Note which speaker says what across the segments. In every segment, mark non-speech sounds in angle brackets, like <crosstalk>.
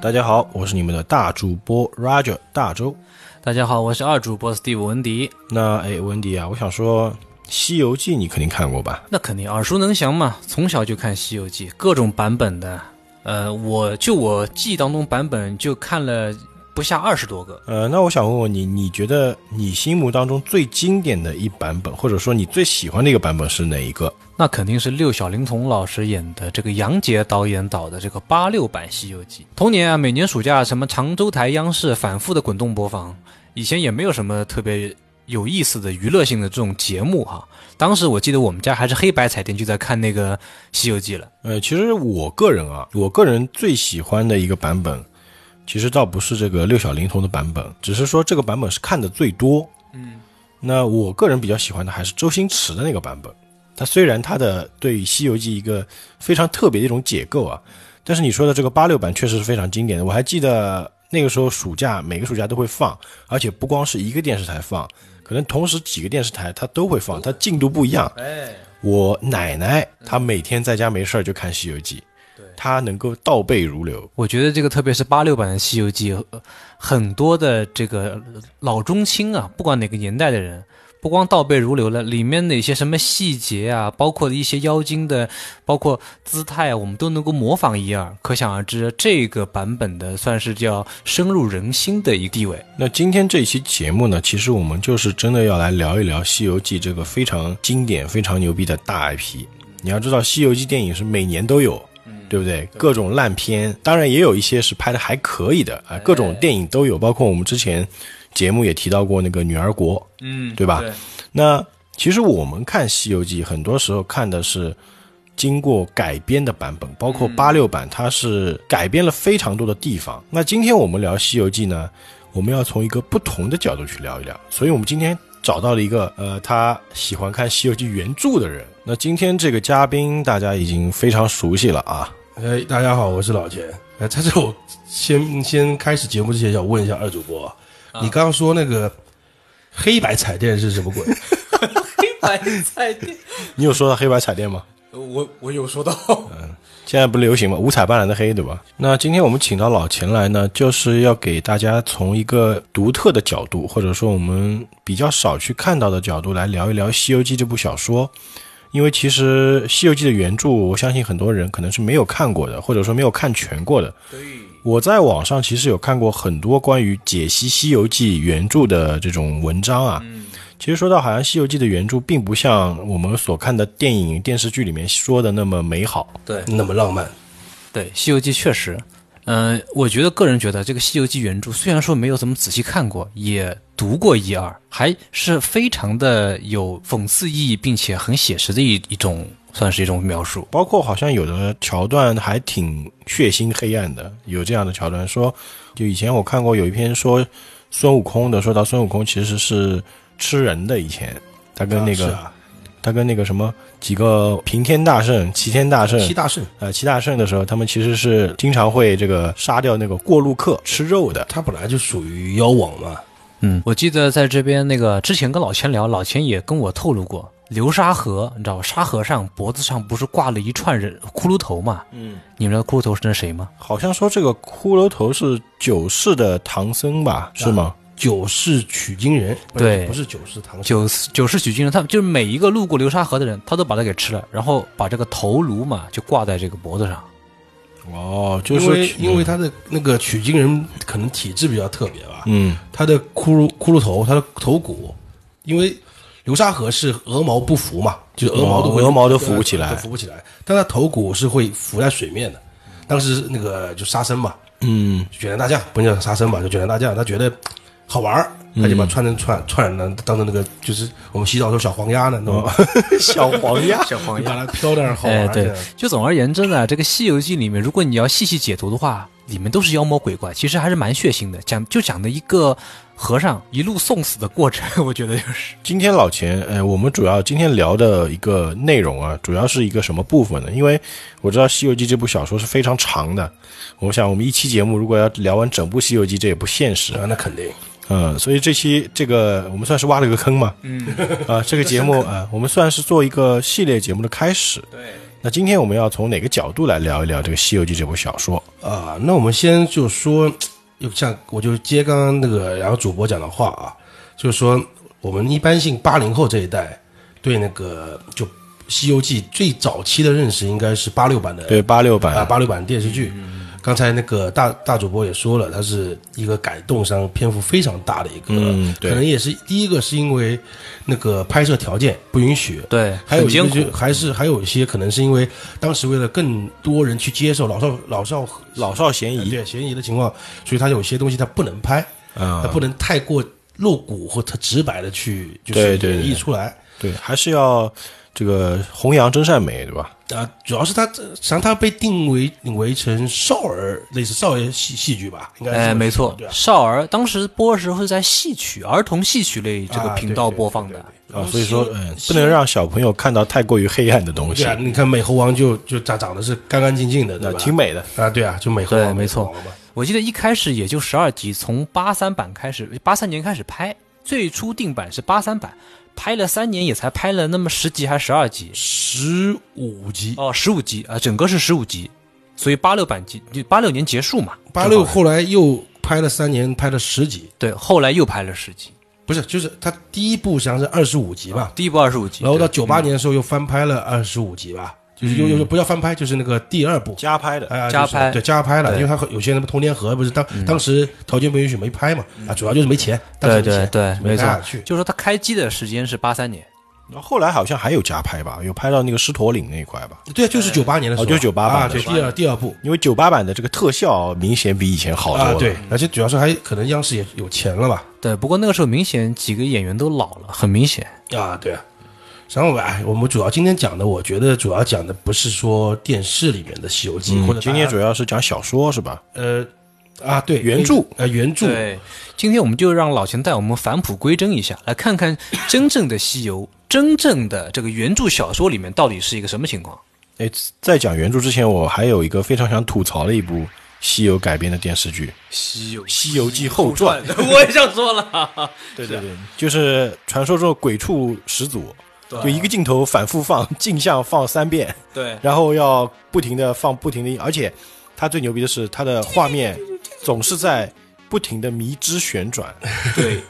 Speaker 1: 大家好，我是你们的大主播 Roger 大周。
Speaker 2: 大家好，我是二主播 Steve 文迪，
Speaker 1: 那哎，温迪啊，我想说，《西游记》你肯定看过吧？
Speaker 2: 那肯定耳熟能详嘛，从小就看《西游记》，各种版本的。呃，我就我记忆当中版本就看了不下二十多个。
Speaker 1: 呃，那我想问问你，你觉得你心目当中最经典的一版本，或者说你最喜欢的一个版本是哪一个？
Speaker 2: 那肯定是六小龄童老师演的，这个杨洁导演导的这个八六版《西游记》。童年啊，每年暑假什么常州台央视反复的滚动播放，以前也没有什么特别有意思的娱乐性的这种节目哈、当时我记得我们家还是黑白彩电，就在看那个《西游记》了。
Speaker 1: 呃，其实我个人啊，我个人最喜欢的一个版本，其实倒不是这个六小龄童的版本，只是说这个版本是看的最多。
Speaker 2: 嗯，
Speaker 1: 那我个人比较喜欢的还是周星驰的那个版本。他虽然他的对《西游记》一个非常特别的一种解构啊，但是你说的这个八六版确实是非常经典的。我还记得那个时候暑假每个暑假都会放，而且不光是一个电视台放，可能同时几个电视台它都会放，它进度不一样。
Speaker 2: 哎，
Speaker 1: 我奶奶她每天在家没事儿就看《西游记》，她能够倒背如流。
Speaker 2: 我觉得这个特别是八六版的《西游记》呃，很多的这个老中青啊，不管哪个年代的人，不光倒背如流了，里面的一些什么细节啊，包括一些妖精的，包括姿态啊，我们都能够模仿一二。可想而知，这个版本的算是叫深入人心的一个地位。
Speaker 1: 那今天这一期节目呢，其实我们就是真的要来聊一聊《西游记》这个非常经典、非常牛逼的大 IP。你要知道，《西游记》电影是每年都有，对不对？各种烂片，当然也有一些是拍的还可以的啊，各种电影都有，包括我们之前节目也提到过那个《女儿国》，
Speaker 2: 嗯
Speaker 1: 对吧？那其实我们看《西游记》，很多时候看的是经过改编的版本，包括八六版，它是改编了非常多的地方。那今天我们聊《西游记》呢，我们要从一个不同的角度去聊一聊，所以我们今天。找到了一个呃，他喜欢看《西游记》原著的人。那今天这个嘉宾大家已经非常熟悉了啊，
Speaker 3: 哎，大家好，我是老钱。哎，在这我先先开始节目之前，想问一下二主播，
Speaker 1: 啊
Speaker 3: 你刚刚说那个黑白彩电是
Speaker 1: <laughs>
Speaker 3: 什么鬼？
Speaker 2: 黑白彩电，
Speaker 1: 你有说到黑白彩电吗？嗯
Speaker 2: 我我有说到，
Speaker 1: 现在不流行嘛，五彩斑斓的黑，对吧？那今天我们请到老钱来呢，就是要给大家从一个独特的角度，或者说我们比较少去看到的角度来聊一聊《西游记》这部小说。因为其实《西游记》的原著，我相信很多人可能是没有看过的，或者说没有看全过的。
Speaker 2: 对，
Speaker 1: 我在网上其实有看过很多关于解析《西游记》原著的这种文章啊。其实说到好像《西游记》的原著并不像我们所看的电影、电视剧里面说的那么美好。
Speaker 2: 对，
Speaker 3: 那么浪漫，
Speaker 2: 对，《西游记》确实，嗯、我觉得个人觉得这个《西游记》原著虽然说没有怎么仔细看过，也读过一二，还是非常的有讽刺意义，并且很写实的一一种，算是一种描述。
Speaker 1: 包括好像有的桥段还挺血腥黑暗的，有这样的桥段说，就以前我看过有一篇说孙悟空的，说到孙悟空其实是吃人的，以前他跟那
Speaker 3: 啊
Speaker 1: 个、
Speaker 3: 是啊
Speaker 1: 他跟那个什么几个平天大圣、齐天大圣、
Speaker 3: 七大圣，
Speaker 1: 呃齐大圣的时候，他们其实是经常会这个杀掉那个过路客吃肉的。
Speaker 3: 他本来就属于妖王嘛。
Speaker 2: 嗯，我记得在这边那个之前跟老钱聊，老钱也跟我透露过，流沙河，你知道沙和尚脖子上不是挂了一串人骷髅头嘛？
Speaker 1: 嗯，
Speaker 2: 你们知道骷髅头是那谁吗？
Speaker 1: 好像说这个骷髅头是九世的唐僧吧？
Speaker 3: 啊
Speaker 1: 是吗？
Speaker 3: 九世取经人，不是
Speaker 2: 对
Speaker 3: 不是九世唐僧，
Speaker 2: 九四九世取经人，他们就是每一个路过流沙河的人，他都把他给吃了，然后把这个头颅嘛就挂在这个脖子上。
Speaker 1: 哦，就
Speaker 3: 因
Speaker 1: 是
Speaker 3: 为因为他的那个取经人可能体质比较特别吧，
Speaker 1: 嗯
Speaker 3: 他的骷髅骷髅头，他的头骨，因为流沙河是鹅毛不浮嘛，就是鹅毛都会、
Speaker 1: 哦鹅毛都浮不起来
Speaker 3: 都浮不起来。但他头骨是会浮在水面的。当时那个就沙僧嘛，
Speaker 1: 嗯。
Speaker 3: 卷帘大将不叫沙僧嘛，就卷帘大将，他觉得好玩儿，他
Speaker 2: 嗯
Speaker 3: 就把穿成串串染的当成那个就是我们洗澡的时候小黄鸭呢，
Speaker 2: 嗯
Speaker 3: 那 <laughs> 种
Speaker 1: 小黄鸭，小黄
Speaker 3: 你把它飘在那儿好玩
Speaker 2: 哎，
Speaker 3: 儿。这
Speaker 2: 对
Speaker 3: 样，
Speaker 2: 就总而言之呢，这个《西游记》里面，如果你要细细解读的话，里面都是妖魔鬼怪，其实还是蛮血腥的。讲就讲的一个和尚一路送死的过程，我觉得就是
Speaker 3: <laughs>
Speaker 1: 今天老钱，呃，我们主要今天聊的一个内容啊，主要是一个什么部分呢？因为我知道《西游记》这部小说是非常长的，我想我们一期节目如果要聊完整部《西游记》，这也不现实，
Speaker 3: 啊，那肯定。
Speaker 1: 嗯，所以这期这个我们算是 <laughs>
Speaker 3: <laughs>
Speaker 1: 挖了个坑嘛，嗯，啊、这个节目啊、呃我们算是做一个系列节目的开始，
Speaker 2: 对，
Speaker 1: 那今天我们要从哪个角度来聊一聊这个《西游记》这部小说？
Speaker 3: 啊，那我们先就说，又像我就接刚刚那个然后主播讲的话啊，就是说我们一般性八零后这一代对那个就《西游记》最早期的认识应该是八六版的
Speaker 1: 对，八六
Speaker 3: 啊
Speaker 1: 版，
Speaker 3: 八六版电视
Speaker 1: 嗯
Speaker 3: 剧。刚才那个大大主播也说了，它是一个改动上篇幅非常大的一个，
Speaker 1: 嗯对
Speaker 3: 可能也是第一个是因为那个拍摄条件不允许，
Speaker 2: 对，
Speaker 3: 还有
Speaker 2: 很
Speaker 3: 一
Speaker 2: 艰
Speaker 3: 个
Speaker 2: 苦
Speaker 3: 就，还是还有一些可能是因为当时为了更多人去接受老少老少
Speaker 1: 老少咸
Speaker 3: 呃
Speaker 1: 宜
Speaker 3: 对嫌疑的情况，所以他有些东西他不能拍，
Speaker 1: 啊 <laughs>
Speaker 3: 他，不能太过露骨或他直白的去就
Speaker 1: 对
Speaker 3: 是
Speaker 1: 对
Speaker 3: 演
Speaker 1: 对
Speaker 3: 绎出来。
Speaker 1: 对，还是要这个弘扬真善美，对吧？
Speaker 3: 啊，主要是他，实际上他被定为定为成少儿，类似少儿戏戏剧吧，应该是。
Speaker 2: 哎，没错
Speaker 3: 对，啊，
Speaker 2: 少儿当时播的时候是在戏曲儿童戏曲类这个
Speaker 3: 啊
Speaker 2: 频
Speaker 3: 对
Speaker 2: 道
Speaker 3: 对
Speaker 2: 播
Speaker 3: 对
Speaker 2: 放的
Speaker 3: 对，对对
Speaker 1: 啊
Speaker 3: 然，后
Speaker 1: 所以说
Speaker 3: 西，游
Speaker 1: 嗯，
Speaker 3: 西
Speaker 1: 不能
Speaker 3: 游
Speaker 1: 让小朋友看到太过于黑暗的东西
Speaker 3: 对啊，，你看美猴王就就长长得是干干净净的，
Speaker 1: 那
Speaker 3: 对吧？
Speaker 1: 挺美的。
Speaker 3: 啊，对啊，就美猴
Speaker 2: 对
Speaker 3: 王，
Speaker 2: 没
Speaker 3: 美
Speaker 2: 错
Speaker 3: 猴王嘛。
Speaker 2: 我记得一开始也就十二集，从八三版开始，八三年开始拍，最初定版是八三版，拍了三年也才拍了那么十集还是十二集，
Speaker 3: 十五集，
Speaker 2: 哦，十五集啊、整个是十五集，所以八六版集八六年结束嘛，
Speaker 3: 八六
Speaker 2: 正好
Speaker 3: 后来又拍了三年，拍了十集，
Speaker 2: 对，后来又拍了十集，
Speaker 3: 不是，就是他第一部实际上是二十五集吧，
Speaker 2: 第一部二十五集，
Speaker 3: 然后到
Speaker 2: 对
Speaker 3: 九八年的时候又翻拍了二十五集吧，就是又
Speaker 2: 嗯
Speaker 3: 又又不叫翻拍，就是那个第二部。
Speaker 1: 加拍的，
Speaker 3: 哎呀
Speaker 2: 加
Speaker 3: 就是
Speaker 2: 拍
Speaker 3: 对加拍了，
Speaker 2: 对
Speaker 3: 因为他有些人童年盒不是当当时条件不允许没拍嘛，啊，主要就是没钱，当时
Speaker 2: 对对
Speaker 3: 钱
Speaker 2: 对，
Speaker 3: 没
Speaker 2: 没
Speaker 3: 拍
Speaker 2: 错
Speaker 3: 下，去。
Speaker 2: 就是说他开机的时间是八三年，
Speaker 1: 然后后来好像还有加拍吧，有拍到那个狮驼岭那一块吧。
Speaker 3: 对，就是九八年的时候，
Speaker 1: 哦就是98
Speaker 3: 啊
Speaker 1: 版的
Speaker 3: 对，
Speaker 1: 是
Speaker 3: 第二第二部
Speaker 1: 因为九八版的这个特效明显比以前好多
Speaker 3: 啊
Speaker 1: 了，，嗯
Speaker 3: 对，而且主要是还可能央视也有钱了吧，
Speaker 2: 对，不过那个时候明显几个演员都老了，很明显。
Speaker 3: 啊，对啊。然后哎，我们主要今天讲的，我觉得主要讲的不是说电视里面的《西游记》，或者
Speaker 1: 嗯今天主
Speaker 3: 要
Speaker 1: 要是讲小说是吧？
Speaker 3: 呃啊，对
Speaker 1: 原著
Speaker 3: 呃原著
Speaker 2: 对，今天我们就让老钱带我们返璞归真一下，来看看真正的西游，真正的这个原著小说里面到底是一个什么情况。
Speaker 1: 哎，在讲原著之前，我还有一个非常想吐槽的一部西游改编的电视剧《
Speaker 2: 西游
Speaker 1: 西游记后传》。
Speaker 2: <laughs> 我也想说了，啊
Speaker 1: 对对对，就是传说中的鬼畜始祖，就一个镜头反复放，镜像放三遍，
Speaker 2: 对
Speaker 1: 然后要不停的放，不停的，而且它最牛逼的是它的画面总是在不停的迷之旋转，
Speaker 2: 对。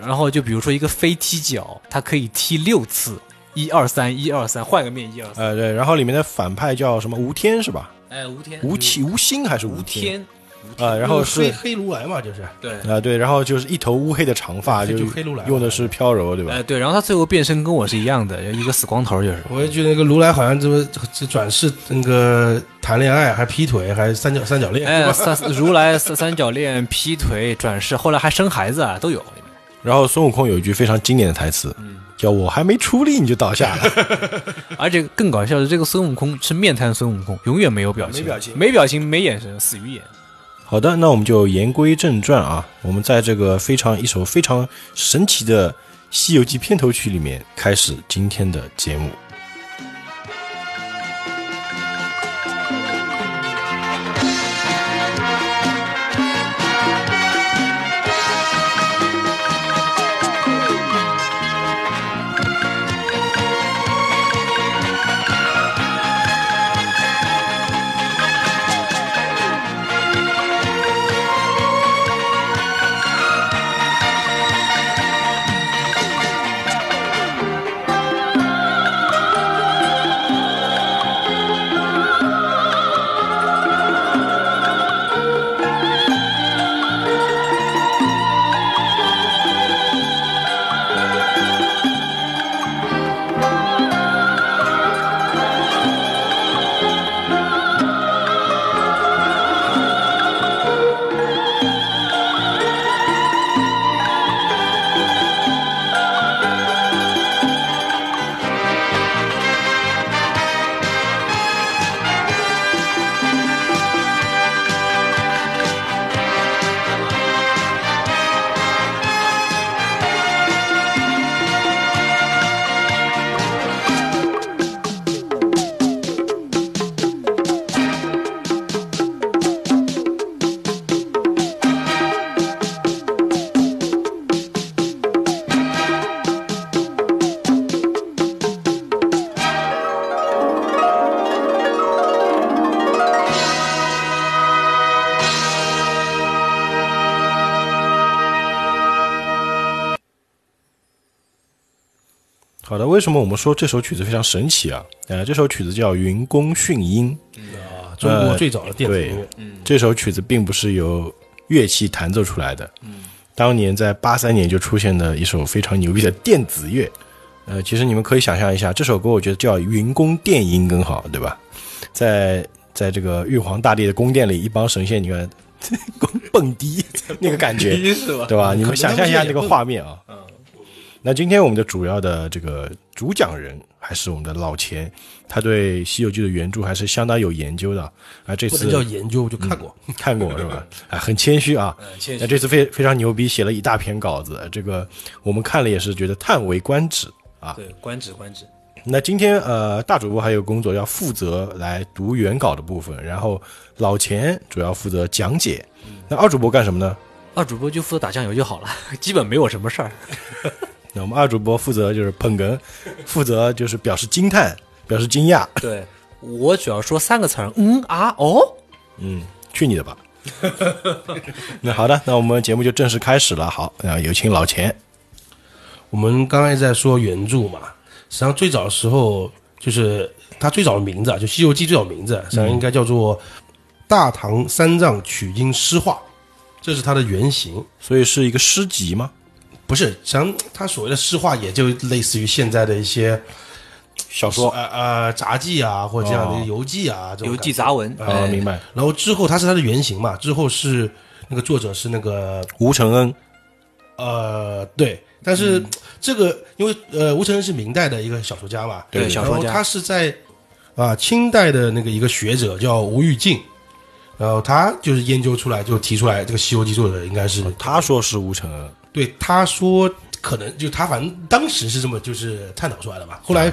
Speaker 2: 然后就比如说一个飞踢脚，它可以踢六次，一二三，一二三，换个面一二三。
Speaker 1: 呃对，然后里面的反派叫什么吴天是吧？
Speaker 2: 哎，吴天，
Speaker 1: 吴起吴昕还是
Speaker 2: 吴
Speaker 1: 天？
Speaker 2: 天，
Speaker 1: 啊、然后是
Speaker 3: 黑黑如来嘛，就是
Speaker 2: 对。
Speaker 1: 啊、对，然后就是一头乌黑的长发，
Speaker 3: 就
Speaker 1: 就
Speaker 3: 黑如来嘛
Speaker 1: 用的是飘柔，对吧？
Speaker 2: 哎，对，然后他最后变身跟我是一样的，一个死光头就是。
Speaker 3: 我也觉得那个如来好像这么这转世那个谈恋爱还劈腿还三角三角恋，
Speaker 2: 哎，三如来三三角恋、劈腿、转世，后来还生孩子啊，都有。
Speaker 1: 然后孙悟空有一句非常经典的台词，叫“我还没出力你就倒下了
Speaker 2: 而且更搞笑的是，这个孙悟空是面瘫孙悟空，永远没有表情，
Speaker 1: 没表情
Speaker 2: 没表情，没眼神，死鱼眼。”。
Speaker 1: 好的，那我们就言归正传啊，我们在这个非常一首非常神奇的《西游记》片头曲里面开始今天的节目。
Speaker 4: 啊！
Speaker 1: 好的，为什么我们说这首曲子非常神奇啊？呃，这首曲子叫《云宫迅音》，
Speaker 3: 啊，中国最早的电子音乐，
Speaker 1: 这首曲子并不是由乐器弹奏出来的，嗯，当年在八三年就出现的一首非常牛逼的电子乐，呃，其实你们可以想象一下，这首歌我觉得叫《云宫电音》更好，对吧？在在这个玉皇大帝的宫殿里，一帮神仙，你看蹦蹦迪那个感觉，
Speaker 2: 是吧？
Speaker 1: 对吧？你们想象一下那个画面啊。那今天我们的主要的这个主讲人还是我们的老钱，他对《西游记》的原著还是相当有研究的。啊，这
Speaker 3: 不
Speaker 1: 次
Speaker 3: 能叫研究，我就看过。
Speaker 1: 看过是吧？哎，很谦虚啊。那这次非非常牛逼，写了一大篇稿子，哎这个我们看了也是觉得叹为观止啊。
Speaker 2: 对，官职官职。
Speaker 1: 那今天呃，大主播还有工作要负责来读原稿的部分，然后老钱主要负责讲解。那二主播干什么呢？
Speaker 2: 二啊主播就负责打酱油就好了， <laughs> 基本没有什么事儿。
Speaker 1: 那我们二主播负责就是捧 <laughs> 哏，负责就是表示惊叹、表示惊讶。
Speaker 2: 对我主要说三个词儿，嗯啊哦，
Speaker 1: 嗯，去你的 <laughs> 吧。那好的，那我们节目就正式开始了。好，那有请老钱。
Speaker 3: 我们刚才在说原著嘛，实际上最早的时候就是它最早的名字啊，就《西游记》最早的名字，啊实际上应该叫做《大唐三藏取经诗话》，这是它的原型。
Speaker 1: 所以是一个诗集吗？
Speaker 3: 不是，实际上它所谓的诗话，也就类似于现在的一些
Speaker 1: 小说
Speaker 3: 呃呃杂记啊，或者这样的游记啊，这种
Speaker 2: 邮
Speaker 3: 感
Speaker 2: 寄
Speaker 3: 觉。
Speaker 2: 杂文。
Speaker 1: 啊，
Speaker 2: 哎
Speaker 1: 明白。
Speaker 3: 然后之后它是它的原型嘛，之后是那个作者是那个
Speaker 1: 吴承恩，
Speaker 3: 呃，对，但是这个、因为呃，吴承恩是明代的一个小说家嘛，
Speaker 2: 对小说
Speaker 3: 然后
Speaker 2: 家
Speaker 3: 他是在啊、清代的那个一个学者叫吴玉敬，然后他就是研究出来就提出来这个《西游记》作者应该是
Speaker 1: 他说是吴承恩，
Speaker 3: 对他说可能就他反正当时是这么就是探讨出来的吧，后来。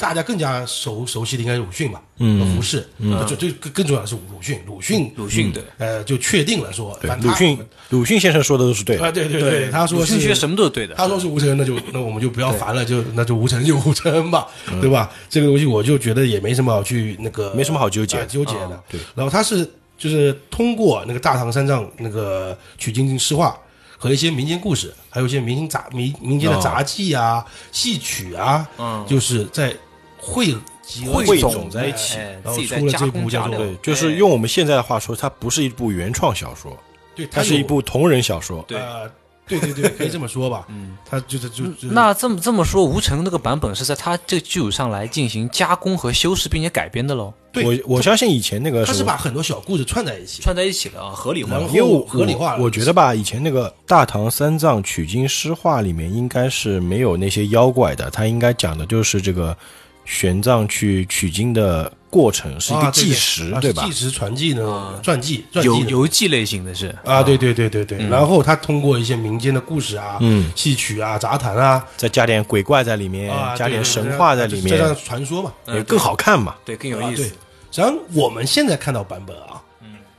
Speaker 3: 大家更加熟熟悉的应该是鲁迅吧，嗯，和胡适，嗯，就就更更重要的是鲁迅，鲁迅，
Speaker 2: 鲁迅的，
Speaker 3: 呃，就确定了说，
Speaker 1: 对
Speaker 3: 反正
Speaker 1: 鲁
Speaker 3: 他
Speaker 1: 迅，鲁迅先生说的都是对的。
Speaker 3: 啊，对对对，他说
Speaker 2: 鲁
Speaker 3: 是
Speaker 2: 迅学什么都是对的。
Speaker 3: 他说是吴承恩，那就
Speaker 1: <laughs>
Speaker 3: 那我们就不要烦了，就那就吴承恩就吴承恩吧，对吧？这个东西我就觉得也没什么好去那个，
Speaker 1: 嗯没什么好纠结嗯
Speaker 3: 啊纠结的。
Speaker 1: 对，
Speaker 3: 然后他是就是通过那个大唐三藏那个取经诗话和一些民间故事，还有一些民间杂民民间的杂技
Speaker 1: 哦
Speaker 3: 啊、戏曲啊，
Speaker 2: 嗯
Speaker 3: 就是在汇集合
Speaker 1: 汇
Speaker 2: 总
Speaker 1: 总在一起
Speaker 2: 哎
Speaker 3: 然
Speaker 2: 自
Speaker 3: 后
Speaker 2: 己再
Speaker 3: 出了
Speaker 2: 加
Speaker 3: 这
Speaker 2: 工
Speaker 3: 部
Speaker 2: 加
Speaker 3: 叫
Speaker 2: 料
Speaker 3: 做
Speaker 1: 对，就是用我们现在的话说，它不是一部原创小说，
Speaker 3: 对，
Speaker 1: 它是
Speaker 3: 有
Speaker 1: 一部同人小说。
Speaker 2: 对
Speaker 3: 呃，对对对，可以这么
Speaker 1: <laughs>
Speaker 3: 说吧。嗯，他就是就就
Speaker 2: 那这么这么说，吴承恩那个版本是在他这个基础上来进行加工和修饰，并且改编的喽，
Speaker 3: 对
Speaker 1: 我我相信以前那个
Speaker 3: 他
Speaker 1: 什
Speaker 3: 是
Speaker 1: 么，
Speaker 3: 把很多小故事串在一起。
Speaker 2: 串在一起了啊，合理化
Speaker 3: 然
Speaker 2: 了
Speaker 3: 后
Speaker 1: 因为我
Speaker 3: 合理化了
Speaker 1: 我我觉得吧，以前那个《大唐三藏取经诗话》里面应该是没有那些妖怪的，它应该讲的就是这个玄奘去取经的过程，是一个
Speaker 3: 啊对对
Speaker 1: 纪实，
Speaker 3: 啊
Speaker 1: 对
Speaker 3: 是
Speaker 1: 吧
Speaker 3: 纪？实传记呢
Speaker 2: 啊，
Speaker 3: 传记传
Speaker 2: 游
Speaker 3: 记呢
Speaker 2: 游记类型的是
Speaker 3: 啊，对对对对对。然后他通过一些民间的故事啊、
Speaker 1: 嗯，
Speaker 3: 戏曲啊、杂谈啊，
Speaker 1: 再加点鬼怪在里面
Speaker 3: 啊，，
Speaker 1: 加点
Speaker 3: 对对对
Speaker 1: 神话在里
Speaker 3: 再
Speaker 1: 面
Speaker 3: 加，上传说嘛。
Speaker 1: 也更好看嘛。
Speaker 2: 对更有
Speaker 3: 啊
Speaker 2: 意
Speaker 3: 对
Speaker 2: 思
Speaker 3: 实。际上我们现在看到版本啊，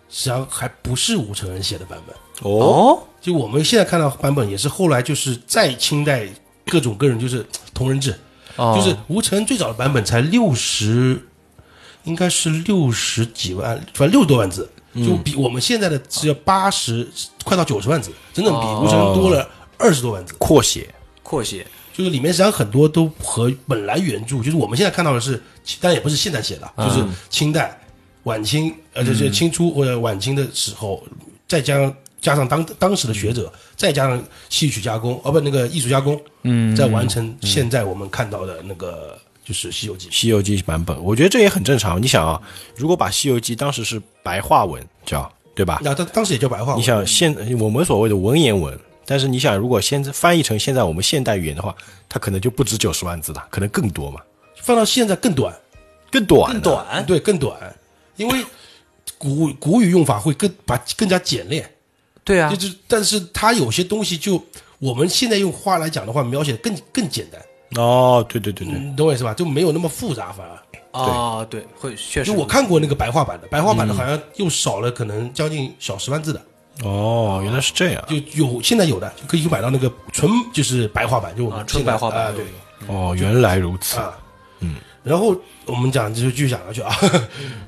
Speaker 3: 实际上还不是吴承恩写的版本，
Speaker 1: 哦，
Speaker 2: 哦，
Speaker 3: 就我们现在看到版本也是后来就是在清代各种各人就是同人志，
Speaker 2: 哦
Speaker 3: 就是吴承恩最早的版本才六十，应该是六十几万，反正六十多万字，就比我们现在的只有八十，快到九十万字，整整比
Speaker 2: 哦
Speaker 3: 吴承恩多了二十多万字。
Speaker 1: 扩写，
Speaker 2: 扩写
Speaker 3: 就是里面实际上很多都和本来原著，就是我们现在看到的是，但也不是现在写的，就是清代、晚清，呃，就是清初或者晚清的时候，再加上加上当当时的学者，再加上戏曲加工，哦不，那个艺术加工，嗯，再完成现在我们看到的那个就是《西游记》
Speaker 1: 《西游记》版本，我觉得这也很正常。你想啊，如果把《西游记》当时是白话文叫，对吧？
Speaker 3: 那当当时也叫白话
Speaker 1: 你
Speaker 3: 文，
Speaker 1: 想现呃我们所谓的文言文，但是你想，如果现在翻译成现在我们现代语言的话，它可能就不止九十万字了，可能更多嘛，
Speaker 3: 放到现在更短，
Speaker 1: 更短了，
Speaker 2: 短
Speaker 3: 对，更短，因为古古语用法会更把更加简练，
Speaker 2: 对啊
Speaker 3: 就，是，但是它有些东西就我们现在用话来讲的话，描写的更更简单，
Speaker 1: 哦，对对对对，
Speaker 3: 你懂我意思吧？就没有那么复杂，反而。
Speaker 2: 啊对，会确实
Speaker 3: 就我看过那个白话版的，白话版的好像又少了，可能将近小十万字的，
Speaker 1: 哦，原来是这样，
Speaker 3: 就有现在有的就可以买到那个纯就是白话版，就我们
Speaker 2: 啊纯
Speaker 3: 现在
Speaker 2: 白话版
Speaker 3: 啊，对
Speaker 1: 哦，原来如此，
Speaker 3: 啊，嗯。然后我们讲就继 <laughs> 续讲下去啊，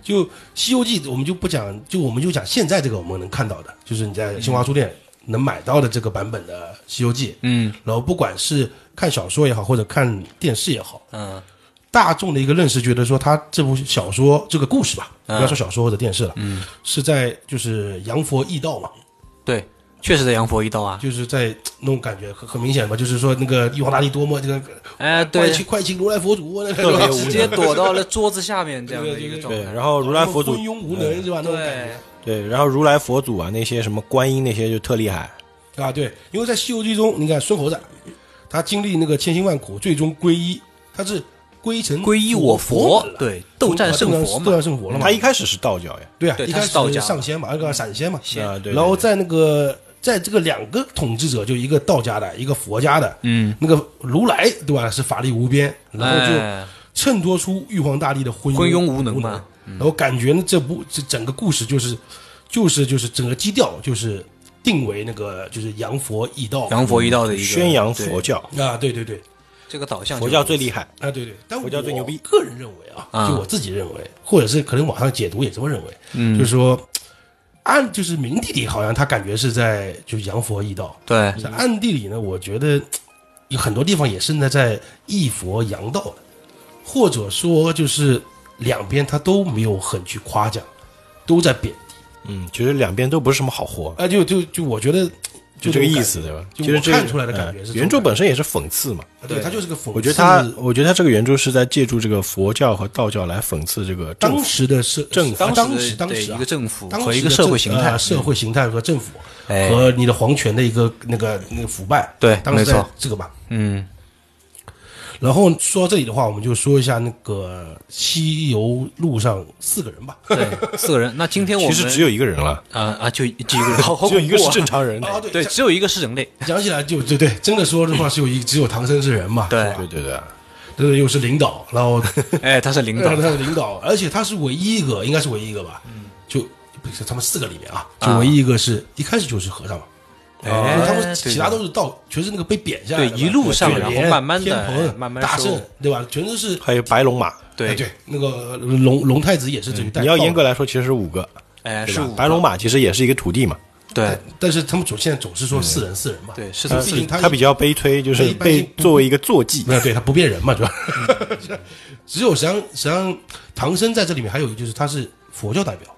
Speaker 3: 就《西游记》，我们就不讲，就我们就讲现在这个我们能看到的，就是你在新华书店能买到的这个版本的《西游记》，
Speaker 2: 嗯
Speaker 3: 然后不管是看小说也好，或者看电视也好，
Speaker 2: 嗯
Speaker 3: 大众的一个认识觉得说，他这部小说这个故事吧，
Speaker 2: 嗯
Speaker 3: 不要说小说或者电视了，嗯，是在就是洋佛易道嘛，
Speaker 2: 对，确实在杨佛一道啊。
Speaker 3: 就是在那种感觉很很明显吧，就是说那个玉皇大帝多么这个
Speaker 2: 哎，
Speaker 3: 快
Speaker 2: 对，
Speaker 3: 请快请如来佛祖，那
Speaker 1: 特别
Speaker 3: 个
Speaker 1: 无
Speaker 2: 直接躲到了桌子下面这样的一个状
Speaker 1: 对，
Speaker 2: 态。
Speaker 1: 然后如来佛祖
Speaker 3: 昏庸无
Speaker 2: 嗯
Speaker 3: 能是吧？那种感
Speaker 2: 对
Speaker 3: 觉，
Speaker 1: 对，然后如来佛祖啊，那些什么观音那些就特厉害，
Speaker 3: 啊，对，因为在《西游记》中，你看孙猴子，他经历那个千辛万苦，最终皈依，他是归成
Speaker 2: 皈依我佛，对，斗战胜佛
Speaker 3: 啊斗
Speaker 2: 嘛。
Speaker 3: 战胜佛了嘛
Speaker 1: 他？一开始是道教呀，
Speaker 3: 对啊，
Speaker 2: 对
Speaker 3: 一
Speaker 2: 他
Speaker 3: 开
Speaker 2: 是
Speaker 3: 始
Speaker 2: 道家嘛
Speaker 3: 上仙嘛，那个闪仙嘛，
Speaker 2: 仙
Speaker 1: 啊对
Speaker 3: 然后在那个在这个两个统治者，就一个道家的，一个佛家的，
Speaker 2: 嗯，
Speaker 3: 那个如来对吧？是法力无边，然后就
Speaker 2: 哎
Speaker 3: 衬托出玉皇大帝的昏
Speaker 2: 昏庸
Speaker 3: 无
Speaker 2: 无能嘛。
Speaker 3: 然后感觉呢，这部这整个故事就是就是就是整个基调就是定为那个就是洋佛易道
Speaker 2: 杨佛一道的一个
Speaker 1: 宣扬佛
Speaker 2: 对
Speaker 1: 教，
Speaker 3: 啊，对对对
Speaker 2: 这个导向就
Speaker 1: 佛
Speaker 2: 是，
Speaker 1: 教最厉害。
Speaker 3: 啊，对对，但
Speaker 1: 佛教最牛逼
Speaker 3: 我个人认为
Speaker 2: 啊
Speaker 3: 啊，就我自己认为，或者是可能网上解读也这么认为，嗯，就是说，暗就是明地里好像他感觉是在就是扬佛易道，
Speaker 2: 对
Speaker 3: 在暗地里呢，我觉得有很多地方也是呢在抑佛扬道的，或者说就是两边他都没有很去夸奖，都在贬低，
Speaker 1: 嗯，其实两边都不是什么好货，
Speaker 3: 啊，就就就我觉得
Speaker 1: 就这个意思，对
Speaker 3: 的，
Speaker 1: 吧？
Speaker 3: 就
Speaker 1: 其
Speaker 3: 我
Speaker 1: 实这
Speaker 3: 看出来的感觉是
Speaker 1: 嗯
Speaker 3: 这种
Speaker 1: 原著
Speaker 3: 感觉
Speaker 1: 本身也是讽刺嘛。
Speaker 3: 啊对他就是个讽刺，
Speaker 1: 我觉得他，我觉得他这个原著是在借助这个佛教和道教来讽刺这个政
Speaker 3: 当
Speaker 1: 府。
Speaker 3: 时的社
Speaker 1: 政
Speaker 3: 当
Speaker 2: 当
Speaker 3: 时当
Speaker 2: 对
Speaker 3: 时啊
Speaker 2: 一个政府
Speaker 3: 当
Speaker 2: 和
Speaker 3: 时
Speaker 2: 一个
Speaker 3: 的
Speaker 2: 社
Speaker 3: 政
Speaker 2: 会形态
Speaker 3: 呃，社会形态和政府
Speaker 2: 哎
Speaker 3: 和你的皇权的一个那个那个腐败，
Speaker 2: 对
Speaker 3: 当
Speaker 2: 没
Speaker 3: 时
Speaker 2: 错
Speaker 3: 在这个吧。
Speaker 2: 嗯
Speaker 3: 然后说到这里的话，我们就说一下那个西游路上四个人吧。
Speaker 2: 对四个人。那今天我
Speaker 1: 其
Speaker 2: 们
Speaker 1: 实只有一个人了，
Speaker 2: 啊啊就只有一个人，好好
Speaker 1: 只有一个
Speaker 2: 恐
Speaker 1: 是
Speaker 2: 怖啊
Speaker 1: 正常人。
Speaker 2: <laughs>
Speaker 3: 啊，
Speaker 2: 对，
Speaker 3: 讲
Speaker 2: 只有一个是人类，
Speaker 3: <laughs> 讲起来就对对，真的说的话是有一只有唐僧是人嘛，
Speaker 2: 对
Speaker 3: 是吧
Speaker 1: 对对对，
Speaker 3: 对对，又是领导，然后
Speaker 2: 哎，他是 <laughs> 领导
Speaker 3: 呃他，的领导，而且他是唯一一个，应该是唯一一个吧，就不是他们四个里面啊，就
Speaker 2: 啊
Speaker 3: 唯一一个是一开始就是和尚嘛。
Speaker 2: 哎
Speaker 3: 他们
Speaker 2: 对
Speaker 3: 其
Speaker 2: 的
Speaker 3: 他都是到，全是那个被贬下来的嘛，
Speaker 2: 对一路上
Speaker 3: 卷
Speaker 2: 然后
Speaker 3: 帘
Speaker 2: 慢慢地
Speaker 3: 天蓬啊
Speaker 2: 慢慢
Speaker 3: 大
Speaker 2: 收
Speaker 3: 圣，对吧？全都是
Speaker 1: 还有白龙马。
Speaker 3: 哎
Speaker 2: 对嗯
Speaker 3: 对，那个龙龙太子也是这一代。
Speaker 1: 你要严格，来说，其实是五个，
Speaker 2: 哎
Speaker 1: 对
Speaker 2: 是
Speaker 1: 吧
Speaker 2: 五
Speaker 1: 白龙马其实也是一个徒弟嘛，
Speaker 2: 对
Speaker 3: 但是他们总现在总是说四人四人嘛。
Speaker 2: 对是
Speaker 3: 他
Speaker 2: 他
Speaker 3: 毕竟
Speaker 1: 他比较悲催，就是被作为一个坐骑。
Speaker 3: 没有对他不变人嘛，主要 <laughs> 只有实际上实际上唐僧在这里面还有一个就是他是佛教代表，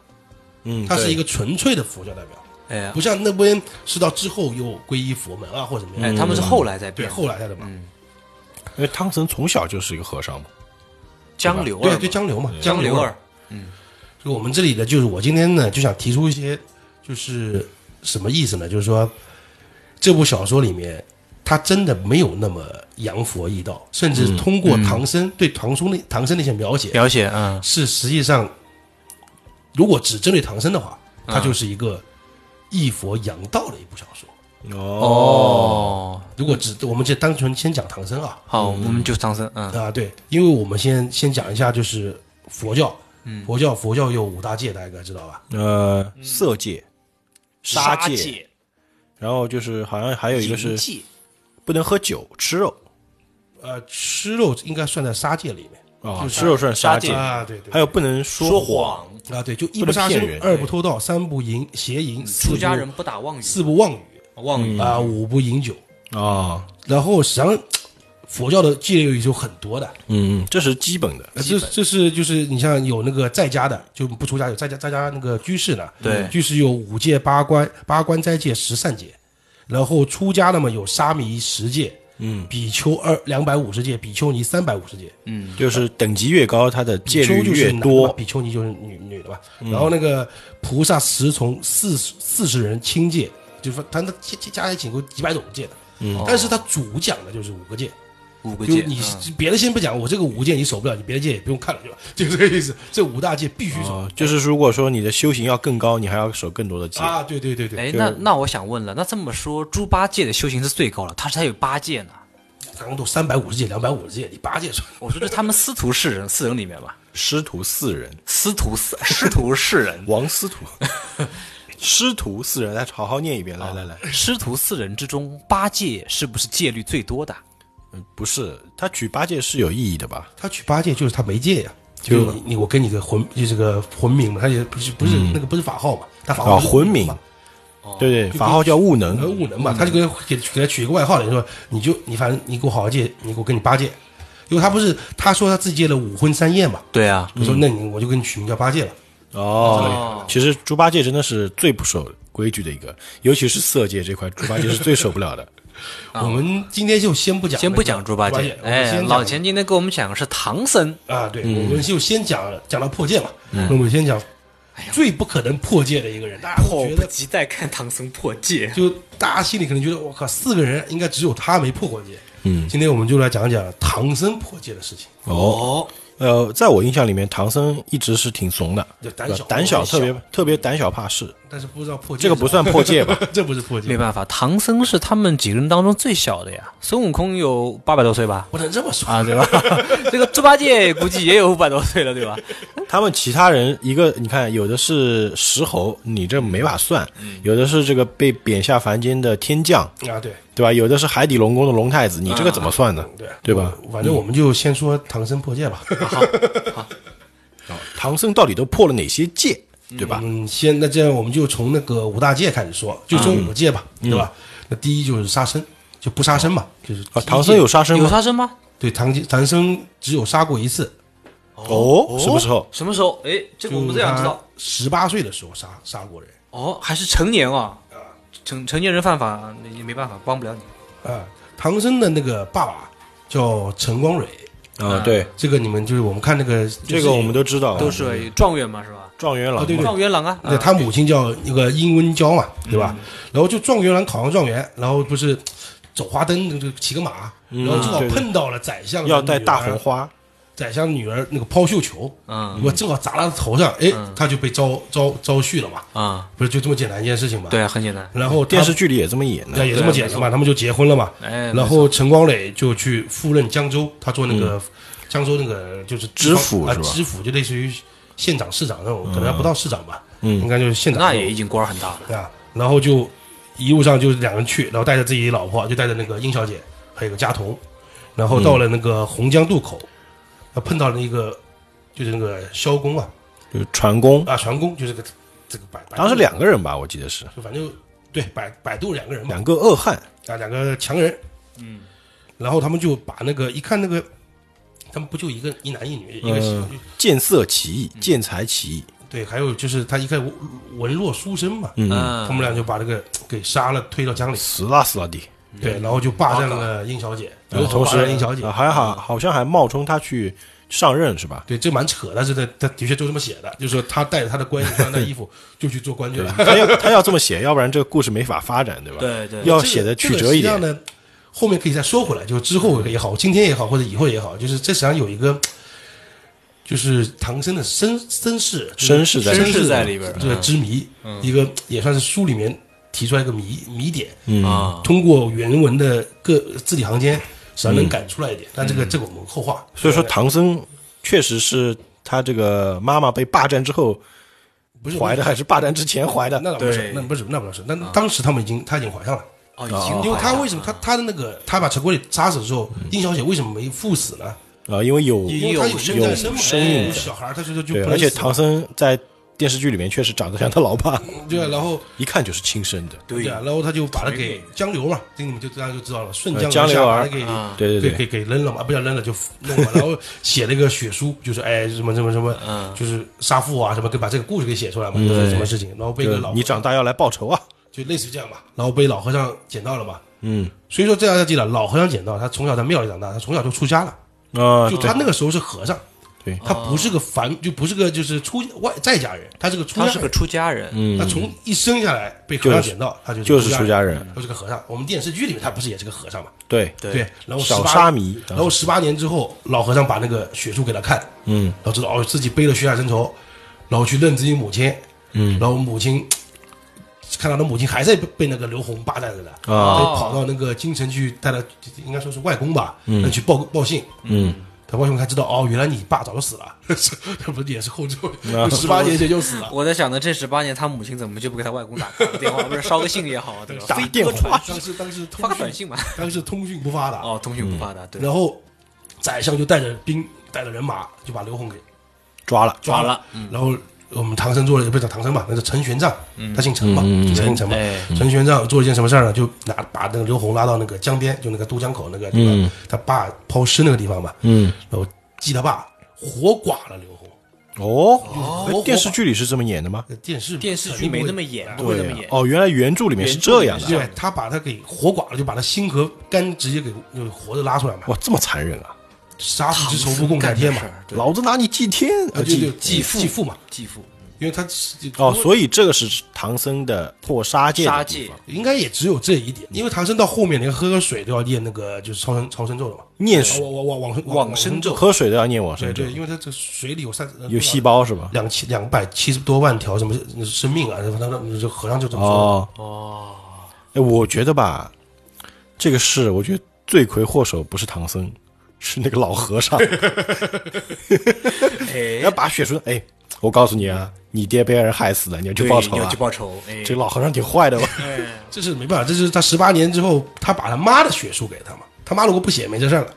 Speaker 1: 嗯，
Speaker 3: 他是一
Speaker 1: 个
Speaker 3: 个纯粹的佛教代表，
Speaker 2: 哎
Speaker 3: 不像那边是到之后又皈依佛门啊或者怎么
Speaker 2: 哎
Speaker 3: 样。
Speaker 2: 他们是嗯后来在
Speaker 3: 对
Speaker 2: 变
Speaker 3: 后来他的嘛，
Speaker 1: 因为汤森从小就是一个和尚嘛。
Speaker 2: 江流儿
Speaker 3: 对
Speaker 2: 嘛
Speaker 3: 对江流嘛，
Speaker 2: 江
Speaker 3: 流
Speaker 2: 流儿，
Speaker 3: 就我们这里的，就是我今天呢就想提出一些，就是什么意思呢？就是说，这部小说里面，它真的没有那么扬佛易道，甚
Speaker 2: 嗯
Speaker 3: 至通过唐僧、对唐僧那唐僧那些描写，
Speaker 2: 描写嗯
Speaker 3: 是实际上，如果只针对唐僧的话，它就是一个抑佛扬道的一部小说。
Speaker 2: 哦
Speaker 3: 如果只我们就单纯先讲唐僧啊
Speaker 2: 好，我们就唐僧嗯
Speaker 3: 啊，对，因为我们先先讲一下就是佛教，佛教佛教有五大戒，大家应该知道吧？
Speaker 1: 呃，
Speaker 3: 嗯
Speaker 1: 色戒、杀
Speaker 2: 戒
Speaker 1: 戒，然后就是好像还有一个是
Speaker 2: 淫戒
Speaker 1: 不能喝酒、吃肉
Speaker 3: 呃，吃肉应该算在杀戒里面
Speaker 1: 啊，吃肉算杀
Speaker 2: 杀戒
Speaker 1: 戒，
Speaker 3: 啊，对对，
Speaker 1: 还有不能说谎。
Speaker 3: 啊，对，就一
Speaker 1: 不
Speaker 3: 不
Speaker 1: 能
Speaker 3: 杀
Speaker 1: 骗
Speaker 3: 生，
Speaker 1: 人
Speaker 3: 二不偷盗，三不淫邪淫，
Speaker 2: 嗯
Speaker 3: 四
Speaker 2: 出
Speaker 3: 不
Speaker 2: 家人不打妄语哦
Speaker 3: 四不妄语
Speaker 2: 妄语
Speaker 3: 啊，五不饮酒。
Speaker 1: 啊，
Speaker 3: 然后实际上，佛教的戒律有很多的，
Speaker 1: 嗯，这是基本的。
Speaker 3: 呃这这是就是你像有那个在家的，就不出家有在家在家那个居士呢，
Speaker 2: 对
Speaker 3: 居士有五戒八关八关斋戒十善戒，然后出家那么有沙弥十戒，嗯，比丘二两百五十戒，比丘尼三百五十戒，
Speaker 2: 嗯
Speaker 1: 就是等级越高，它的戒
Speaker 3: 比丘
Speaker 1: 律
Speaker 3: 就是
Speaker 1: 越
Speaker 3: 男的嘛
Speaker 1: 多。嗯
Speaker 3: 比丘尼就是女女的嘛。然后那个菩萨十从四十四十人清戒，就是说他那加加加起来仅够几百种戒的。
Speaker 2: 哦
Speaker 3: 但是他主讲的就是五个戒，
Speaker 2: 五个
Speaker 3: 嗯就
Speaker 2: 戒
Speaker 3: 你
Speaker 2: 嗯
Speaker 3: 别的先不讲，我这个五戒你守不了，你别的戒也不用看了，对吧？ <laughs> 就这个意思，这五大戒必须守
Speaker 2: 哦
Speaker 1: 啊，就是如果说你的修行要更高，你还要守更多的戒。
Speaker 3: 啊！对对对对，
Speaker 2: 哎，那那我想问了，那这么说，猪八戒的修行是最高了，他是还有八戒呢。
Speaker 3: 刚刚都三百五十戒、两百五十戒，你八戒说
Speaker 2: 我说这他们师徒四人，四人里面吧，
Speaker 1: 师徒四人，
Speaker 2: 师徒四 <laughs> 师徒四人，
Speaker 1: 王师徒， <laughs> 师徒四人，来好好念一遍，来来来，
Speaker 2: 师徒四人之中，八戒是不是戒律最多的？
Speaker 1: 嗯不是他举八戒是有意义的吧？
Speaker 3: 他取八戒就是他没戒呀。就你你我
Speaker 2: 嗯哦
Speaker 3: 跟你个魂就这个魂名嘛，他也不是不是那个不是法号嘛，他法
Speaker 1: 啊，
Speaker 3: 号不是
Speaker 1: 魂名
Speaker 3: 嘛，
Speaker 1: 对对，法号叫悟能，
Speaker 3: 能悟能嘛，他就给
Speaker 2: 嗯
Speaker 3: 给给他取一个外号了，你说你就你反正你给我好好戒，你给我跟你八戒，因为他不是他说他自己戒了五荤三宴嘛，
Speaker 2: 对啊，
Speaker 3: 我说那你我就给你取名叫八戒了，
Speaker 1: 哦，其实猪八戒真的是最不守规矩的一个，尤其是色戒这块，猪八戒是最受不了的。
Speaker 3: 我们今天就先不讲那个，
Speaker 2: 啊先不讲
Speaker 3: 猪
Speaker 2: 猪八
Speaker 3: 戒
Speaker 2: 戒，，
Speaker 3: 我们
Speaker 2: 哎，
Speaker 3: 先讲
Speaker 2: 老钱今天给我们讲的是唐僧，
Speaker 3: 啊，对，
Speaker 1: 嗯
Speaker 3: 我们就先讲讲到破戒嘛，那我们先讲
Speaker 1: 哎
Speaker 3: 最不可能破戒的一个人，大家
Speaker 2: 迫
Speaker 3: 会觉
Speaker 2: 不
Speaker 3: 得
Speaker 2: 及待看唐僧破戒。
Speaker 3: 就大家心里可能觉得我靠，四个人应该只有他没破过戒，嗯，今天我们就来讲讲唐僧破戒的事情，
Speaker 2: 哦，
Speaker 1: 呃，在我印象里面，唐僧一直是挺怂的，
Speaker 3: 就胆小
Speaker 1: 胆小，特别特别胆小怕事。
Speaker 3: 但是不知道破戒
Speaker 1: 这个不算破戒吧？
Speaker 3: <laughs> 这不是破戒
Speaker 2: 没，办法，唐僧是他们几个人当中最小的呀。孙悟空有八百多岁吧？
Speaker 3: 不能这么说
Speaker 2: 啊，对吧？ <laughs> 这个猪八戒估计也有五百多岁了，对吧？
Speaker 1: 他们其他人一个，你看，有的是石猴，你这没法算；
Speaker 3: 嗯
Speaker 1: 有的是这个被贬下凡间的天降，
Speaker 3: 啊，对
Speaker 1: 对吧？有的是海底龙宫的龙太子，你这个怎么算呢？
Speaker 3: 啊对
Speaker 1: 对吧？
Speaker 3: 反正我们就先说唐僧破戒吧。
Speaker 1: 嗯唐僧到底都破了哪些戒，对吧？
Speaker 3: 嗯，先那这样我们就从那个五大戒开始
Speaker 1: 嗯
Speaker 3: 说，就说五戒吧，对吧？那第一就是杀生，就不杀生嘛，就是
Speaker 1: 啊，唐僧有杀生
Speaker 2: 有
Speaker 1: 吗？
Speaker 2: 杀生吗？
Speaker 3: 对唐唐僧只有杀过一次，
Speaker 1: 哦，什么时候？
Speaker 2: 什么时候？哎，这个我们
Speaker 3: 就
Speaker 2: 这
Speaker 3: 是
Speaker 2: 样知
Speaker 3: 他
Speaker 2: 道。
Speaker 3: 十八岁的时候杀杀过人
Speaker 2: 哦，还是成年啊？成成年人犯法也没办法，帮不了你。
Speaker 3: 啊。唐僧的那个爸爸叫陈光蕊，
Speaker 1: 啊，对，
Speaker 3: 这个你们就是我们看那个
Speaker 1: 这个我们都知道啊，
Speaker 2: 都是状元嘛，是吧？
Speaker 1: 状元郎
Speaker 3: 哦啊对
Speaker 1: 嘛
Speaker 2: 状元郎啊，
Speaker 3: 对，他母亲叫那个殷温娇嘛，对吧？
Speaker 1: 嗯
Speaker 3: 然后就状元郎考上状元，然后不是走花灯，就就骑个马，然后正好
Speaker 1: 嗯对对
Speaker 3: 碰到了宰相的
Speaker 1: 要戴
Speaker 3: 女儿
Speaker 1: 大红花，
Speaker 3: 宰相女儿那个抛绣球，
Speaker 2: 嗯
Speaker 3: 我正好砸到他头上，哎，
Speaker 1: 嗯
Speaker 3: 他就被招招招婿了嘛，
Speaker 2: 啊，
Speaker 3: 不是就这么简单一件事情嘛？。
Speaker 2: 对啊，很简单。
Speaker 3: 然后他
Speaker 1: 电视剧里也这么演的
Speaker 3: 那。也这么简单嘛，他们就结婚了嘛。
Speaker 1: 嗯
Speaker 2: 哎，
Speaker 3: 然后陈光磊就去赴任江州，他做那个江州那个就是地
Speaker 1: 嗯知
Speaker 3: 方
Speaker 1: 府
Speaker 3: 啊，
Speaker 1: 是吧嗯
Speaker 3: 知府就类似于县长、市长那种，可能还不到市长吧，应该就是县长
Speaker 2: 那
Speaker 3: 种
Speaker 2: 也已经官儿很大了。
Speaker 3: 对啊，然后就一路上就是两人去，然后带着自己老婆，就带着那个殷小姐，还有个家童，然后到了那个洪江渡口，他碰到了一个就是那个萧公啊
Speaker 1: 就是船工，
Speaker 3: 啊船工，就是个这个摆，摆渡
Speaker 1: 当时两个人吧，我记得是
Speaker 3: 就反正对摆摆渡两个人嘛，
Speaker 1: 两个恶汉，
Speaker 3: 啊两个强人，嗯，然后他们就把那个一看那个，他们不就一个一男一女一个媳妇
Speaker 1: 嗯见色起
Speaker 3: 嗯
Speaker 1: 意，见财起意，
Speaker 3: 对，还有就是他一个文文弱书生嘛，
Speaker 1: 嗯，
Speaker 2: 嗯，
Speaker 3: 他们俩就把这个给杀了，推到江里。
Speaker 1: 死啦死啦的。
Speaker 3: 对，然后就霸占了殷小姐，
Speaker 1: 然后嗯同
Speaker 3: 霸占
Speaker 1: 时
Speaker 3: 了殷小姐嗯
Speaker 1: 啊，还好好像还冒充他去上任是
Speaker 3: <laughs>
Speaker 1: 吧？
Speaker 3: 对，这蛮扯，但是呢，他的确就这么写的，就是说他带着他的官穿的
Speaker 1: <laughs>
Speaker 3: 衣服就去做官去了。
Speaker 1: 他要他要这么写，要不然这个故事没法发展，对吧？
Speaker 2: 对对
Speaker 1: 要哦写的曲
Speaker 3: 这
Speaker 1: 折
Speaker 3: 个
Speaker 1: 一
Speaker 3: 实际上
Speaker 1: 点。
Speaker 3: 呢，后面可以再说回来，就之后也好，今天也好，或者以后也好，就是这实际上有一个，就是唐僧的身身世，
Speaker 1: 身世在里
Speaker 3: 身
Speaker 1: 边嗯
Speaker 3: 世
Speaker 2: 在里边儿
Speaker 3: 这个之谜，一个也算是书里面提出来一个谜谜点，
Speaker 2: 啊，
Speaker 3: 通过原文的各字里行间，实际
Speaker 1: 嗯
Speaker 3: 上能赶出来一点。但这个这个我们后话。
Speaker 1: 所以说，唐僧确实是他这个妈妈被霸占之后
Speaker 3: 不是
Speaker 1: 怀的，还是霸占之前怀的？嗯
Speaker 3: 那倒不是
Speaker 2: 对，
Speaker 3: 那不是，那不是，那当时他们已经他已经怀上了，
Speaker 2: 哦，已经
Speaker 3: 因为他为什
Speaker 2: 么
Speaker 3: 么他他的那个他把陈国礼杀死之后，
Speaker 1: 嗯
Speaker 3: 殷小姐为什么没赴死呢？
Speaker 1: 啊，因为有
Speaker 3: 因为他有身在身嘛，
Speaker 1: 有有
Speaker 3: 有小孩儿，他就就就
Speaker 1: 对，而
Speaker 3: 不能
Speaker 1: 且
Speaker 3: 死
Speaker 1: 唐僧在电视剧里面确实长得像他老爸，
Speaker 3: 对啊，然后
Speaker 1: 一看就是亲生的。
Speaker 2: 对
Speaker 3: 啊，然后他就把他
Speaker 2: 传
Speaker 3: 给
Speaker 2: 给
Speaker 3: 江流嘛，这你们就大家就知道了，顺
Speaker 1: 呃
Speaker 3: 江
Speaker 1: 江
Speaker 3: 下
Speaker 1: 流
Speaker 3: 把
Speaker 1: 儿
Speaker 3: 他给
Speaker 2: 啊
Speaker 1: 对对
Speaker 3: 给
Speaker 1: 对，
Speaker 3: 给给扔了嘛，啊不想扔了就弄了，然后写了一个血书，就是哎什么什么什么，
Speaker 1: 嗯
Speaker 3: 就是杀父啊什么，给把这个故事给写出来嘛，就是什么事情，然后被一个
Speaker 1: 对
Speaker 3: 老
Speaker 1: 你长大要来报仇啊！
Speaker 3: 就类似于这样吧，然后被老和尚捡到了嘛，嗯，所以说这样要记得，老和尚捡到他从小在庙里长大，他从小就出家了。
Speaker 1: 啊，
Speaker 3: 就他那个时候是和尚，
Speaker 1: 对
Speaker 3: 他不是个凡，就不是个就是出外在家人，他是个出
Speaker 2: 他
Speaker 3: 家
Speaker 2: 是个
Speaker 3: 人，
Speaker 2: 出家人，
Speaker 3: 他从一生下来被和尚捡到，他就
Speaker 1: 嗯就是出
Speaker 3: 家
Speaker 1: 家，人，
Speaker 3: 他是个和尚。我们电视剧里面他不是也是个和尚嘛？
Speaker 1: 对，
Speaker 2: 对
Speaker 3: 对，然后十
Speaker 1: 少
Speaker 3: 八
Speaker 1: 沙，弥，
Speaker 3: 然后十八年之后，老和尚把那个血书给他看，嗯，然后知道哦自己背了血海深仇，然后去认自己母亲，嗯，然后母亲。看到他母亲还在被被那个刘宏霸占着的，
Speaker 1: 啊
Speaker 3: 就跑到那个京城去带他，应该说是外公吧，嗯，去报报信，
Speaker 1: 嗯，
Speaker 3: 他外公才知道哦，原来你爸早就死了， <laughs> 这不也是后咒，
Speaker 1: 啊
Speaker 3: 十八年前就死
Speaker 2: <laughs>
Speaker 3: 了。
Speaker 2: 我在想呢，这十八年他母亲怎么就不给他外公打个电话，不是 <laughs> 捎个信也好，啊对吧？
Speaker 1: 打
Speaker 2: 飞鸽
Speaker 1: 电话
Speaker 2: 传
Speaker 3: 当时当时
Speaker 2: 发个
Speaker 3: 通
Speaker 2: 短
Speaker 3: 讯，
Speaker 2: 信嘛。
Speaker 3: 当时通讯不发达，
Speaker 2: 哦，通讯不发达，对，
Speaker 3: 然后宰相就带着兵带着人马就把刘宏给
Speaker 1: 抓了，
Speaker 3: 抓
Speaker 2: 抓了，
Speaker 3: 然后我们唐僧做了，不是唐僧吧，那是陈玄奘，他姓陈嘛，
Speaker 1: 嗯
Speaker 3: 就陈应陈嘛。
Speaker 2: 哎，
Speaker 3: 陈玄奘做了一件什么事儿呢？就拿把那个刘宏拉到那个江边，就那个渡江口那个地方，他爸抛尸那个地方嘛，
Speaker 1: 嗯，
Speaker 3: 然后记他爸活剐了刘宏。
Speaker 1: 哦，哎电视剧里是这么演的吗？
Speaker 3: 呃电视
Speaker 4: 电视剧
Speaker 3: 肯定
Speaker 4: 没
Speaker 3: 不会啊
Speaker 4: 那么演，不会那么
Speaker 1: 对
Speaker 4: 演，
Speaker 1: 哦，原来原著里面是这样的，
Speaker 3: 对，他把他给活剐了，就把他心和肝直接给就活着拉出来嘛，
Speaker 1: 哇，这么残忍啊！
Speaker 3: 杀父之仇不共戴天嘛
Speaker 4: 干，的事儿对
Speaker 1: 老子拿你祭天，
Speaker 3: 啊
Speaker 1: 呃
Speaker 3: 对对
Speaker 1: 祭
Speaker 3: 继父继父嘛，
Speaker 4: 继父
Speaker 3: 因为他是
Speaker 1: 哦，所以这个是唐僧的破杀戒
Speaker 4: 杀
Speaker 1: 的地
Speaker 4: 戒
Speaker 1: 方，，
Speaker 3: 应该也只有这一点，因为唐僧到后面连喝个水都要念那个就是超生超生咒了嘛，
Speaker 1: 念水
Speaker 3: 哦我我我往
Speaker 4: 往生咒，
Speaker 1: 喝水都要念往
Speaker 3: 对
Speaker 1: 生咒
Speaker 3: 对，，因为他这水里有三呃
Speaker 1: 有细胞是吧？
Speaker 3: 两千两百七十多万条什么生命啊，反正这和尚就这么说，
Speaker 1: 哦哦，哎，我觉得吧，这个事，我觉得罪魁祸首不是唐僧，是那个老和尚，
Speaker 4: 哎
Speaker 1: 要，把血说，哎，我告诉你啊，你爹被人害死了，你要去
Speaker 4: 对
Speaker 1: 报仇
Speaker 4: 你要
Speaker 1: 啊
Speaker 4: 去！报仇，哎，
Speaker 1: 这个老和尚挺坏的吧？
Speaker 3: 这是没办法，这是他十八年之后，他把他妈的血输给他嘛，他妈如果不写没这事儿了。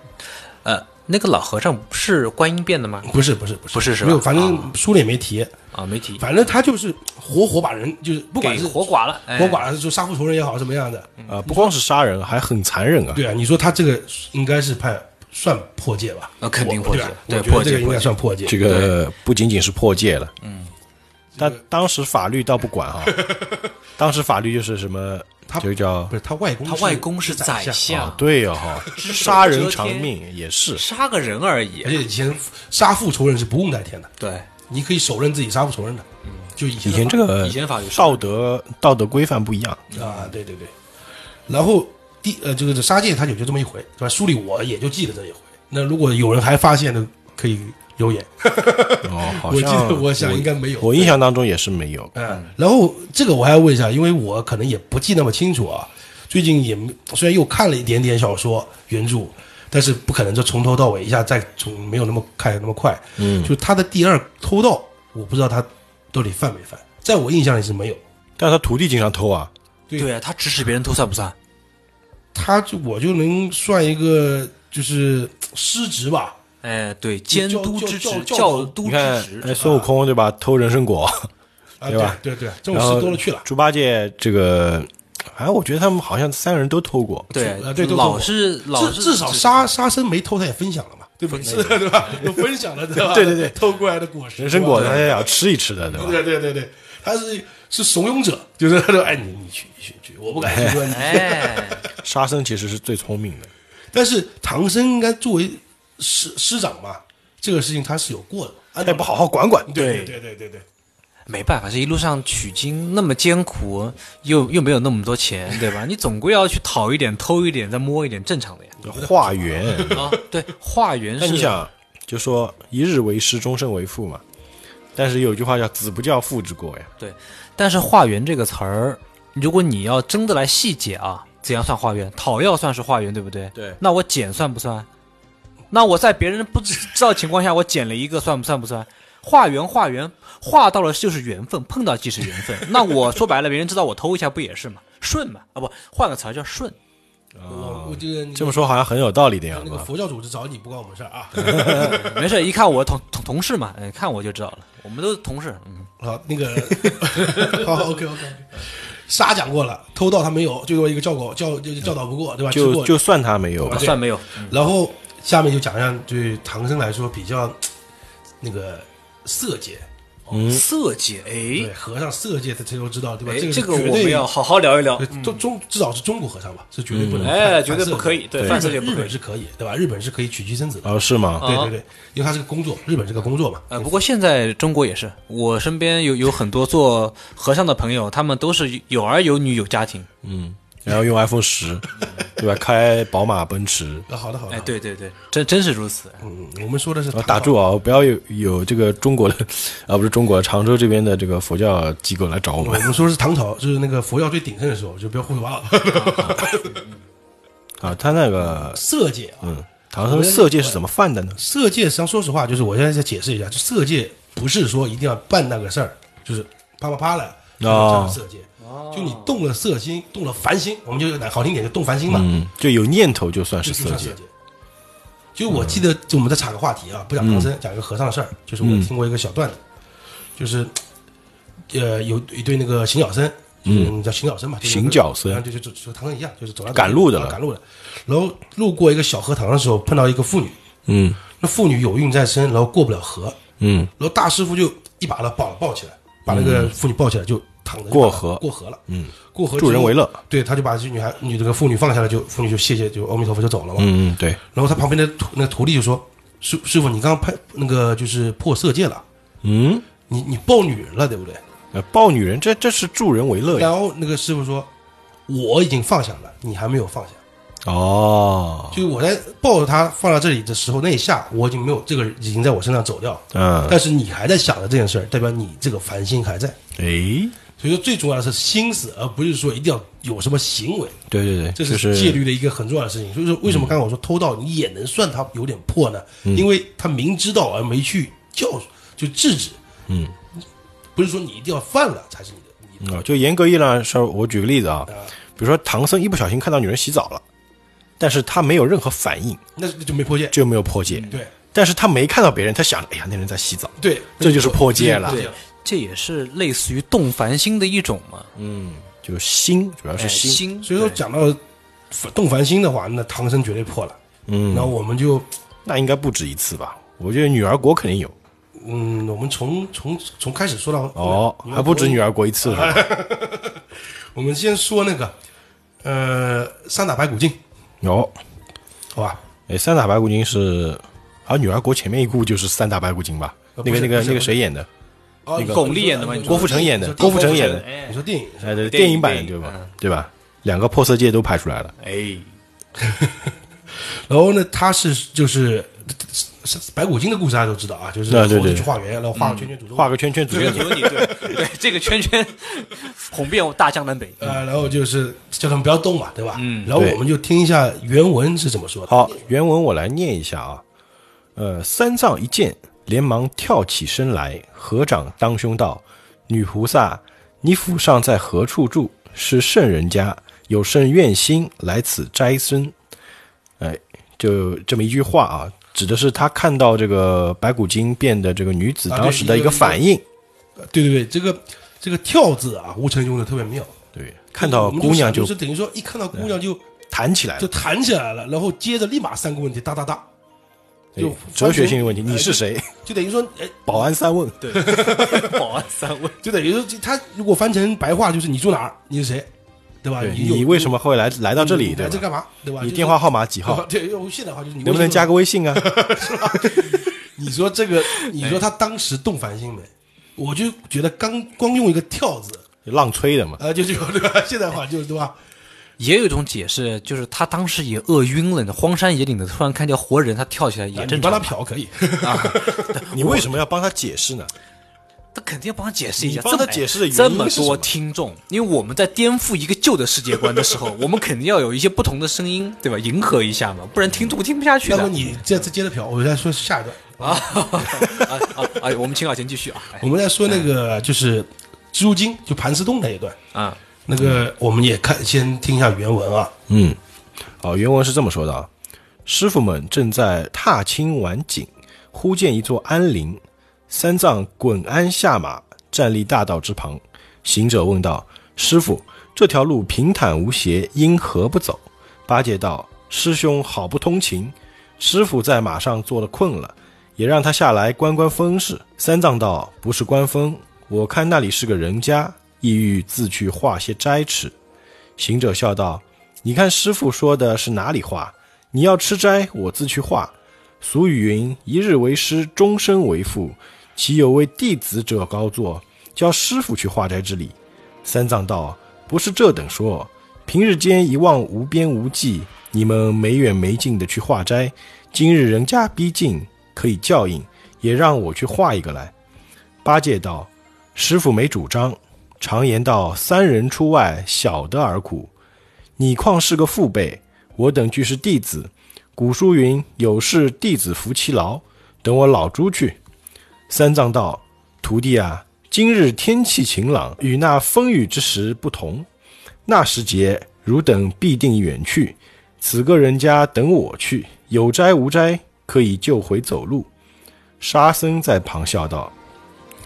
Speaker 2: 呃，那个老和尚是观音变的吗？
Speaker 3: 不是不是不是
Speaker 2: 不是是吧
Speaker 3: 没有，反正书里也没提，
Speaker 2: 啊，没提，
Speaker 3: 反正他就是活活把人就是不管
Speaker 2: 给
Speaker 3: 是
Speaker 2: 活剐了，哎
Speaker 3: 活剐还是说杀父仇人也好什么样的，
Speaker 1: 啊，不光是杀人，还很残忍啊！
Speaker 3: 对啊，你说他这个应该是判算破戒吧？
Speaker 2: 呃肯定破戒
Speaker 3: 我
Speaker 2: 对
Speaker 3: 我觉得
Speaker 2: 破戒
Speaker 3: 这个应
Speaker 2: 破
Speaker 3: 该
Speaker 2: 戒
Speaker 3: 算破戒。
Speaker 1: 这个不仅仅是破戒了，嗯，但当时法律倒不管哈，当时法律就是什么，
Speaker 3: 他
Speaker 1: 就叫
Speaker 3: 不是他外公
Speaker 2: 他
Speaker 3: 是，
Speaker 2: 外公是
Speaker 3: 宰
Speaker 2: 宰
Speaker 3: 相
Speaker 2: 相
Speaker 1: 啊，，对呀哈，杀人偿命也是，
Speaker 2: 杀个人而已
Speaker 3: 而。且以前杀父仇人是不共戴天的，
Speaker 2: 对，
Speaker 3: 你可以手刃自己杀父仇人的，
Speaker 2: 嗯
Speaker 3: 就以
Speaker 1: 以
Speaker 3: 前的
Speaker 1: 前这
Speaker 3: 法
Speaker 1: 个
Speaker 2: 以前法律是
Speaker 1: 道德道德规范不一样，
Speaker 3: 啊，对对对。然后第呃，这个这杀戒他也就这么一回，是吧？书里我也就记得这一回。那如果有人还发现的，可以留言。
Speaker 1: 哦，好
Speaker 3: 我记
Speaker 1: 像
Speaker 3: 得我想应该没有。
Speaker 1: 我印象当中也是没有，
Speaker 3: 嗯，然后这个我还要问一下，因为我可能也不记那么清楚啊。最近也没虽然又看了一点点小说原著，但是不可能就从头到尾一下再从没有那么看得那么快。嗯，就他的第二偷盗，我不知道他到底犯没犯，在我印象里是没有。
Speaker 1: 但是他徒弟经常偷啊，
Speaker 2: 对啊，他指使别人偷算不算？
Speaker 3: 他就我就能算一个就是失职吧，
Speaker 2: 哎，对，监督之职，
Speaker 3: 教教
Speaker 2: 教督
Speaker 1: 你看
Speaker 2: 之，
Speaker 1: 哎，
Speaker 2: 职，
Speaker 1: 孙悟空对吧，偷人参果，
Speaker 3: 啊，
Speaker 1: 对吧
Speaker 3: 对对，这种
Speaker 1: 然后
Speaker 3: 事多了去了。
Speaker 1: 猪八戒这个，反正我觉得他们好像三人都偷过，
Speaker 2: 对
Speaker 3: 呃对都
Speaker 2: 老是老
Speaker 3: 至
Speaker 2: 是
Speaker 3: 至少杀杀生没偷，他也分享了嘛，对不对？是的，对吧？ <laughs> 都分享了，对吧？
Speaker 1: 对对对
Speaker 3: 偷过来的果实，
Speaker 1: 人参果
Speaker 3: 对吧
Speaker 1: 他也要吃一吃的，对吧？
Speaker 3: 对对对对，他是是怂恿者， <laughs> 就是他说，哎，你你去你去你去，我不敢去说
Speaker 2: <laughs>
Speaker 3: 你。
Speaker 2: 哎，
Speaker 1: 沙僧其实是最聪明的，
Speaker 3: 但是唐僧应该作为师师长嘛，这个事情他是有过的，
Speaker 1: 哎，不好好管管，
Speaker 3: 对对对对对，
Speaker 2: 没办法，这一路上取经那么艰苦，又又没有那么
Speaker 1: <laughs>
Speaker 2: 多钱，对吧？你总归要去讨一点、偷一点、再摸一点，正常的呀。
Speaker 1: 化
Speaker 3: <laughs>
Speaker 1: 缘。
Speaker 2: 啊，对，化缘
Speaker 1: 那
Speaker 2: 是
Speaker 1: 嗯你想，就说一日为师，终身为父嘛。但是有句话叫“子不教，父之过”
Speaker 3: 嗯
Speaker 1: 呀。
Speaker 2: 对，但是化缘这个词儿，如果你要真的来细解啊，怎样算化缘？讨要算是化缘，对不对？
Speaker 1: 对
Speaker 2: 那我捡算不算？那我在别人不知知道情况下，我捡了一个，算不算不算？化缘，化缘，化到了就是缘分，碰到即是缘分。那我说白了，别人知道我偷一下不也是吗？顺嘛，啊不，换个词儿叫顺。
Speaker 3: 我我这个你
Speaker 1: 哦这么说好像很有道理的样
Speaker 3: 那
Speaker 1: 子
Speaker 3: 个
Speaker 1: 啊。
Speaker 3: 佛教组织找你不关我们事儿啊。
Speaker 2: <laughs> 没事，一看我同同同事嘛，嗯，看我就知道了，我们都是同事。嗯，
Speaker 3: <laughs> 好，那个好，OK OK，杀讲过了，偷盗他没有，最多一个教狗教就教导不过，对吧？
Speaker 1: 嗯
Speaker 3: 吃
Speaker 1: 就
Speaker 3: 过嗯
Speaker 1: 就算他没有吧，
Speaker 2: 算没有。
Speaker 3: 然后下面就讲一下对唐僧来说比较那个色戒，
Speaker 2: 色戒，哎
Speaker 3: 对，和尚色戒，他谁都知道，嗯对吧？
Speaker 2: 哎，
Speaker 3: 这个
Speaker 2: 这
Speaker 3: 是
Speaker 2: 个
Speaker 3: 绝
Speaker 2: 我们
Speaker 3: 对
Speaker 2: 要好好聊一聊。
Speaker 3: 对中中至少是中国和尚吧，是绝对不能，
Speaker 2: 哎，绝对不可以，。对，
Speaker 3: 日
Speaker 2: 犯色戒
Speaker 3: 本
Speaker 2: 不可
Speaker 3: 日
Speaker 2: 以。
Speaker 3: 本
Speaker 2: 啊
Speaker 3: 是可以，对吧？日本是可以娶妻生子的，
Speaker 1: 哦，是吗？
Speaker 3: 对对对，因为他是个工作，日本是个工作嘛。
Speaker 2: 呃，不过现在中国也是，我身边有有很多做和尚的朋友，他们都是有儿有女有家庭。
Speaker 1: 嗯，然后用 iPhone 十，对吧？开宝马、奔驰。
Speaker 3: 啊，好的好的
Speaker 2: 哎，，对对对，真真是如此。
Speaker 3: 嗯，我们说的是
Speaker 1: 啊，
Speaker 3: 唐
Speaker 1: 打住啊！不要有有这个中国的， <laughs> 啊，不是中国常州这边的这个佛教机构来找我
Speaker 3: 嗯我
Speaker 1: 们
Speaker 3: 们说是唐朝，就是那个佛教最鼎盛的时候，就不要胡说八道。 <laughs>
Speaker 1: 啊。他那个，
Speaker 3: 色戒啊，
Speaker 1: 嗯，唐僧色戒是怎么犯的呢？
Speaker 3: 色戒实际上说实话，就是我现在再解释一下，就色戒不是说一定要办那个事儿，就是啪啪啪
Speaker 1: 啊
Speaker 3: 了，就叫色戒。就你动了色心，动了凡心，我们就好听点就动凡心嘛，
Speaker 1: 嗯，就有念头就算
Speaker 3: 就是就
Speaker 1: 色
Speaker 3: 算色
Speaker 1: 戒。
Speaker 3: 戒。就我
Speaker 1: 嗯
Speaker 3: 记得，就我们再岔个话题啊，不讲唐僧，讲一个和尚的事儿，就是我听过一个小段子，就是呃有一对那个行脚僧，嗯，叫行脚僧嘛，就是那
Speaker 1: 行
Speaker 3: 个
Speaker 1: 脚僧
Speaker 3: 啊就就就就唐僧一样，就是走来走去
Speaker 1: 赶路的
Speaker 3: 啊赶路的。然后路过一个小荷塘的时候，碰到一个妇女，
Speaker 1: 嗯
Speaker 3: 那妇女有孕在身，然后过不了河，
Speaker 1: 嗯
Speaker 3: 然后大师傅就一把她抱抱起来，把那个妇女抱起来就躺着就
Speaker 1: 过
Speaker 3: 把她
Speaker 1: 河
Speaker 3: 过河了，
Speaker 1: 嗯，
Speaker 3: 过河
Speaker 1: 助人
Speaker 3: 之后
Speaker 1: 为乐。
Speaker 3: 对，他就把这女孩女这个妇女放下来就，妇女就谢谢就阿弥陀佛就走了嘛。
Speaker 1: 嗯嗯，对，
Speaker 3: 然后他旁边的徒那个徒弟就说：“师师傅，你刚刚拍那个就是破色戒了，
Speaker 1: 嗯，
Speaker 3: 你你抱女人了，对不对
Speaker 1: 呃抱女人这这是助人为？”乐呀。
Speaker 3: 然后那个师傅说：“我已经放下了，你还没有放下。
Speaker 1: 哦，
Speaker 3: 就是我在抱着她放到这里的时候，那一下我已经没有这个人已经在我身上走掉，
Speaker 1: 嗯，
Speaker 3: 但是你还在想着这件事儿，代表你这个烦心还在。
Speaker 1: 诶，
Speaker 3: 所以说，最重要的是心思，而不是说一定要有什么行为。
Speaker 1: 对对对，
Speaker 3: 这
Speaker 1: 就是嗯
Speaker 3: 戒律的一个很重要的事情。所以说，为什么刚刚我说偷盗你也能算他有点破呢？因为他明知道而没去教就制止，
Speaker 1: 嗯，
Speaker 3: 不是说你一定要犯了才是你的，你
Speaker 1: 啊，就严格意义上说，我举个例子啊，比如说唐僧一不小心看到女人洗澡了，但是他没有任何反应，
Speaker 3: 那那就没破戒。
Speaker 1: 就没有破戒。
Speaker 3: 对
Speaker 1: 但是他没看到别人，他想，哎呀，那人在洗澡，
Speaker 3: 对，
Speaker 1: 这就是破戒了。
Speaker 3: 对，
Speaker 2: 这也是类似于动凡心的一种嘛，
Speaker 1: 嗯，就心，主要是
Speaker 2: 哎
Speaker 1: 心。
Speaker 2: 心
Speaker 3: 所以说讲到动凡心的话，那唐僧绝对破了。
Speaker 1: 嗯，
Speaker 3: 然后我们就
Speaker 1: 那应该不止一次吧？我觉得女儿国肯定有
Speaker 3: 嗯，我们从从从开始说到
Speaker 1: 哦，还不止女儿国一次是啊
Speaker 3: <laughs>
Speaker 1: 吧？
Speaker 3: 我们先说那个呃三打白骨精，
Speaker 1: 有，
Speaker 3: 好吧？
Speaker 1: 哎，三打白骨精是，啊，女儿国前面一部就是三打白骨精吧？
Speaker 3: 呃
Speaker 1: 那
Speaker 3: 不
Speaker 1: 个
Speaker 3: 是
Speaker 1: 那个
Speaker 3: 不是
Speaker 1: 那个谁演的？
Speaker 3: 哦
Speaker 2: 那个巩俐演的吗你说
Speaker 1: 郭富城演的，
Speaker 3: 你说
Speaker 1: 郭富城演的
Speaker 3: 郭富，城你说电影嗯
Speaker 1: 哎，对，
Speaker 2: 电
Speaker 1: 电
Speaker 2: 影
Speaker 1: 影版
Speaker 2: 电影
Speaker 1: 对吧？对吧？两个破色戒都拍出来了。
Speaker 2: 哎，
Speaker 3: 然后呢，他是就是是白骨精的故事，大家都知道啊，就是
Speaker 1: 啊对对
Speaker 3: 猴子去化缘，然后
Speaker 2: 嗯
Speaker 3: 画个圈圈诅咒，
Speaker 1: 画个圈圈诅
Speaker 2: 这
Speaker 1: 咒
Speaker 3: <laughs>
Speaker 2: 个
Speaker 1: 你。
Speaker 2: 有你对对，这个圈圈 <laughs> 红遍大江南北。
Speaker 3: 呃，然后就是叫他们不要动嘛，对吧？
Speaker 2: 嗯
Speaker 3: 然后
Speaker 1: 对
Speaker 3: 我们就听一下原文是怎么说的。
Speaker 1: 好，原文我来念一下啊。呃，三藏一见，连忙跳起身来，合掌当胸道：“女菩萨，你府上在何处住？是圣人家，有甚愿心来此斋僧？”哎，就这么一句话啊，指的是他看到这个白骨精变的这个女子
Speaker 3: 啊对
Speaker 1: 当时的
Speaker 3: 一
Speaker 1: 一
Speaker 3: 个
Speaker 1: 个反应。
Speaker 3: 呃对对对，这个这个“跳”字啊，吴承用的特别妙，
Speaker 1: 对，看到
Speaker 3: 我们
Speaker 1: 姑娘
Speaker 3: 就
Speaker 1: 就
Speaker 3: 想是等于说一看到姑娘就
Speaker 1: 弹起来
Speaker 3: 就
Speaker 1: 了。
Speaker 3: 弹起来了，然后接着立马三个问题，哒哒哒，
Speaker 1: 哎
Speaker 3: 就
Speaker 1: 哲学性的问题，
Speaker 3: 哎
Speaker 1: 你是谁？
Speaker 3: 就等于说，哎，
Speaker 1: 保安三问。
Speaker 2: 对， <laughs> 保安三问，
Speaker 3: 就等于说他如果翻成白话就是你住哪儿，你是谁，对吧？
Speaker 1: 对
Speaker 3: 啊你有
Speaker 1: 你为什么会来来到这里？
Speaker 3: 你
Speaker 1: 对
Speaker 3: 来这
Speaker 1: 吧？
Speaker 3: 干嘛？对吧？
Speaker 1: 你
Speaker 3: 就是
Speaker 1: 电话号码几 <laughs> 号？
Speaker 3: <laughs> 对，用现代话就是你
Speaker 1: 能不能加
Speaker 3: 个？
Speaker 1: 个微信啊？ <laughs>
Speaker 3: 你说这个，你
Speaker 1: 哎
Speaker 3: 说他当时动凡心没？我就觉得刚光用一个“跳”字，
Speaker 1: 浪吹的嘛。
Speaker 3: 啊，就 <laughs> 就对吧？现代化就是对吧？
Speaker 2: 也有一种解释，就是他当时也饿晕了，你荒山野岭的突然看见活人，他跳起来也
Speaker 3: 你
Speaker 2: 正
Speaker 3: 帮
Speaker 2: 常
Speaker 3: 他
Speaker 1: <laughs>
Speaker 3: 嫖可以，
Speaker 2: 啊。
Speaker 1: <laughs> 你为什么要帮他解释呢？
Speaker 2: 他肯定要帮他解释一下，
Speaker 1: 你帮他
Speaker 2: 这么
Speaker 1: 解释的原因
Speaker 2: 这么
Speaker 1: 是什
Speaker 2: 多
Speaker 1: 么
Speaker 2: 听众，因为我们在颠覆一个旧的世界观的时候，
Speaker 1: <laughs>
Speaker 2: 我们肯定要有一些不同的声音，对吧？迎合一下嘛，不然听众听不下去
Speaker 3: 要
Speaker 2: 的
Speaker 3: 不。你这次接着嫖，我再说下一段。
Speaker 2: <laughs> 啊啊啊！哎，我们请老钱继续啊。哎
Speaker 3: 我们再说那个就是蜘蛛精，就盘丝洞那一段，
Speaker 2: 啊，
Speaker 3: 那个我们也看，先听一下原文啊。
Speaker 1: 嗯，哦，原文是这么说的啊：师傅们正在踏青玩景，忽见一座安林，三藏滚鞍下马，站立大道之旁。行者问道：“师傅，这条路平坦无邪，因何不走？”八戒道：“师兄好不通情，师傅在马上坐的困了，也让他下来观观风势。”三藏道：“不是观风，我看那里是个人家，意欲自去化些斋吃。”行者笑道：“你看师傅说的是哪里话？你要吃斋，我自去化。俗语云：‘一日为师，终身为父。’岂有为弟子者高坐？教师傅去化斋之理。”三藏道：“不是这等说。平日间一望无边无际，你们没远没近的去化斋。今日人家逼近，可以教应，也让我去化一个来。”八戒道：“师傅没主张。常言道：三人出外，小的而苦。”你况是个父辈，我等俱是弟子。古书云：“有事弟子服其劳。”等我老猪去。三藏道：“徒弟啊，今日天气晴朗，与那风雨之时不同。那时节，汝等必定远去，此个人家等我去，有斋无斋，可以就回走路。”沙僧在旁笑道：“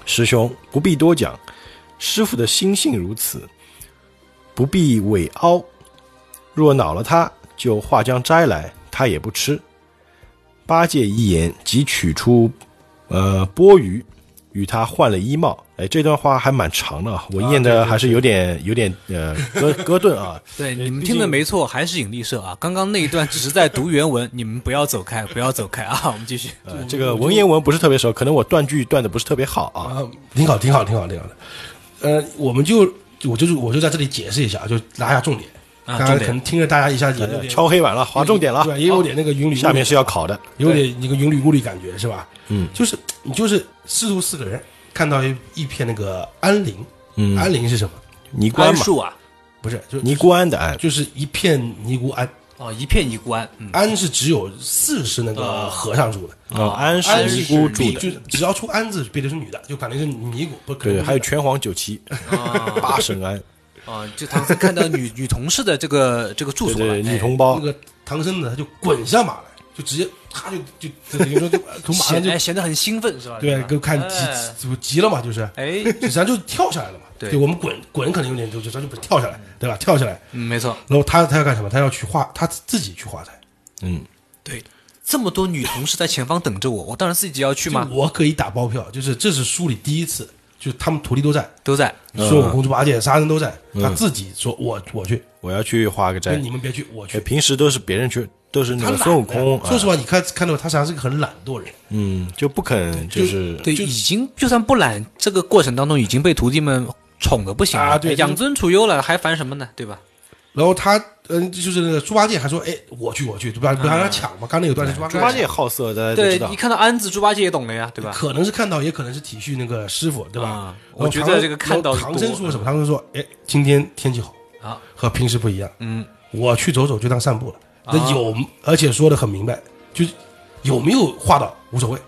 Speaker 1: 师兄不必多讲，师傅的心性如此，不必伪凹。若恼了他，就画浆摘来，他也不吃。”八戒一言即取出，呃，钵盂，与他换了衣帽。哎，这段话还蛮长的啊，我念的还是有点、有点呃隔隔顿啊。
Speaker 2: 对，
Speaker 1: 对
Speaker 2: 你们
Speaker 1: 毕
Speaker 2: 听的
Speaker 1: 竟
Speaker 2: 没错，还是引力社啊。刚刚那一段只是在读原文，你们不要走开，不要走开啊！我们继续。
Speaker 1: 呃，这个文言文不是特别熟，可能我断句断的不是特别好啊。
Speaker 3: 啊，挺好，挺好，挺好，挺好的。呃，我们就我就是我就在这里解释一下，就拉一下重点。
Speaker 2: 啊
Speaker 3: 大家
Speaker 2: 重
Speaker 3: 可
Speaker 2: 点
Speaker 3: 能听着大家一下也有点
Speaker 1: 啊敲黑板了，划重点了，
Speaker 3: 对，也有点那个云里雾里
Speaker 1: 下面是要考的。
Speaker 3: 有点一个云里雾里感觉是吧？
Speaker 1: 嗯，
Speaker 3: 就是你就是师徒四个人看到一一片那个安林，
Speaker 1: 嗯，
Speaker 3: 安林是什么？
Speaker 1: 尼姑
Speaker 2: 桉
Speaker 1: 庵嘛，
Speaker 2: 树啊，
Speaker 3: 不是，就
Speaker 1: 尼姑庵的庵，
Speaker 3: 就是一片尼姑庵，
Speaker 2: 哦，一片一关，嗯，
Speaker 3: 庵是只有四十那个和尚住的，
Speaker 1: 啊，庵
Speaker 3: 庵
Speaker 1: 是尼姑住
Speaker 3: 必
Speaker 1: 的，
Speaker 3: 就是只要出庵字，别的是女的，就肯定是尼姑，不可能
Speaker 1: 对，
Speaker 3: 是
Speaker 1: 还有
Speaker 3: 男的
Speaker 1: 拳皇九旗、
Speaker 2: 啊
Speaker 1: 八神庵，
Speaker 2: 啊，就唐僧看到
Speaker 3: <laughs>
Speaker 2: 女女同事的这个这个住
Speaker 1: 对
Speaker 2: 所了， <laughs>
Speaker 1: 对，
Speaker 2: 哎
Speaker 1: 女同胞
Speaker 3: 那，个唐僧呢，他就滚下马来，就直接他就就就等于说就从马上
Speaker 2: <laughs> 显
Speaker 3: 就
Speaker 2: 哎显得很兴奋是吧？
Speaker 3: 对，
Speaker 2: 吧
Speaker 3: 就看急
Speaker 2: 哎
Speaker 3: 急急了嘛，就是。
Speaker 2: 哎，
Speaker 3: 实际上就跳下来了嘛，
Speaker 2: 对
Speaker 3: 我们滚滚可能有点就就他就不跳下来，对吧？跳下来，
Speaker 2: 嗯，没错，
Speaker 3: 然后他他要干什么？他要去画，他自己去画菜。
Speaker 1: 嗯，
Speaker 2: 对，这么多女同事在前方等着我，我当然自己要去
Speaker 3: 就
Speaker 2: 嘛，
Speaker 3: 我可以打包票，就是这是书里第一次，就是他们徒弟都在，
Speaker 2: 都在，
Speaker 3: 孙悟空、猪八戒、沙僧都在，他自己说我我去，
Speaker 1: 我要去画个
Speaker 3: 那
Speaker 1: 斋。
Speaker 3: 你们别去，我
Speaker 1: 哎
Speaker 3: 去。
Speaker 1: 平时都是别人去，都是那
Speaker 3: 他
Speaker 1: 个
Speaker 3: 懒
Speaker 1: 孙悟空，
Speaker 3: 说实
Speaker 1: 话，
Speaker 3: 话，你看看到他实际上是个很懒惰的人，
Speaker 1: 嗯，就不肯就是
Speaker 2: 对，已经就算不懒，这个过程当中已经被徒弟们宠的不行了，
Speaker 3: 啊对
Speaker 2: 哎
Speaker 3: 就是
Speaker 2: 养尊处优了，还烦什么呢？对吧？
Speaker 3: 然后他嗯，就是那个猪八戒还说，哎，我去我去，不要不要让他抢嘛。刚才有段是猪八
Speaker 1: 猪八戒
Speaker 3: 抢
Speaker 1: 好色，大家都
Speaker 2: 对
Speaker 1: 知，道
Speaker 2: 一。看到安子，猪八戒也懂了呀，对吧？
Speaker 3: 可能是看到，也可能是体恤那个师傅，对吧
Speaker 2: 啊？
Speaker 3: 然后
Speaker 2: 我觉得
Speaker 3: 唐僧
Speaker 2: 这个看到的
Speaker 3: 然后唐僧
Speaker 2: 多
Speaker 3: 说什么？唐僧说，哎，今天天气好，
Speaker 2: 啊，
Speaker 3: 和平时不一样，
Speaker 2: 嗯，
Speaker 3: 我去走走就当散步了。那
Speaker 2: 啊
Speaker 3: 有，而且说的很明白，就是有没有画到无所谓，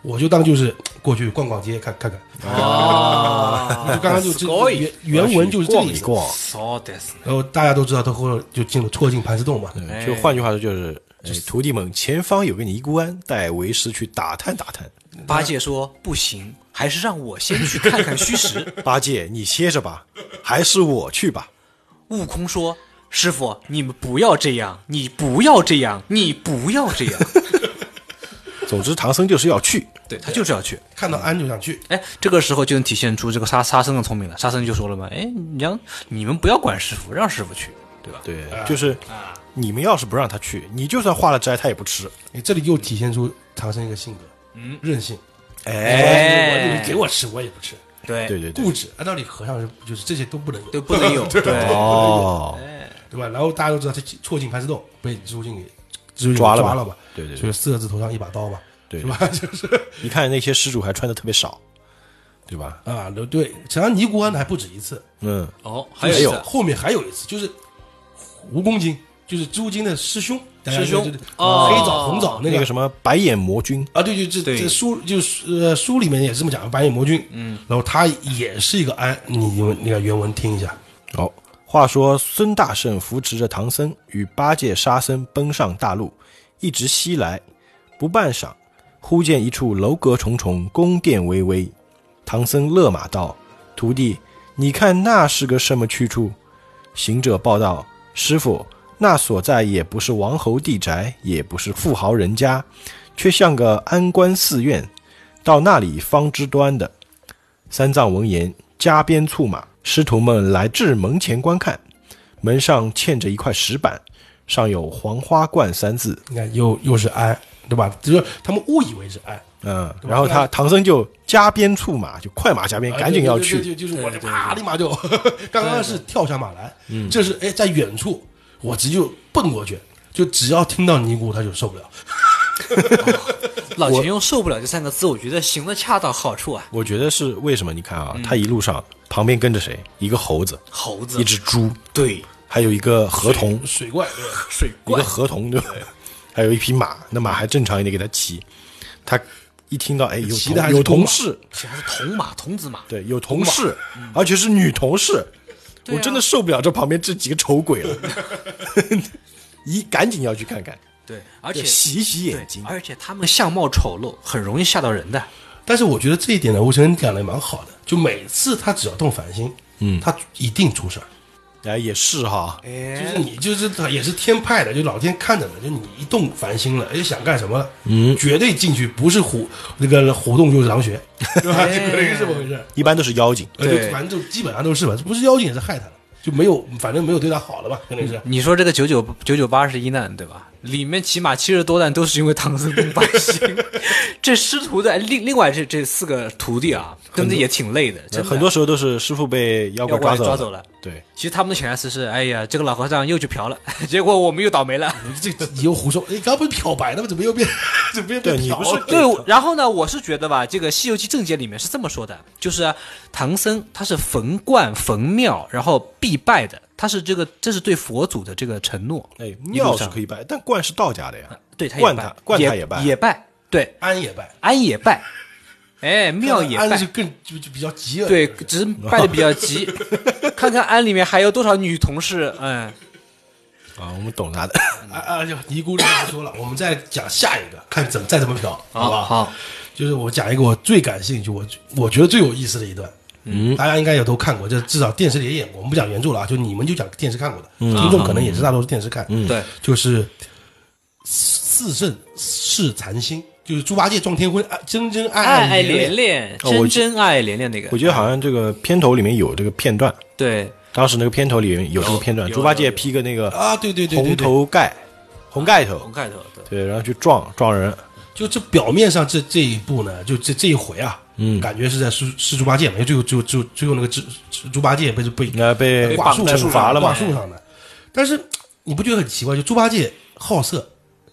Speaker 3: 我就当就是过去逛逛街看看看。
Speaker 2: 哦
Speaker 3: 我 <laughs> 就刚刚就这原原文就是这个
Speaker 1: 逛
Speaker 3: 意
Speaker 1: 一
Speaker 3: 思。
Speaker 1: 逛，
Speaker 2: そうですね。
Speaker 3: 然后大家都知道，他后来就进了错进盘丝洞嘛。
Speaker 1: 对就换句话说就是，哎徒弟们，前方有个尼姑庵，带为师去打探打探。
Speaker 2: 八戒说不行，还是让我先去看看虚实。
Speaker 1: 八戒，你歇着吧，还是我去吧。
Speaker 2: 悟空说：“师傅，你们不要这样，你不要这样，你不要这
Speaker 1: <laughs>
Speaker 2: 样。
Speaker 1: 总之，唐僧就是要去。
Speaker 2: 对他就是要去。
Speaker 3: 看到安就想去，
Speaker 2: 哎，这个时候就能体现出这个沙沙僧的聪明了。沙僧就说了嘛：“哎，你让你们不要管师傅，让师傅去，对吧？”
Speaker 1: 对，就是你们要是不让他去，你就算化了斋，他也不吃。
Speaker 3: 哎这里又体现出唐僧一个性格，嗯，任性。
Speaker 2: 哎
Speaker 3: 我你给我吃我也不吃，
Speaker 2: 对
Speaker 1: 对对对，
Speaker 3: 固执。按道理和尚是就是这些都不能有，
Speaker 2: 对不
Speaker 1: <laughs>
Speaker 2: 能有对
Speaker 1: 哦，
Speaker 3: <laughs> 对吧？然后大家都知道他错进盘丝洞被蜘蛛精给蜘蛛精
Speaker 1: 抓了
Speaker 3: 了
Speaker 1: 嘛
Speaker 3: 了嘛，
Speaker 1: 对对
Speaker 3: 所
Speaker 1: 对
Speaker 3: 以四个字头上一把刀嘛，
Speaker 1: 对
Speaker 3: 是
Speaker 1: 对，
Speaker 3: 吧？ <laughs> 就是
Speaker 1: 你看那些施主还穿的特别少，对吧？
Speaker 3: 啊，对，实际上尼姑庵还不止一次，
Speaker 1: 嗯，
Speaker 2: 哦，还
Speaker 3: 就
Speaker 2: 有
Speaker 3: 是
Speaker 2: 一次
Speaker 3: 后面还有一次，就是蜈蚣精，就是蜘蛛精的师兄，大家
Speaker 2: 师兄
Speaker 3: 就是
Speaker 2: 哦
Speaker 3: 黑枣红枣那
Speaker 1: 那
Speaker 3: 个
Speaker 1: 个什么白眼魔君，
Speaker 3: 啊，对，就这
Speaker 2: 对
Speaker 3: 这书就是呃书里面也是这么讲，白眼魔君，嗯，然后他也是一个安，你用那个原文听一下，
Speaker 1: 好，话说孙大圣扶持着唐僧与八戒、沙僧奔上大路，一直西来，不半晌，忽见一处楼阁重重，宫殿巍巍。唐僧勒马道：“徒弟，你看那是个什么去处？”行者报道：“师傅，那所在也不是王侯地宅，也不是富豪人家，却像个安官寺院。到那里方知端的。”三藏闻言，加鞭促马，师徒们来至门前观看，门上嵌着一块石板，上有“黄花观”三字。
Speaker 3: 你看又又是安，对吧？就是他们误以为是安，
Speaker 1: 嗯，然后他唐僧就加鞭促马，就快马加鞭，
Speaker 3: 啊
Speaker 1: 哎赶紧要
Speaker 3: 对
Speaker 1: 去。
Speaker 3: 对对对就是我就啪，立马就，刚刚是跳下马来，这是哎，在远处我直接就奔过去，就只要听到尼姑他就受不了，
Speaker 2: 老钱用“受不了”这三个字，我觉得行的恰到好处啊。
Speaker 1: 我觉得是为什么？你看啊，他一路上旁边跟着谁？一个猴子，
Speaker 2: 猴
Speaker 3: 嗯
Speaker 2: 子
Speaker 1: 一只猪，
Speaker 2: 对
Speaker 1: 还有一个河童，
Speaker 3: 水怪，对
Speaker 2: 水
Speaker 1: 一个河童对吧？还有一匹马，那马还正常一点给他骑。他一听到哎有
Speaker 3: 骑的还
Speaker 1: 同
Speaker 3: 是
Speaker 1: 有
Speaker 3: 公
Speaker 1: 同
Speaker 3: 马
Speaker 1: 事，
Speaker 2: 且还是铜马童子马，
Speaker 1: 对，有同事，而且是女同事，
Speaker 2: 啊
Speaker 1: 我真的受不了这旁边这几个丑鬼
Speaker 2: <laughs>
Speaker 1: 了，一赶紧要去看看，
Speaker 2: 对，而且
Speaker 1: 对洗一洗
Speaker 2: 对
Speaker 1: 眼睛。
Speaker 2: 而且他们相貌丑陋，很容易吓到人的。
Speaker 3: 但是我觉得这一点呢，吴承恩讲的蛮好的，就每次他只要动反心，
Speaker 1: 嗯
Speaker 3: 他一定出事儿。
Speaker 1: 哎，也是哈，
Speaker 3: 就是你就是他也是天派的，就老天看着的，就你一动凡心了，哎，想干什么了，嗯，绝对进去，不是虎那个虎洞就是狼穴，对吧？就可 <laughs> 能是这么回事儿，
Speaker 1: 一般都是妖精。
Speaker 3: 呃
Speaker 2: 对
Speaker 3: 就反正就基本上都是吧，不是妖精也是害他的，就没有，反正没有对他好了吧，肯定是。
Speaker 2: 你说这个九九九九八十一难对吧？里面起码七十多难都是因为唐僧跟八 <laughs> 星，这师徒的另另外这这四个徒弟啊，跟着也挺累的，真的
Speaker 1: 很多时候都是师傅被妖怪
Speaker 2: 妖怪
Speaker 1: 走
Speaker 2: 抓走了。
Speaker 1: 对，
Speaker 2: 其实他们的潜台词是：哎呀，这个老和尚又去嫖 <laughs> 了，结果我们又倒霉了。
Speaker 3: 这这你又胡说！你刚不是漂白的吗？怎么又变 <laughs> 怎么又变
Speaker 1: 对你
Speaker 3: 漂
Speaker 1: 不是
Speaker 3: 了？
Speaker 2: <laughs> 对，然后呢，我是觉得吧，这个《西游记正解》里面是这么说的，就是、啊、唐僧他是逢观逢庙，然后必拜的，他是这个这是对佛祖的这个承诺，
Speaker 1: 哎，
Speaker 2: 一路
Speaker 1: 庙是
Speaker 2: 上
Speaker 1: 可以拜，但观是道家的呀。
Speaker 2: 啊对他也
Speaker 1: 观
Speaker 2: 拜
Speaker 1: 他观他
Speaker 2: 也
Speaker 1: 也拜
Speaker 2: 也拜，对
Speaker 3: 安也拜，
Speaker 2: 安也拜，哎庙也
Speaker 3: 安
Speaker 2: 拜
Speaker 3: 是，更就就比较急了。
Speaker 2: 对，只 <laughs> 是拜的比较急，看看安里面还有多少女同事，嗯，
Speaker 1: 啊，我们懂他的。
Speaker 3: 啊啊！就尼姑就不说了，我们再讲下一个，看怎么再怎么漂，好吧？
Speaker 2: 好好，
Speaker 3: 就是我讲一个我最感兴趣，我我觉得最有意思的一段，嗯，大家应该也都看过，这至少电视里也演过。我们不讲原著了啊，就你们就讲电视看过的，听众可能也是大多是电视看，嗯，
Speaker 2: 对，
Speaker 3: 就是四圣试禅心，就是猪八戒撞天婚，啊真真爱
Speaker 2: 爱爱
Speaker 3: 连
Speaker 2: 连连，
Speaker 1: 哦我
Speaker 2: 真真爱连连那个
Speaker 1: 我，觉得好像这个片头里面有这个片段，
Speaker 2: 对，
Speaker 1: 当时那个片头里面有这个片段，
Speaker 2: 有
Speaker 1: 猪八戒披个那个
Speaker 3: 啊，对对对对
Speaker 1: 红
Speaker 3: 对，
Speaker 1: 头盖，红盖头
Speaker 2: 红，盖头，对。
Speaker 1: 对，然后去撞撞人。
Speaker 3: 就这表面上这这一步呢，就这这一回啊，嗯，感觉是在是是猪八戒嘛，因为最后最后最后最后那个猪猪猪八戒被被
Speaker 1: 那被
Speaker 3: 挂树
Speaker 1: 惩罚了
Speaker 3: 挂
Speaker 1: 嘛？
Speaker 3: 树上的。但是你不觉得很奇怪？就猪八戒好色，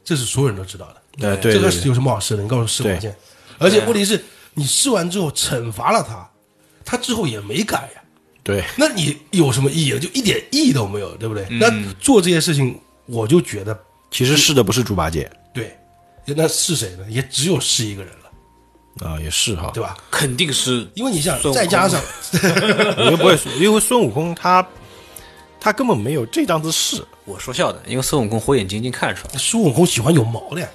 Speaker 3: 这是所有人都知道的，
Speaker 1: 呃，对
Speaker 3: 这
Speaker 1: 对
Speaker 3: 个是
Speaker 1: 对，
Speaker 3: 有什么好试的？你告诉我试
Speaker 1: 对
Speaker 3: 火箭，而且问题是，你试完之后惩罚了他，他之后也没改呀、
Speaker 1: 对，
Speaker 3: 那你有什么意义了？就一点意义都没有，对不对？那做这些事情，我就觉得
Speaker 1: 其实是的不是猪八戒
Speaker 3: 对，那是谁呢？也只有是一个人了，
Speaker 1: 啊，也是哈，
Speaker 3: 对吧？
Speaker 2: 肯定是
Speaker 3: 因为你想
Speaker 2: 孙悟空
Speaker 3: 再加上
Speaker 1: 因为不会，因为孙悟空他他根本没有这档子事，
Speaker 2: 我说笑的，因为孙悟空火眼金睛看得出来。
Speaker 3: 孙悟空喜欢有毛的呀，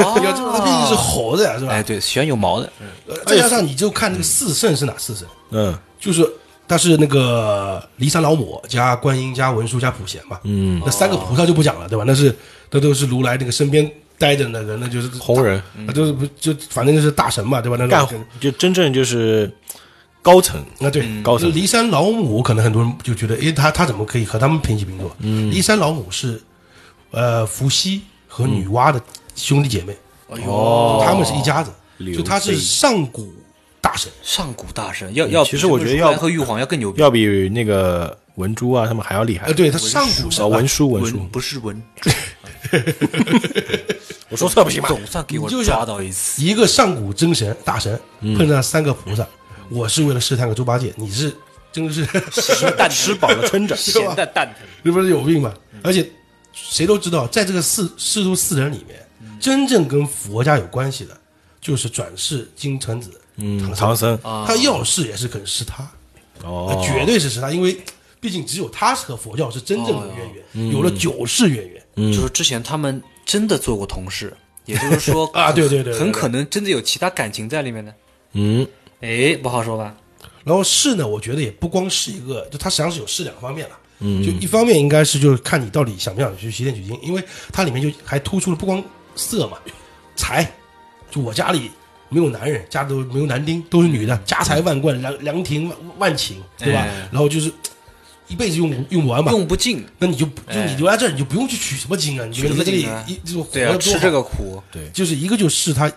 Speaker 2: 哦 <laughs>
Speaker 3: 你要这么说他毕竟是猴子呀，是吧？
Speaker 2: 哎，对，喜欢有毛的，
Speaker 3: 呃再加上你就看这个四圣是哪四圣，
Speaker 1: 嗯
Speaker 3: 就是他是那个骊山老母加观音加文殊加普贤嘛，
Speaker 1: 嗯，
Speaker 3: 那三个菩萨就不讲了，对吧？那是那都是如来那个身边待着那个，那就是
Speaker 1: 红人
Speaker 3: 那就是不就反正就是大神嘛，对吧？那
Speaker 1: 干
Speaker 3: 种
Speaker 1: 就真正就是高层
Speaker 3: 那对
Speaker 1: 高层
Speaker 3: 骊山老母可能很多人就觉得，诶，他他怎么可以和他们平起平坐？
Speaker 1: 嗯
Speaker 3: 骊山老母是呃伏羲和女娲的兄弟姐妹，
Speaker 2: 哎
Speaker 3: 哦，他们是一家子，
Speaker 1: 嗯刘
Speaker 3: 就他是
Speaker 1: 备
Speaker 3: 上古大神。
Speaker 2: 上古大神，要要比
Speaker 1: 其实我觉得
Speaker 2: 如
Speaker 1: 要
Speaker 2: 来和玉皇要更牛逼。
Speaker 1: 要比那个文珠啊他们还要厉害
Speaker 3: 呃，。对他上古神
Speaker 1: 啊，文殊文殊
Speaker 2: 文，不是文，
Speaker 1: 我说错不行吗？
Speaker 2: 总算给我
Speaker 3: 你就想
Speaker 2: 抓到一次。
Speaker 3: 一个上古真神大神碰上三个菩萨，我是为了试探个猪八戒，你是真的是
Speaker 2: 咸蛋吃饱了
Speaker 1: <laughs>
Speaker 2: 撑着，
Speaker 3: <laughs>
Speaker 2: 咸蛋蛋疼。
Speaker 3: 你不是有病吧？而且谁都知道，在这个四师徒四人里面，真正跟佛家有关系的，就是转世金蝉子
Speaker 1: 嗯，
Speaker 3: 唐
Speaker 1: 唐僧
Speaker 3: 他要试也是肯试他，
Speaker 1: 哦
Speaker 3: 他，绝对是试他，因为毕竟只有他是和佛教是真正的渊源，有了九世渊源。
Speaker 2: 就是之前他们真的做过同事，也就是 <laughs> 说
Speaker 3: 啊对对对对对
Speaker 2: 很可能真的有其他感情在里面呢。
Speaker 1: 嗯，
Speaker 2: 哎，不好说吧？
Speaker 3: 然后试呢，我觉得也不光是一个，就它实际上是有试两方面了。嗯，就一方面应该是就是看你到底想不想去洗脸取经，因为它里面就还突出了不光色嘛，财，就我家里没有男人，家里都没有男丁，都是女的，家财万贯，良良田万万顷，对吧？
Speaker 2: 嗯哎
Speaker 3: 然后就是嘖一辈子用不用不完嘛，
Speaker 2: 用不尽，
Speaker 3: 那你就不就
Speaker 2: 哎
Speaker 3: 你留在这儿，你就不用去取什么经啊，你就
Speaker 2: 取
Speaker 3: 在
Speaker 2: 什么
Speaker 3: 这里
Speaker 2: 经啊
Speaker 3: 一就活
Speaker 2: 对啊，
Speaker 3: 着
Speaker 2: 吃这个苦，
Speaker 3: 就是一个就是他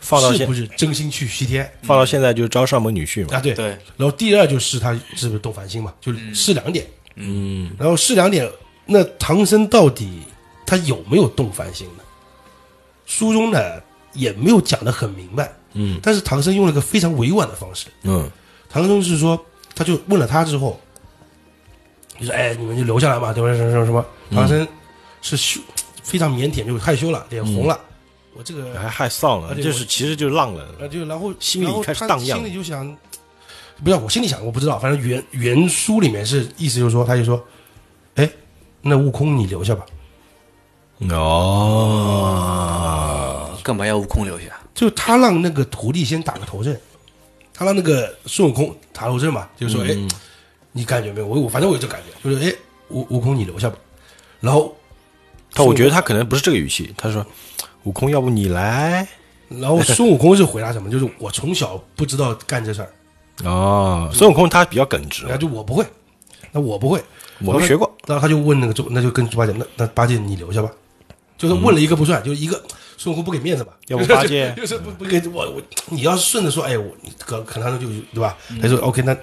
Speaker 1: 放到
Speaker 3: 是
Speaker 1: 现
Speaker 3: 不是真心去西天
Speaker 1: 放到现在就是招上门女婿嘛。
Speaker 3: 啊？对
Speaker 2: 对，
Speaker 3: 然后第二就是他是不是动凡心嘛，就是试两点，嗯，然后试两点，那唐僧到底他有没有动凡心呢？书中呢也没有讲得很明白，嗯，但是唐僧用了个非常委婉的方式，
Speaker 1: 嗯
Speaker 3: 唐僧是说，他就问了他之后，就说：“哎，你们就留下来嘛，对吧？什么什么什么？”唐僧是羞，非常腼腆，就害羞了，脸红了，我这个
Speaker 1: 还害臊了，
Speaker 3: 而且
Speaker 1: 就是
Speaker 3: 我
Speaker 1: 其实就是浪
Speaker 3: 然后
Speaker 1: 人，
Speaker 3: 就然后
Speaker 1: 心里
Speaker 3: 然后
Speaker 1: 开始
Speaker 3: 他
Speaker 1: 荡漾
Speaker 3: 心里就想，不要我心里想，我不知道，反正原原书里面是意思就是说，他就说，哎，那悟空你留下吧，
Speaker 1: 哦，
Speaker 2: 干嘛要悟空留下？
Speaker 3: 就他让那个徒弟先打个头阵，他让那个孙悟空打头阵嘛，就是说，哎、
Speaker 1: 嗯
Speaker 3: 你感觉没有？我我反正我有这感觉，就是哎，悟悟空你留下吧。然后，
Speaker 1: 但我觉得他可能不是这个语气，他说：“悟空，要不你来
Speaker 3: 然后孙悟空是回答什么？就是我从小不知道干这事儿，？”
Speaker 1: 哦，孙悟空他比较耿直
Speaker 3: 然，后就我不会，那我不会，
Speaker 1: 我没学过。
Speaker 3: 然后他就问那个猪，那就跟猪八戒，那那八戒你留下吧，就是问了一个不算，就是一个孙悟空不给面子吧，
Speaker 1: 要不八戒
Speaker 3: 就是不不给我我你要是顺着说，哎我你可可能他就对吧？他说 OK，那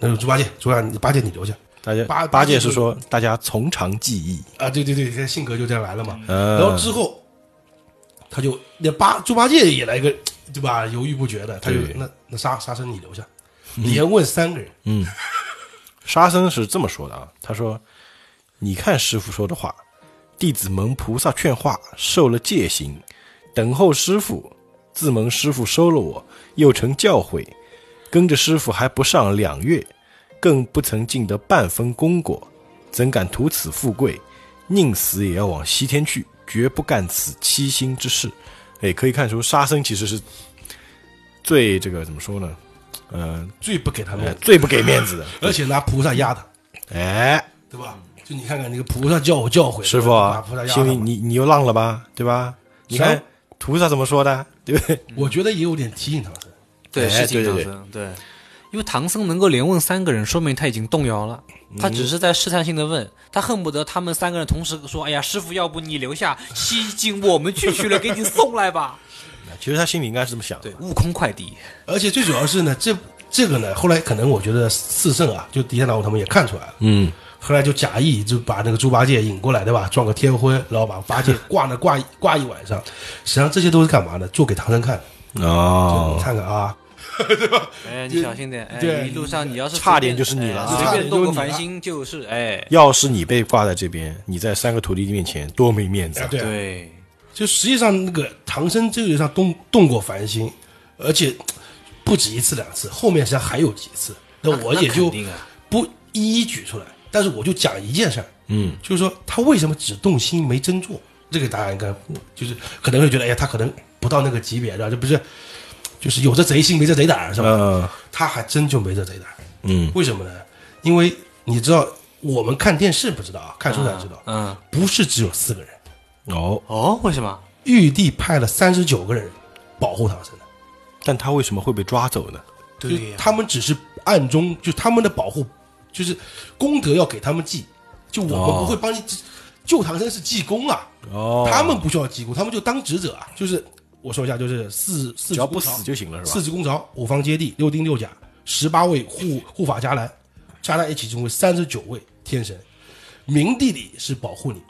Speaker 3: 那就猪八戒，猪八戒你八戒你留下
Speaker 1: 大家
Speaker 3: 八
Speaker 1: 八戒是说大家从长计议，
Speaker 3: 啊，对对对，他性格就这样来了嘛。
Speaker 1: 嗯
Speaker 3: 然后之后他就那八猪八戒也来个对吧，犹豫不决的，他就
Speaker 1: 对
Speaker 3: 那那沙沙僧你留下，连问三个人，
Speaker 1: 沙僧是这么说的啊，他说：“你看师傅说的话，弟子蒙菩萨劝化，受了戒行，等候师傅，自蒙师傅收了我，又成教诲，跟着师傅还不上两月，更不曾尽得半分功果，怎敢图此富贵？宁死也要往西天去，绝不干此欺心之事。”哎，可以看出沙僧其实是最这个怎么说呢？呃，
Speaker 3: 最不给他面
Speaker 1: 呃
Speaker 3: 子，
Speaker 1: 最不给面子的。
Speaker 3: 而且拿菩萨压他，
Speaker 1: 哎，
Speaker 3: 对吧？就你看看那个菩萨教我教诲，
Speaker 1: 师傅
Speaker 3: 把菩萨，压
Speaker 1: 心
Speaker 3: 他
Speaker 1: 里
Speaker 3: 嘛
Speaker 1: 你你又浪了吧，对吧？你看菩萨怎么说的，对不对？
Speaker 3: 我觉得也有点提醒唐僧。
Speaker 2: 对，
Speaker 1: 哎
Speaker 2: 是金
Speaker 1: 对
Speaker 2: 唐
Speaker 1: 对
Speaker 2: 僧，对，因为唐僧能够连问三个人，说明他已经动摇了。他只是在试探性的问，他恨不得他们三个人同时说：“哎呀，师傅，要不你留下，西经我们去去了，给你送来吧。
Speaker 1: 其实他心里应该是这么想”的
Speaker 2: <laughs> 对，，悟空快递，
Speaker 3: 而且最主要是呢，这这个呢，后来可能我觉得四圣啊，就狄三老他们也看出来了，
Speaker 1: 嗯，
Speaker 3: 后来就假意就把那个猪八戒引过来，对吧？撞个天婚，然后把八戒挂那 <laughs> 挂一挂一晚上，实际上这些都是干嘛呢？做给唐僧看，
Speaker 1: 哦
Speaker 3: 你，看看啊，
Speaker 2: 哎，你小心点，哎，
Speaker 3: 对
Speaker 2: 一路上你要是
Speaker 1: 差
Speaker 2: 随
Speaker 1: 点
Speaker 2: 便
Speaker 1: 就是你了
Speaker 2: 哎
Speaker 1: 啊
Speaker 2: 随便动个
Speaker 3: 差点
Speaker 2: 凡
Speaker 3: 就是
Speaker 2: 心就是哎，
Speaker 1: 要是你被挂在这边，你在三个徒弟面前多没面子
Speaker 3: 哎
Speaker 1: 啊！
Speaker 3: 对啊，
Speaker 2: 对，
Speaker 3: 就实际上那个唐僧这个上动动过凡心，而且不止一次两次，后面实际上还有几次，那我也
Speaker 2: 肯
Speaker 3: 就
Speaker 2: 定啊，
Speaker 3: 不一一举出来，但是我就讲一件事儿，
Speaker 1: 嗯，
Speaker 3: 就是说他为什么只动心没真做？这个答案应该就是可能会觉得，哎呀，他可能不到那个级别的，这不是就是有这贼心没这贼胆是
Speaker 2: 嗯
Speaker 3: 吧？
Speaker 1: 呃，
Speaker 3: 他还真就没这贼胆，
Speaker 1: 嗯，
Speaker 3: 为什么呢？因为你知道，我们看电视不知道啊，看书才知道，
Speaker 2: 嗯，
Speaker 3: 不是只有四个人，
Speaker 1: 哦，
Speaker 2: 哦，为什么？
Speaker 3: 玉帝派了三十九个人保护唐僧的，
Speaker 1: 但他为什么会被抓走呢？
Speaker 3: 对、他们只是暗中就他们的保护，就是功德要给他们记，就我们
Speaker 1: 哦
Speaker 3: 不会帮你记救唐僧是济公啊，
Speaker 1: 哦
Speaker 3: 他们不需要济公，他们就当职者啊，就是我说一下，就是四四
Speaker 1: 只
Speaker 3: 只
Speaker 1: 要不
Speaker 3: 公
Speaker 1: 死
Speaker 3: 曹，
Speaker 1: 就行了，是
Speaker 3: 四
Speaker 1: 吧？
Speaker 3: 只公曹，五方揭谛，六丁六甲，十八位护护法伽蓝，加在一起成为三十九位天神。明地里是保护你，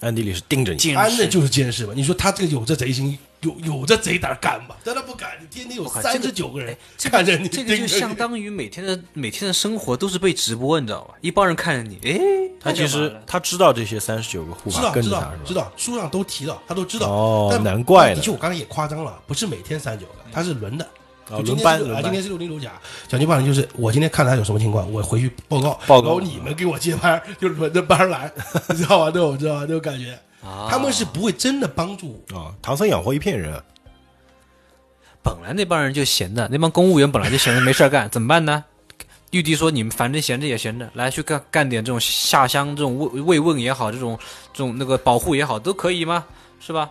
Speaker 1: 暗地里是盯着你，
Speaker 2: 监
Speaker 3: 安的
Speaker 2: 视，
Speaker 3: 就是监视嘛。你说他这个有这贼心，有有这贼胆敢吧？但他不敢，你天天有
Speaker 2: 靠
Speaker 3: 三
Speaker 2: 这
Speaker 3: 十
Speaker 2: 个
Speaker 3: 九个人
Speaker 2: 这
Speaker 3: 看着
Speaker 2: 个
Speaker 3: 你，
Speaker 2: 这个就相当于每天的每天的生活都是被直播，你知道吧？一帮人看着你，哎，
Speaker 1: 他其
Speaker 2: 那干嘛
Speaker 1: 实
Speaker 2: 呢
Speaker 1: 他知道这些三十九个护
Speaker 3: 知
Speaker 1: 法
Speaker 3: 道
Speaker 1: 跟
Speaker 3: 知
Speaker 1: 着
Speaker 3: 道
Speaker 1: 他，
Speaker 3: 知
Speaker 1: 是吧？
Speaker 3: 道，书上都提到，他都知道。
Speaker 1: 哦
Speaker 3: 但
Speaker 1: 难怪呢嗯
Speaker 3: 的确，我刚才也夸张了，不是每天三九个，他是轮的。
Speaker 1: 哦
Speaker 3: 就今
Speaker 1: 轮
Speaker 3: 天
Speaker 1: 班
Speaker 3: 是
Speaker 1: 轮
Speaker 3: 啊，
Speaker 1: 班
Speaker 3: 今天是六零六甲，讲句不好听，就是我今天看他有什么情况，我回去报告，
Speaker 1: 报告
Speaker 3: 然后你们给我接班，就轮着班来，
Speaker 1: <laughs>
Speaker 3: 你知道吧？那种知道吧？那种感觉，
Speaker 2: 啊
Speaker 3: 他们是不会真的帮助我。
Speaker 1: 哦，唐僧养活一片人啊，
Speaker 2: 本来那帮人就闲的，那帮公务员本来就闲着没事儿干，怎么办呢？玉帝说：“你们反正闲着也闲着，来去干干点这种下乡、这种慰慰问也好，这种这种那个保护也好，都可以吗？是吧？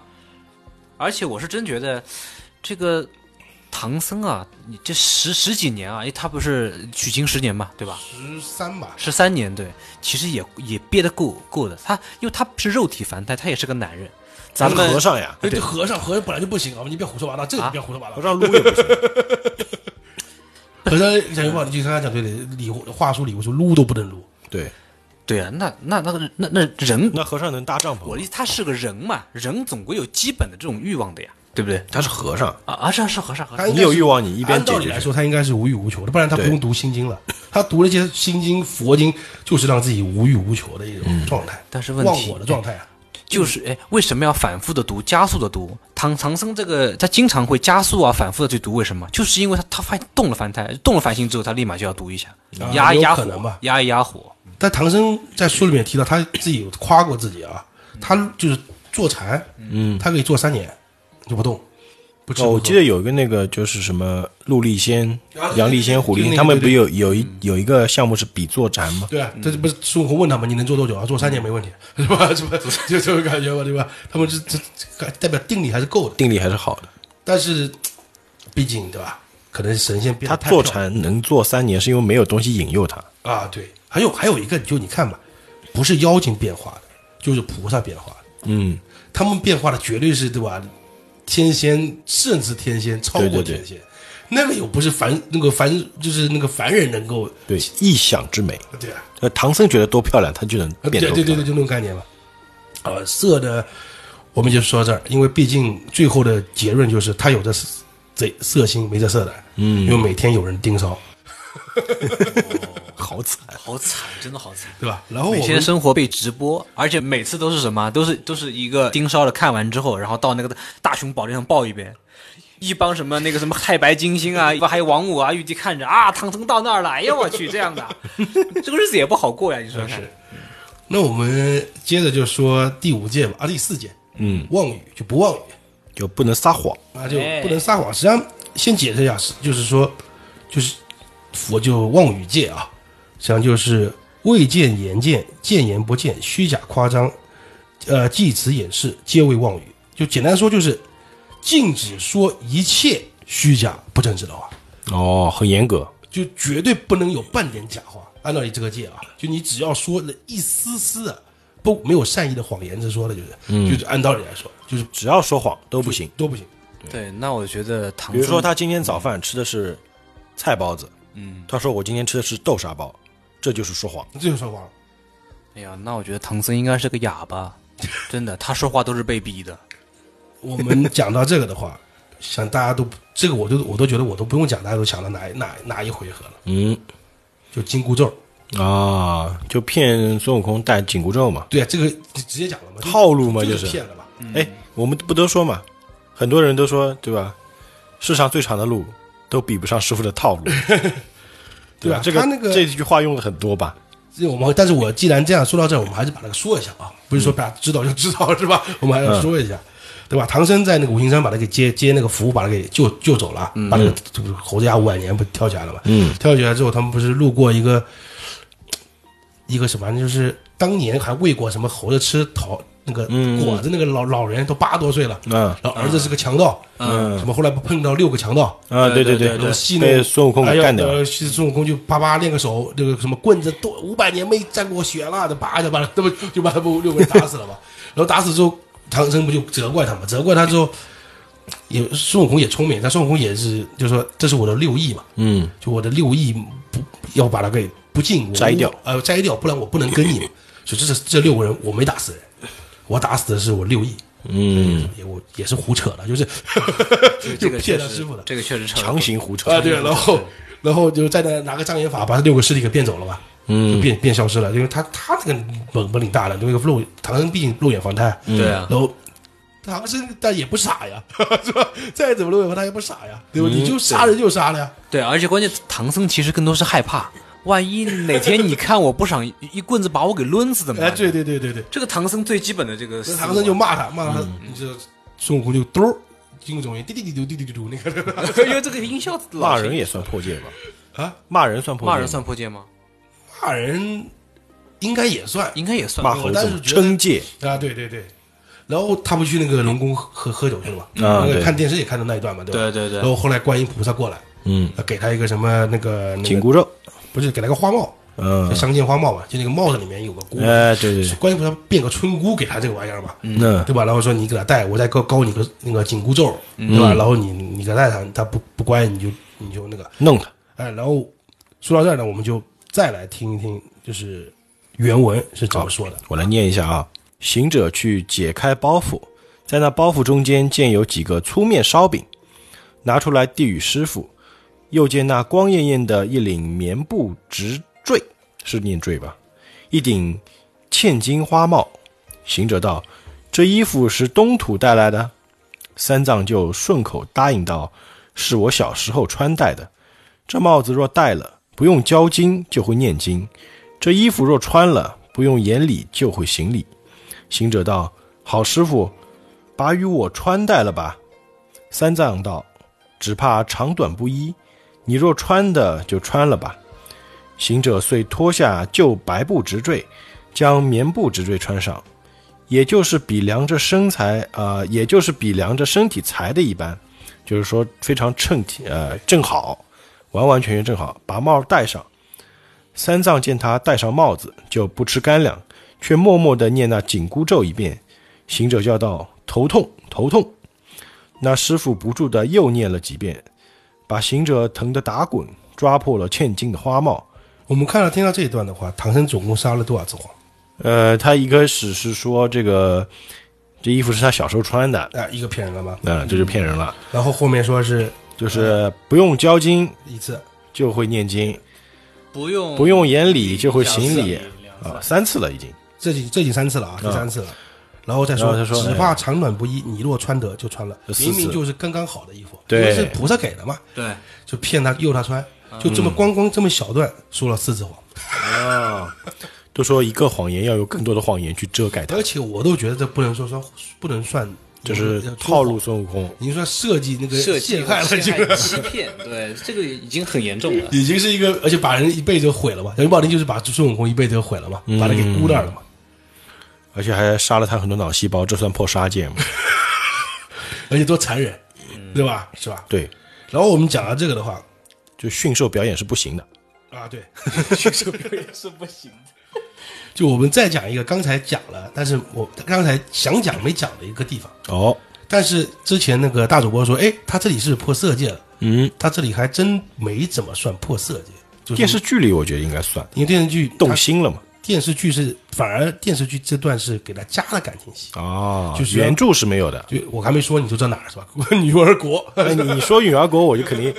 Speaker 2: 而且我是真觉得，这个唐僧啊，你这十十几年啊，因为他不是取经十年嘛，对吧？
Speaker 3: 十三吧，
Speaker 2: 十三年，对，其实也也憋得够够的。他因为他是肉体凡胎，他也是个男人。咱
Speaker 1: 他是
Speaker 2: 们
Speaker 1: 和尚
Speaker 3: <laughs>
Speaker 1: 呀，
Speaker 3: 那这和尚和尚本来就不行啊，你别胡说八道，这个你别胡说八道
Speaker 1: 和。尚撸也不行，
Speaker 3: 和尚讲句不好听，就刚才讲对的，理话术理不出，撸都不能撸。
Speaker 1: 对，
Speaker 2: 对啊，那那那个那那人，
Speaker 1: 那和尚能搭帐篷
Speaker 2: 我
Speaker 1: 吗？
Speaker 2: 的意思他是个人嘛，人总归有基本的这种欲望的呀，对不对？
Speaker 1: 他是和尚，
Speaker 2: 啊啊，是啊是和尚和
Speaker 3: 他
Speaker 2: 尚
Speaker 3: 应
Speaker 1: 你
Speaker 3: 该是
Speaker 1: 有欲望，你一边
Speaker 3: 按
Speaker 1: 解
Speaker 3: 道
Speaker 1: 决
Speaker 3: 理
Speaker 1: 去
Speaker 3: 来说，他应该是无欲无求的，不然他不
Speaker 1: 对
Speaker 3: 用读心经了。他读了一些心经、佛经，就是让自己无欲无求的一
Speaker 1: 嗯
Speaker 3: 种状态，
Speaker 2: 但是问
Speaker 3: 忘
Speaker 2: 题
Speaker 3: 我的状态啊。
Speaker 2: 就是哎，为什么要反复的读、加速的读？唐唐僧这个他经常会加速啊，反复的去读，为什么？就是因为他他发现动了凡胎，动了凡心之后，他立马就要读一下，
Speaker 3: 啊
Speaker 2: 压一
Speaker 3: 有
Speaker 2: 压
Speaker 3: 可能吧
Speaker 2: 火，压一压火。
Speaker 3: 但唐僧在书里面提到，他自己有夸过自己啊，他就是坐禅，嗯，他可以坐三年就不动，不吃
Speaker 1: 哦，
Speaker 3: 不
Speaker 1: 我
Speaker 3: 喝
Speaker 1: 记得有一个那个就是什么陆立先
Speaker 3: 啊、
Speaker 1: 杨立先、虎
Speaker 3: 就
Speaker 1: 力
Speaker 3: 那，个
Speaker 1: 他们不
Speaker 3: 对嗯
Speaker 1: 有有一有一个项目是比作战吗？
Speaker 3: 对啊，这不是孙悟空问他们你能做多久啊？做三年没问题， <laughs> 是
Speaker 1: <laughs>
Speaker 3: 吧？是吧？就这种感觉嘛，对吧？他们这这这代表定力还是够的，
Speaker 1: 定力还是好的。
Speaker 3: 但是毕竟对吧？可能神仙变
Speaker 1: 他
Speaker 3: 得太
Speaker 1: 坐
Speaker 3: 漂亮
Speaker 1: 禅能坐三年，是因为没有东西引诱他。
Speaker 3: 啊，对，还有还有一个，就你看吧，不是妖精变化的，就是菩萨变化的，
Speaker 1: 嗯，
Speaker 3: 他们变化的绝对是对吧？天仙甚至天仙超
Speaker 1: 对
Speaker 3: 过
Speaker 1: 对对
Speaker 3: 天仙，那个又不是凡那个凡就是那个凡人能够
Speaker 1: 对，异想之美。
Speaker 3: 对啊，
Speaker 1: 呃，唐僧觉得多漂亮，他就能
Speaker 3: 啊对
Speaker 1: 变得
Speaker 3: 对
Speaker 1: 多漂
Speaker 3: 对对，
Speaker 1: 亮。
Speaker 3: 就那种概念吧。呃，色的，我们就说到这儿，因为毕竟最后的结论就是他有这色贼色心没这色胆，嗯，因为每天有人盯梢，
Speaker 1: 好惨。
Speaker 2: 好惨，真的好惨。
Speaker 3: 对吧？然后我
Speaker 2: 每天
Speaker 3: 们
Speaker 2: 生活被直播，而且每次都是什么，都是都是一个盯梢的，看完之后，然后到那个大雄宝殿上抱一遍。一帮什么那个什么太白金星啊，一 <laughs> 帮还有王母啊、玉帝看着啊，唐僧到那儿了，哎呀我去，这样的， <laughs> 这个日子也不好过呀，你说是？
Speaker 3: 那我们接着就说第五届吧，啊，第四届，
Speaker 1: 嗯，
Speaker 3: 妄语就不妄语，
Speaker 1: 就不能撒谎。
Speaker 3: 啊，就不能撒谎。实际上，先解释一下，是就是说，就是佛就妄语戒啊，实际上就是未见言见，见言不见，虚假夸张，呃，即此掩饰，皆为妄语。就简单说，就是禁止说一切虚假不真实的话，
Speaker 1: 哦，很严格。
Speaker 3: 就绝对不能有半点假话。按照你这个戒啊，就你只要说了一丝丝的不没有善意的谎言之说的，就是、
Speaker 1: 嗯
Speaker 3: 就是按道理来说，就是
Speaker 1: 只要说谎都不行。
Speaker 3: 都不行。
Speaker 2: 对，那我觉得唐僧，
Speaker 1: 比如说，他今天早饭吃的是菜包子，嗯，他说我今天吃的是豆沙包，这就是说谎。
Speaker 3: 这就说谎了。
Speaker 2: 哎呀，那我觉得唐僧应该是个哑巴，真的，他说话都是被逼的。
Speaker 3: 我们讲到这个的话，想大家都这个我都我都觉得我都不用讲，大家都想到哪哪哪一回合了，
Speaker 1: 嗯
Speaker 3: 就紧箍咒。
Speaker 1: 啊，就骗孙悟空戴紧箍咒嘛，
Speaker 3: 对啊，这个你直接讲了嘛，就
Speaker 1: 套路嘛，
Speaker 3: 就
Speaker 1: 就是是。
Speaker 3: 骗了吧？
Speaker 1: 哎，我们不都说嘛，很多人都说对吧？世上最长的路都比不上师傅的
Speaker 3: <laughs>
Speaker 1: 套路，
Speaker 3: 对
Speaker 1: 吧
Speaker 3: 啊？
Speaker 1: 这个
Speaker 3: 他那个
Speaker 1: 这句话用的很多吧？
Speaker 3: 这我们但是我既然这样说到这儿，我们还是把那个说一下啊，不是
Speaker 1: 嗯
Speaker 3: 说把知道就知道是吧？ <laughs> 我们还要说一下。对吧？唐僧在那个五行山把他给接接那个符，把他给救救走了，啊把那个这个猴子压五百年不跳起来了嘛？
Speaker 1: 嗯，
Speaker 3: 跳起来之后，他们不是路过一个一个什么，就是当年还喂过什么猴子吃桃那个果子那个老老人，都八十多岁了，
Speaker 1: 嗯
Speaker 3: 然后儿子是个强盗，
Speaker 1: 嗯
Speaker 3: 什么后来不碰到六个强盗，
Speaker 1: 啊，
Speaker 2: 对
Speaker 1: 对对
Speaker 2: 对对
Speaker 3: 然后戏，呢
Speaker 1: 被孙悟空
Speaker 3: 哎
Speaker 1: 给
Speaker 3: 呀
Speaker 1: 干掉了。
Speaker 3: 呃孙悟空就啪啪练个手，那个什么棍子，都五百年没沾过血了，就啪就把他们就把他们六个人打死了嘛。然后打死之后，唐僧不就责怪他嘛？责怪他之后，也孙悟空也聪明，但孙悟空也是就说这是我的六艺嘛，
Speaker 1: 嗯，
Speaker 3: 就我的六艺不要把它给不进我
Speaker 1: 摘掉，
Speaker 3: 呃，摘掉，不然我不能跟你们。所以这是这六个人我没打死人，我打死的是我六艺，
Speaker 1: 嗯，
Speaker 3: 也我也是胡扯了，就是 <laughs> 就
Speaker 2: 这个确
Speaker 3: 骗他
Speaker 2: 实
Speaker 3: 师傅了，。
Speaker 2: 这个确实扯
Speaker 1: 强行胡扯
Speaker 3: 啊，对，然后然后就在那拿个障眼法把这六个尸体给变走了嘛，嗯，就变变消失了，因为他他那个本本领大了，那个漏唐僧毕竟漏眼防胎，
Speaker 2: 对啊，
Speaker 3: 然后唐僧但也不傻呀， <laughs> 是吧？再怎么漏眼防胎也不傻呀，嗯对吧？你就杀人就杀了呀，
Speaker 2: 对，而且关键唐僧其实更多是害怕，万一哪天你看我不爽，一一棍子把我给抡死怎么
Speaker 3: 哎，
Speaker 2: 办？
Speaker 3: 对对对对对，
Speaker 2: 这个唐僧最基本的这个思路
Speaker 3: 那
Speaker 2: 啊，
Speaker 3: 唐僧就骂他骂他，你知道孙悟空就嘟儿，金箍咒也滴滴滴嘟滴滴嘟那个
Speaker 2: 因为这个音效老
Speaker 1: 骂
Speaker 2: 是
Speaker 1: 人也算破戒吧？
Speaker 3: 啊，
Speaker 1: 骂人算破戒吗，
Speaker 2: 骂人算破戒吗？
Speaker 3: <laughs> 骂人应该也算
Speaker 2: 应该也算
Speaker 1: 骂
Speaker 2: 吧
Speaker 1: 猴
Speaker 3: 但
Speaker 1: 子
Speaker 3: 是
Speaker 1: 嘛
Speaker 3: 觉得
Speaker 1: 称戒。
Speaker 3: 啊，对对对。然后他不去那个龙宫喝喝喝酒去了嘛？
Speaker 1: 啊
Speaker 3: 那个
Speaker 1: 对
Speaker 3: 看电视也看到那一段嘛，对吧？
Speaker 2: 对对对
Speaker 3: 然后后来观音菩萨过来，
Speaker 1: 嗯，
Speaker 3: 呃给他一个什么那个那
Speaker 1: 紧
Speaker 3: 个
Speaker 1: 箍咒。
Speaker 3: 不是给他个花帽，
Speaker 1: 嗯
Speaker 3: 叫，相见花帽嘛，就那个帽子里面有个菇，
Speaker 1: 哎，对对对，嗯
Speaker 3: 观音菩萨变个村姑给他这个玩意儿嘛，
Speaker 1: 那
Speaker 3: 对吧？然后说你给他戴，我再告告你个那个紧箍咒，
Speaker 1: 嗯
Speaker 3: 对吧？然后你你给他戴上，他不不乖你就你就那个，
Speaker 1: 弄他。
Speaker 3: 哎，然后说到这儿呢，我们就再来听一听，就是原文是怎么说的。
Speaker 1: 我来念一下啊。行者去解开包袱，在那包袱中间见有几个粗面烧饼，拿出来递与师傅。又见那光艳艳的一领棉布直坠，是念坠吧？一顶嵌金花帽。行者道：“这衣服是东土带来的。”三藏就顺口答应道：“是我小时候穿戴的。这帽子若戴了，不用教经就会念经；这衣服若穿了，不用言礼就会行礼。行者道：“好师傅，把与我穿戴了吧。”三藏道：“只怕长短不一，你若穿的就穿了吧。”行者遂脱下旧白布直坠，将棉布直坠穿上，也就是比量着身材，呃，也就是比量着身体裁的一般，就是说非常称体，呃，正好，完完全全正好，把帽戴上。三藏见他戴上帽子，就不吃干粮，却默默地念那紧箍咒一遍。行者叫道：“头痛，头痛！”那师傅不住地又念了几遍，把行者疼得打滚，抓破了千金的花帽。
Speaker 3: 我们看到听到这一段的话，唐僧总共杀了多少只王？
Speaker 1: 呃，他一开始是说这个这衣服是他小时候穿的，
Speaker 3: 啊、一个骗人了吗？
Speaker 1: 那、这就骗人了，
Speaker 3: 然后后面说是
Speaker 1: 就是不用教经
Speaker 3: 一次，
Speaker 1: 就会念经，
Speaker 2: 不用
Speaker 1: 不用眼里就会行礼
Speaker 2: 两
Speaker 1: 啊，三次了已经。
Speaker 3: 这已这已经三次了啊，第三次了。然后再
Speaker 1: 然
Speaker 3: 说，
Speaker 1: 后再说哎
Speaker 3: 只怕长短不一，你若穿得就穿了，
Speaker 1: 就四次
Speaker 3: 明明就是刚刚好的衣服，
Speaker 1: 对嗯
Speaker 3: 因为是菩萨给的嘛，
Speaker 2: 对，
Speaker 3: 就骗他诱他穿，就这么光光这么小段说了四次谎，
Speaker 1: 都说一个谎言要有更多的谎言去遮盖它，
Speaker 3: 而且我都觉得这不能说说不能算，
Speaker 1: 这
Speaker 3: 要
Speaker 1: 是
Speaker 3: 说
Speaker 1: 套
Speaker 3: 谎
Speaker 1: 路。孙悟空。
Speaker 3: 您说设计那个
Speaker 2: 设计
Speaker 3: 陷害了这
Speaker 2: 陷害
Speaker 3: 个，
Speaker 2: 欺骗，对，这个已经很严重了。
Speaker 3: <laughs> 已经是一个，而且把人一辈子毁了嘛。杨玉宝林就是把孙悟空一辈子毁了嘛，
Speaker 1: 嗯
Speaker 3: 把他给箍那儿了嘛。
Speaker 1: 而且还杀了他很多脑细胞，这算破杀戒 <laughs> 吗？
Speaker 3: 而且多残忍，
Speaker 1: 嗯
Speaker 3: 对吧？是吧？
Speaker 1: 对，
Speaker 3: 然后我们讲到这个的话，
Speaker 1: 就驯兽表演是不行的。
Speaker 3: 啊，对，
Speaker 2: 是不行
Speaker 3: 就我们再讲一个刚才讲了，但是我刚才想讲没讲的一个地方。
Speaker 1: 哦，
Speaker 3: 但是之前那个大主播说，哎，他这里是破色戒了，
Speaker 1: 嗯，
Speaker 3: 他这里还真没怎么算破色戒，就是
Speaker 1: 电视剧里我觉得应该算
Speaker 3: 因为电视剧
Speaker 1: 动
Speaker 3: 它
Speaker 1: 心了嘛。
Speaker 3: 电视剧是反而电视剧这段是给他加了感情戏。
Speaker 1: 哦，
Speaker 3: 就是
Speaker 1: 原著是没有 <laughs> 的。
Speaker 3: 就我还没说，你就知道哪儿是吧？ <laughs> 女儿国，
Speaker 1: 哎，你你说女儿国，我就肯定，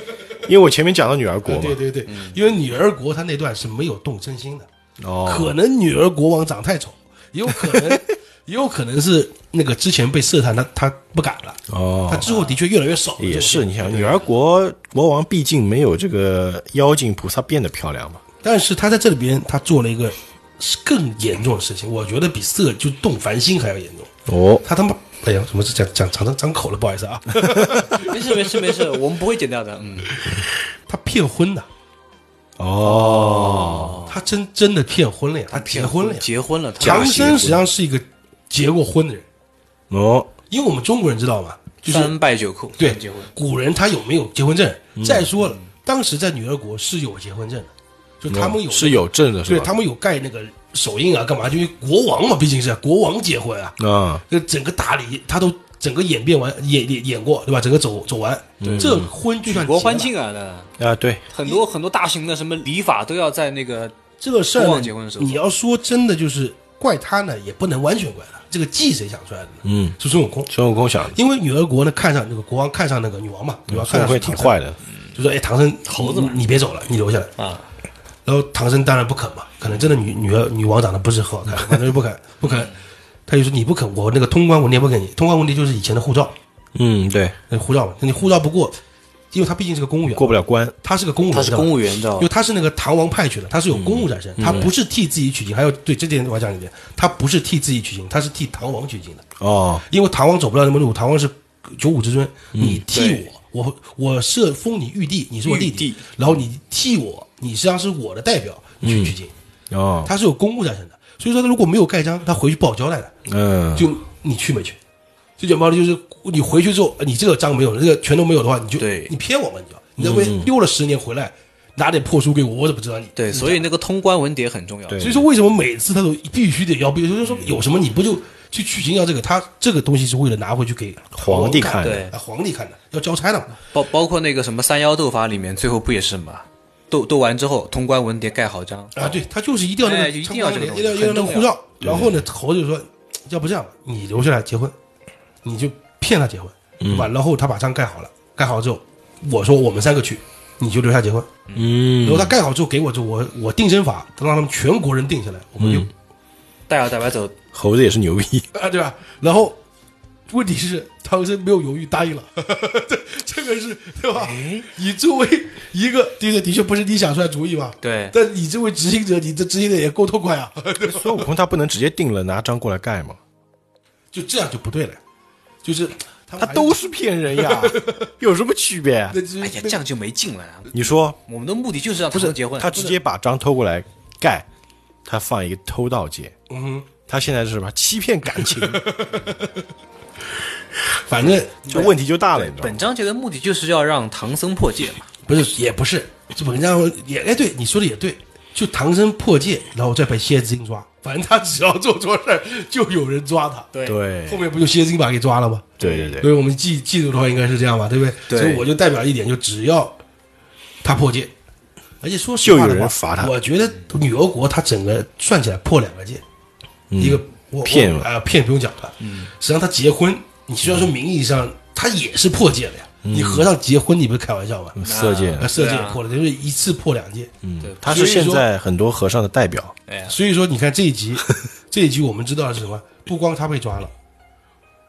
Speaker 1: 因为我前面讲到女儿国嘛。
Speaker 3: 对对对，
Speaker 1: 嗯
Speaker 3: 因为女儿国他那段是没有动真心的，
Speaker 1: 哦，
Speaker 3: 可能女儿国王长太丑，也有可
Speaker 1: <laughs>
Speaker 3: 能，也有可能是那个之前被试探，他他不敢了，他
Speaker 1: 哦，
Speaker 3: 之后的确越来越少了。
Speaker 1: 也
Speaker 3: 这
Speaker 1: 是。
Speaker 3: 种
Speaker 1: 你想，女儿国国王毕竟没有这个妖精菩萨变得漂亮嘛。
Speaker 3: 但是他在这里边他做了一个更严重的事情，我觉得比色就动凡心还要严重。
Speaker 1: 哦，
Speaker 3: 他他妈，哎呀，怎么是讲讲长长长口了？不好意思啊，
Speaker 2: 没事没事没事，我们不会剪掉的。嗯，
Speaker 3: 他骗婚的，
Speaker 1: 哦，
Speaker 3: 他真真的骗婚了呀，他结婚了呀。
Speaker 2: 结婚了，他
Speaker 1: 假
Speaker 3: 唐
Speaker 1: 结
Speaker 3: 僧
Speaker 1: 婚
Speaker 3: 实际上是一个结过婚的人，
Speaker 1: 哦，
Speaker 3: 因为我们中国人知道嘛，就是
Speaker 2: 三拜九叩，
Speaker 3: 对，
Speaker 2: 结婚。
Speaker 3: 古人他有没有结婚证？再说了，当时在女儿国是有结婚证的，就他们有、
Speaker 1: 哦嗯是，有证的，是
Speaker 3: 对
Speaker 1: 吧？
Speaker 3: 他们有盖那个手印啊，干嘛？就因为国王嘛，毕竟是国王结婚啊，
Speaker 1: 啊，
Speaker 3: 那整个大理他都整个演变完，演演演过，对吧？整个走走完，这婚就算
Speaker 2: 国
Speaker 3: 结了
Speaker 2: 欢，庆啊，那
Speaker 1: 啊，对，
Speaker 2: 很多很多大型的什么礼法都要在那个
Speaker 3: 这个事儿
Speaker 2: 国
Speaker 3: 呢
Speaker 2: 王结婚的时候
Speaker 3: 你要说真的就是怪他呢，也不能完全怪他，这个计谁想出来的呢？
Speaker 1: 嗯，
Speaker 3: 是孙悟空。
Speaker 1: 孙悟空想的，
Speaker 3: 因为女儿国呢，看上那个国王，看上那个女王嘛，女王看
Speaker 1: 孙悟
Speaker 3: 上
Speaker 1: 空也挺坏
Speaker 3: 的，
Speaker 1: 的，
Speaker 3: 就说：“哎，唐僧，
Speaker 2: 猴子嘛
Speaker 3: 你你别走了，你留下来。”
Speaker 2: 啊，
Speaker 3: 然后唐僧当然不肯嘛，可能真的女
Speaker 2: 嗯
Speaker 3: 女儿女王长得不是很好看，反正就不
Speaker 2: <laughs>
Speaker 3: 肯不肯。他就说你不肯，我那个通关文牒不给你。通关文牒就是以前的护照，
Speaker 1: 嗯，对，
Speaker 3: 那护照嘛，那你护照不过，因为他毕竟是个公务员，
Speaker 1: 过不了关，
Speaker 3: 他是个公务员，
Speaker 2: 他是公务员，你嗯知道
Speaker 3: 因
Speaker 2: 吧
Speaker 3: 为？他是那个唐王派去的，他是有公务在身，他不是替自己取经。还有对这点我要讲一点，他不是替自己取经，他是替唐王取经的，
Speaker 1: 哦，
Speaker 3: 因为唐王走不了那么路，唐王是九五之尊，
Speaker 2: 嗯
Speaker 3: 你替我，我我设封你玉帝，你是我弟
Speaker 2: 玉
Speaker 3: 弟
Speaker 2: 帝，
Speaker 3: 然后你替我，你实际上是我的代表，你
Speaker 2: 嗯
Speaker 3: 去取经。
Speaker 1: 哦，
Speaker 3: 他是有公务在身的，所以说他如果没有盖章，他回去不好交代的。
Speaker 1: 嗯，
Speaker 3: 就你去没去？最简单的就是你回去之后，呃你这个章没有，这个全都没有的话，你就
Speaker 2: 对
Speaker 3: 你骗我嘛，你就你在外
Speaker 1: 嗯
Speaker 3: 面溜了十年回来，拿点破书给我，我怎么知道你？
Speaker 2: 对，所以那个通关文牒很重要。
Speaker 1: 对
Speaker 3: 所以说为什么每次他都必须得要，比如说有什么你不就去取经要这个？他这个东西是为了拿回去给
Speaker 1: 皇帝看
Speaker 3: 看
Speaker 1: 的
Speaker 2: 对
Speaker 3: 啊皇帝看的，要交差的嘛。
Speaker 2: 包包括那个什么三幺斗法里面，最后不也是嘛？斗斗完之后，通关文牒盖好章，
Speaker 3: 啊，对他就是一定要那个，
Speaker 2: 哎一定要这个东西
Speaker 3: 一定要一定要那个
Speaker 2: 很
Speaker 3: 护
Speaker 2: 重
Speaker 3: 照。然后呢，猴子就说：“要不这样吧，你留下来结婚，你就骗他结婚，
Speaker 2: 嗯
Speaker 3: 对吧？”然后他把章盖好了，盖好之后，我说我们三个去，你就留下结婚。
Speaker 1: 嗯
Speaker 3: 然后他盖好之后给我之后，我我定身法，让他们全国人定下来，我们就、
Speaker 2: 嗯带摇带摆走，
Speaker 1: 猴子也是牛逼，
Speaker 3: 啊，对吧？然后问题是唐僧没有犹豫答应了， <laughs> 这这个是对吧？
Speaker 2: 哎
Speaker 3: 你作为一个，对对，的确不是你想出来主意吧？
Speaker 2: 对
Speaker 3: 但你作为执行者，你这执行的也够痛快啊。
Speaker 1: <laughs> 孙悟空他不能直接定了拿章过来盖嘛，
Speaker 3: 就这样就不对了，就是
Speaker 1: 他
Speaker 3: 他们还
Speaker 1: 都是骗人 <laughs> 呀，有什么区别？
Speaker 3: 那就是
Speaker 2: 哎呀，这样就没劲了啊。
Speaker 1: 你说
Speaker 2: 我们的目的就是让他们结婚，
Speaker 1: 他直接把章偷过来盖，他放一个偷盗戒，嗯，他现在是什么欺骗感 <laughs> 情，
Speaker 3: 反正
Speaker 1: 就问题就大了，你知道吗？
Speaker 2: 本章节的目的就是要让唐僧破戒嘛。
Speaker 3: 不是也不是，这文章也哎，对你说的也对，就唐僧破戒，然后再被蝎子精抓，反正他只要做错事儿，就有人抓他。
Speaker 2: 对
Speaker 1: 对
Speaker 3: 后面不就蝎子精把他给抓了吗？
Speaker 1: 对对对
Speaker 3: 所以我们记记住的话应该是这样吧，对不对？
Speaker 2: 对
Speaker 3: 所以我就代表一点，就只要他破戒，而且说实
Speaker 1: 就
Speaker 3: 话
Speaker 1: 有
Speaker 3: 的话，
Speaker 1: 人罚他
Speaker 3: 我觉得女俄国他整个算起来破两个戒，一个我
Speaker 1: 嗯骗嗯
Speaker 3: 啊、骗不用讲了，嗯，实际上他结婚，你虽然说名义上他也是破戒了呀，你和尚结婚你不是开玩笑吗？
Speaker 1: 色戒
Speaker 3: 啊，射
Speaker 2: 对
Speaker 3: 箭
Speaker 2: 啊
Speaker 3: 破了，就是一次破两戒。
Speaker 2: 对
Speaker 1: 他是现在很多和尚的代表，
Speaker 2: 哎呀，
Speaker 3: <laughs> 所以说，你看这
Speaker 1: <laughs>
Speaker 3: 一集，这一集我们知道的是什么？不光他被抓了，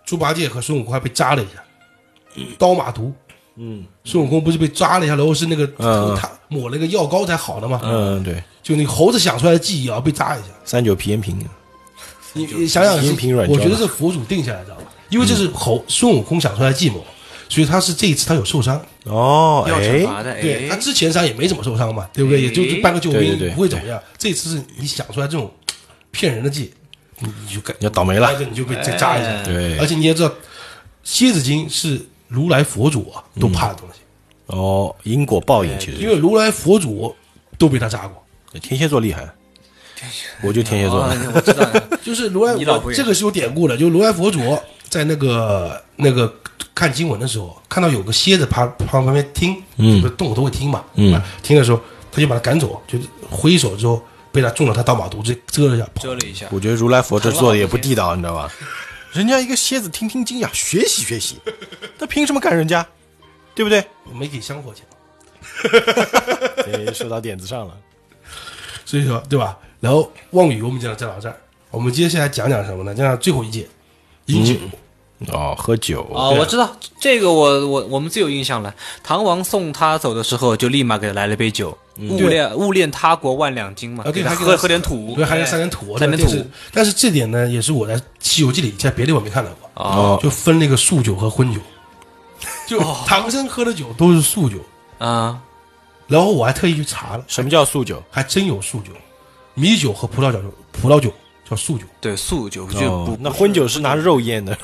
Speaker 3: 猪八戒和孙悟空还被扎了一下，刀马毒。嗯，孙悟空不是被扎了一下，然后是那个头
Speaker 1: 嗯
Speaker 3: 他抹了个药膏才好的嘛？
Speaker 1: 嗯，对，
Speaker 3: 就那个猴子想出来的技艺也要被扎一下。
Speaker 1: 三九皮炎平，
Speaker 3: 你你想想是
Speaker 1: 音频软，件
Speaker 3: 我觉得是佛祖定下来的，因为这是猴孙悟空想出来的计谋，
Speaker 1: 嗯
Speaker 3: 所以他是这一次他有受伤，
Speaker 1: 哦，
Speaker 2: 要惩罚
Speaker 1: 哎，
Speaker 2: 的，哎
Speaker 3: 对他之前伤也没怎么受伤嘛，对不对？也就是半个救
Speaker 1: 对对
Speaker 3: 兵，
Speaker 1: 对
Speaker 3: 不会怎么样。这次是你想出来这种骗人的计，你你就感
Speaker 1: 你要倒霉了，
Speaker 3: 你就被再扎一下。
Speaker 2: 哎
Speaker 1: 对
Speaker 3: 而，且你也知道，蝎子精是如来佛祖啊
Speaker 1: 嗯
Speaker 3: 都怕的东西，
Speaker 1: 哦，因果报应其实
Speaker 3: 因为如来佛祖都被他扎过。
Speaker 1: 天蝎座厉害，我就天蝎座
Speaker 2: 哦，
Speaker 3: 哎
Speaker 2: 我知道了， <laughs>
Speaker 3: 就是如来，
Speaker 2: 你老
Speaker 3: 我
Speaker 2: 婆也
Speaker 3: 这个是有典故的，就如来佛祖在那个那个看经文的时候，看到有个蝎子趴趴旁边听，
Speaker 1: 嗯
Speaker 3: 不是动物都会听嘛，
Speaker 1: 嗯
Speaker 3: 对吧，听的时候他就把他赶走，就是挥手之后被他中了他刀马毒，直接遮了一下，跑
Speaker 2: 遮了一下，
Speaker 1: 我觉得如来佛这做的也不地道，你知道吧？人家一个蝎子听听经呀，学习学习，他凭什么赶人家？对不对？
Speaker 3: 没给香火钱，
Speaker 1: 哎，说到点子上了。
Speaker 3: 所以说对吧？然后望雨我们讲讲到这儿，我们接下来讲讲什么呢？讲讲最后一届饮酒，
Speaker 1: 哦，喝酒，
Speaker 2: 哦，我知道这个我，我我们最有印象了。唐王送他走的时候，就立马给他来了杯酒，勿恋勿恋他国万两金嘛，
Speaker 3: 嗯啊对
Speaker 2: 他
Speaker 3: 还给
Speaker 2: 喝
Speaker 3: 他
Speaker 2: 喝点土，
Speaker 3: 对，还有三点土，
Speaker 2: 三点
Speaker 3: 对
Speaker 2: 土
Speaker 3: 吧这是但是这点呢，也是我在《西游记》里在别的地方没看到过。
Speaker 2: 哦
Speaker 3: 就分那个素酒和荤酒，
Speaker 1: 哦
Speaker 3: 就唐僧喝的酒都是素酒，
Speaker 2: 啊，
Speaker 3: 然后我还特意去查了，
Speaker 1: 什么叫素酒？
Speaker 3: 还真有素酒，米酒和葡萄酒，葡萄酒叫素酒，
Speaker 2: 对素酒
Speaker 3: 哦
Speaker 2: 就
Speaker 1: 就
Speaker 2: 不
Speaker 1: 那荤酒是拿肉腌的，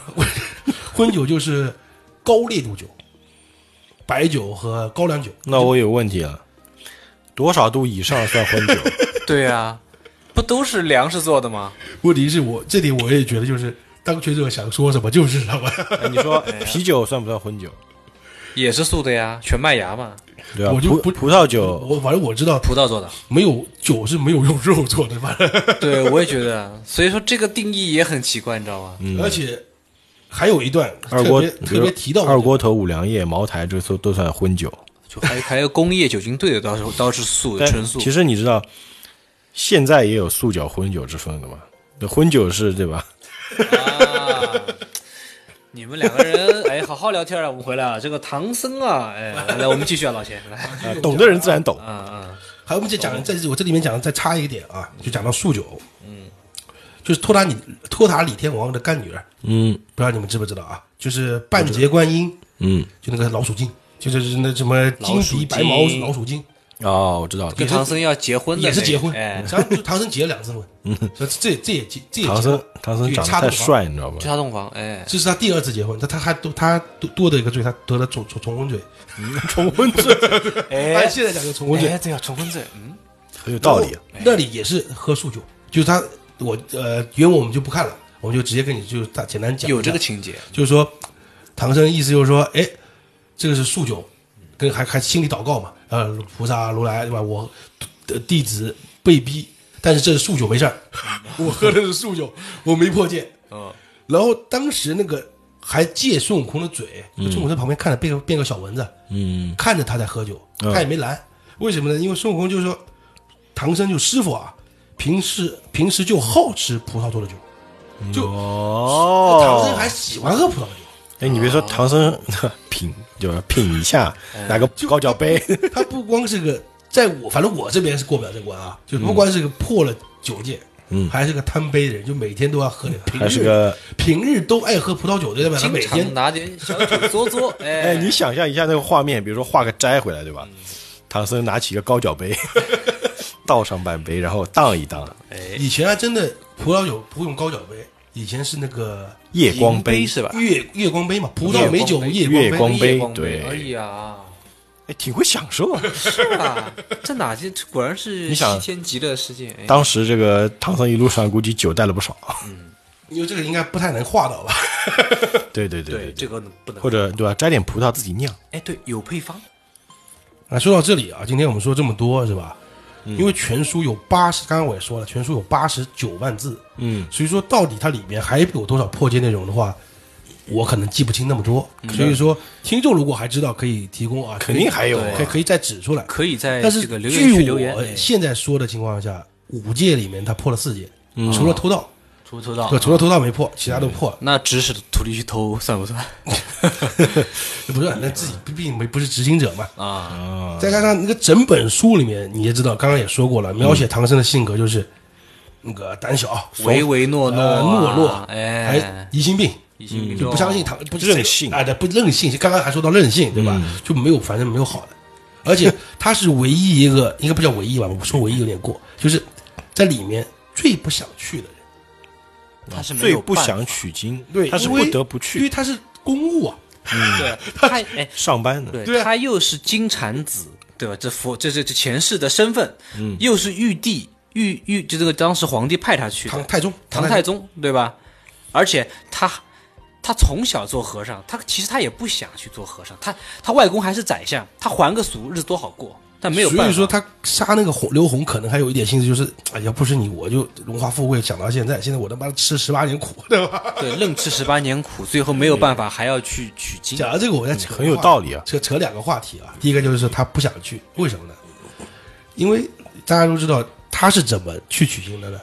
Speaker 3: 荤酒就是高烈度酒，白酒和高粱酒，
Speaker 1: 那我有问题了，多少度以上算 <laughs> 荤酒？
Speaker 2: <laughs> 对啊，不都是粮食做的吗？
Speaker 3: 问题是我这点我也觉得就是当权者想说什么就是什么，
Speaker 1: 哎你说啤酒算不算荤酒？
Speaker 2: 也是素的呀，全麦芽嘛，
Speaker 1: 对吧？
Speaker 3: <laughs> 我就
Speaker 1: 葡
Speaker 3: 不
Speaker 1: 葡萄酒，
Speaker 3: 我反正我知道
Speaker 2: 葡萄做的。
Speaker 3: 没有酒是没有用肉做的，反正
Speaker 2: <laughs> 对，我也觉得，所以说这个定义也很奇怪，你知道吗？
Speaker 3: 而且还有一段
Speaker 1: 嗯二锅
Speaker 3: 特别特别提到
Speaker 1: 二锅头、五粮液、茅台，这都都算荤酒。
Speaker 2: 就还还有工业酒精兑的，倒是倒是素的，
Speaker 1: 但
Speaker 2: 纯素。
Speaker 1: 其实你知道，现在也有素酒、荤酒之分的嘛？那荤酒是对吧？
Speaker 2: 啊，你们两个人哎，好好聊天啊！我们回来啊，这个唐僧啊，哎，来来，我们继续啊，老钱，来，
Speaker 1: 啊懂的人自然懂。
Speaker 2: 嗯嗯，
Speaker 3: 还有我们再讲，在我这里面讲再插一个点啊，就讲到素酒，嗯，就是托塔李托塔李天王的干女儿，
Speaker 1: 嗯
Speaker 3: 不知道你们知不知道啊？就是半截观音，
Speaker 1: 嗯，
Speaker 3: 就那个老鼠精，就是那什么金皮白毛老鼠精，
Speaker 1: 哦，我知道了。
Speaker 2: <laughs> 跟唐僧要结婚的
Speaker 3: 也是结婚，
Speaker 2: 哎，
Speaker 3: 然后就唐僧结了两次婚，所以这这也结这
Speaker 1: 嗯
Speaker 3: 也结
Speaker 1: 唐僧
Speaker 3: 了，
Speaker 1: 唐僧长得
Speaker 3: 差
Speaker 1: 太
Speaker 3: 不多
Speaker 1: 帅，你知道吗
Speaker 2: 去？他洞房，哎，
Speaker 3: 这是他第二次结婚，他他还多他多多得一个罪，他得了重重重婚罪，
Speaker 1: 重婚罪
Speaker 3: 哎，现在讲个重婚罪，
Speaker 2: 哎，对啊，重婚罪，嗯，
Speaker 1: 很有道理
Speaker 3: <laughs>
Speaker 1: 啊。
Speaker 3: 那里也是喝素酒，就是他我呃原文我们就不看了，我们就直接跟你就大简单讲一下
Speaker 2: 有这个情节，
Speaker 3: 就是说，唐僧意思就是说，哎，这个是素酒，跟还还心里祷告嘛，呃，菩萨如来对吧？我的弟子被逼，但是这是素酒
Speaker 2: <laughs>
Speaker 3: 没事儿，我喝的是素酒，我没破戒。
Speaker 2: 嗯，
Speaker 3: 然后当时那个还借孙悟空的嘴，
Speaker 2: 嗯
Speaker 3: 就孙悟空在旁边看着变个变个小蚊子，
Speaker 1: 嗯，
Speaker 3: 看着他在喝酒，
Speaker 1: 嗯
Speaker 3: 他也没拦，为什么呢？因为孙悟空就说，唐僧就师傅啊，平时平时就好吃葡萄做的酒，就
Speaker 1: 哦
Speaker 3: 唐僧还喜欢喝葡萄酒。
Speaker 1: 哎，你别说唐僧 <laughs> 品，就是品一下，拿个高脚杯，
Speaker 3: 他不光是个，在我反正我这边是过不了这关啊，就不光是个破了九戒，嗯，还是个贪杯的人，就每天都要喝点，平
Speaker 1: 还是
Speaker 3: 日
Speaker 1: 个
Speaker 3: 平日都爱喝葡萄酒，对吧？他
Speaker 2: 经
Speaker 3: 每
Speaker 2: 常
Speaker 3: 天
Speaker 2: 拿点小酒嘬嘬，
Speaker 1: 哎，
Speaker 2: 哎，
Speaker 1: 你想象一下那个画面，比如说画个斋回来，对吧？唐僧拿起一个高脚杯， <laughs> 倒上半杯，然后荡一荡，
Speaker 3: 以前还真的葡萄酒不用高脚杯，以前是那个
Speaker 1: 夜光杯
Speaker 4: 银是吧？
Speaker 3: 月月光杯嘛，葡萄美酒夜
Speaker 1: 月
Speaker 3: 光
Speaker 1: 光
Speaker 3: 杯。
Speaker 1: 杯
Speaker 2: 夜光杯
Speaker 1: 对
Speaker 2: 哎呀，
Speaker 1: 哎，挺会享受啊。
Speaker 2: 是啊，这哪这果然是
Speaker 1: 你想
Speaker 2: 西天极乐世界，哎，
Speaker 1: 当时这个唐僧一路上估计酒带了不少，
Speaker 3: 因为这个应该不太能画到吧？
Speaker 1: <laughs>
Speaker 3: <laughs>
Speaker 1: 对对对
Speaker 2: 对
Speaker 1: 对，
Speaker 2: 这个不能
Speaker 1: 或，者对吧？摘点葡萄自己酿，
Speaker 2: 哎，对，有配方，
Speaker 3: 啊，说到这里啊，今天我们说这么多是吧？
Speaker 2: 嗯
Speaker 3: 因为全书有八十，刚刚我也说了，全书有八十九万字，
Speaker 1: 嗯，
Speaker 3: 所以说到底它里面还有多少破解内容的话，我可能记不清那么多。
Speaker 2: 嗯
Speaker 3: 所以说，听众如果还知道，可以提供啊，
Speaker 1: 肯定还有啊
Speaker 3: 可以可以可以再指出来。
Speaker 2: 可以在
Speaker 3: 但是
Speaker 2: 这个留言区
Speaker 3: 据
Speaker 2: 留言，
Speaker 3: 我
Speaker 2: 哎
Speaker 3: 现在说的情况下，五届里面他破了四届，
Speaker 2: 嗯
Speaker 3: 除
Speaker 2: 啊
Speaker 3: 了偷盗，
Speaker 2: 抽抽到
Speaker 3: 对，，除了偷盗没
Speaker 2: 嗯
Speaker 3: 破，其他都破了。
Speaker 2: 那指使徒弟去偷算不算
Speaker 3: 不是，那自己毕竟没不是执行者嘛。
Speaker 2: 啊？
Speaker 3: 再加上那个整本书里面，你也知道，刚刚也说
Speaker 2: 嗯
Speaker 3: 过了，描写唐僧的性格就是那个胆小、
Speaker 2: 唯唯诺诺
Speaker 3: 呃
Speaker 2: 啊，
Speaker 3: 懦弱，还
Speaker 2: 哎，哦
Speaker 3: 疑心病，
Speaker 2: 疑心病
Speaker 3: 就不相信唐不
Speaker 1: 任性
Speaker 3: 啊，对，不任性，刚刚还说到任性，对吧？
Speaker 2: 嗯
Speaker 3: 就没有，反正没有好的，
Speaker 2: <laughs>
Speaker 3: 而且他是唯一一个，应该不叫唯一吧？我说唯一有点过，就是在里面最不想去的人，
Speaker 2: 他是没
Speaker 1: 最
Speaker 2: 有
Speaker 1: 不
Speaker 2: 办
Speaker 1: 想取经，
Speaker 3: 对，
Speaker 1: 他是
Speaker 3: 因
Speaker 1: 不
Speaker 3: 为
Speaker 1: 得不
Speaker 3: 因
Speaker 1: 去
Speaker 3: 为他是公务啊，
Speaker 2: 法对， <laughs> 他哎，
Speaker 1: 上班的。
Speaker 2: 对他又是金蝉子，对吧？这佛这这这前世的身份，嗯，又是玉帝玉玉，就这个当时皇帝派他去
Speaker 3: 唐
Speaker 2: 的
Speaker 3: 太宗，
Speaker 2: 唐
Speaker 3: 太
Speaker 2: 太宗，对吧？而且他他从小做和尚，他其实他也不想去做和尚，他他外公还是宰相，他还个俗日子多好过，但没有办法。
Speaker 3: 所以说他杀那个红刘红，可能还有一点心思，就是哎，要不是你，我就荣华富贵，想到现在，现在我他妈吃十八年苦，对
Speaker 1: 嗯
Speaker 3: 吧？
Speaker 2: 对愣吃十八年苦，最后没有办法，还要去取经。
Speaker 3: 讲到这个，我再扯、
Speaker 1: 很有道理啊
Speaker 3: 扯扯两个话题啊。第一个就是说他不想去，为什么呢？因为大家都知道他是怎么去取经的呢？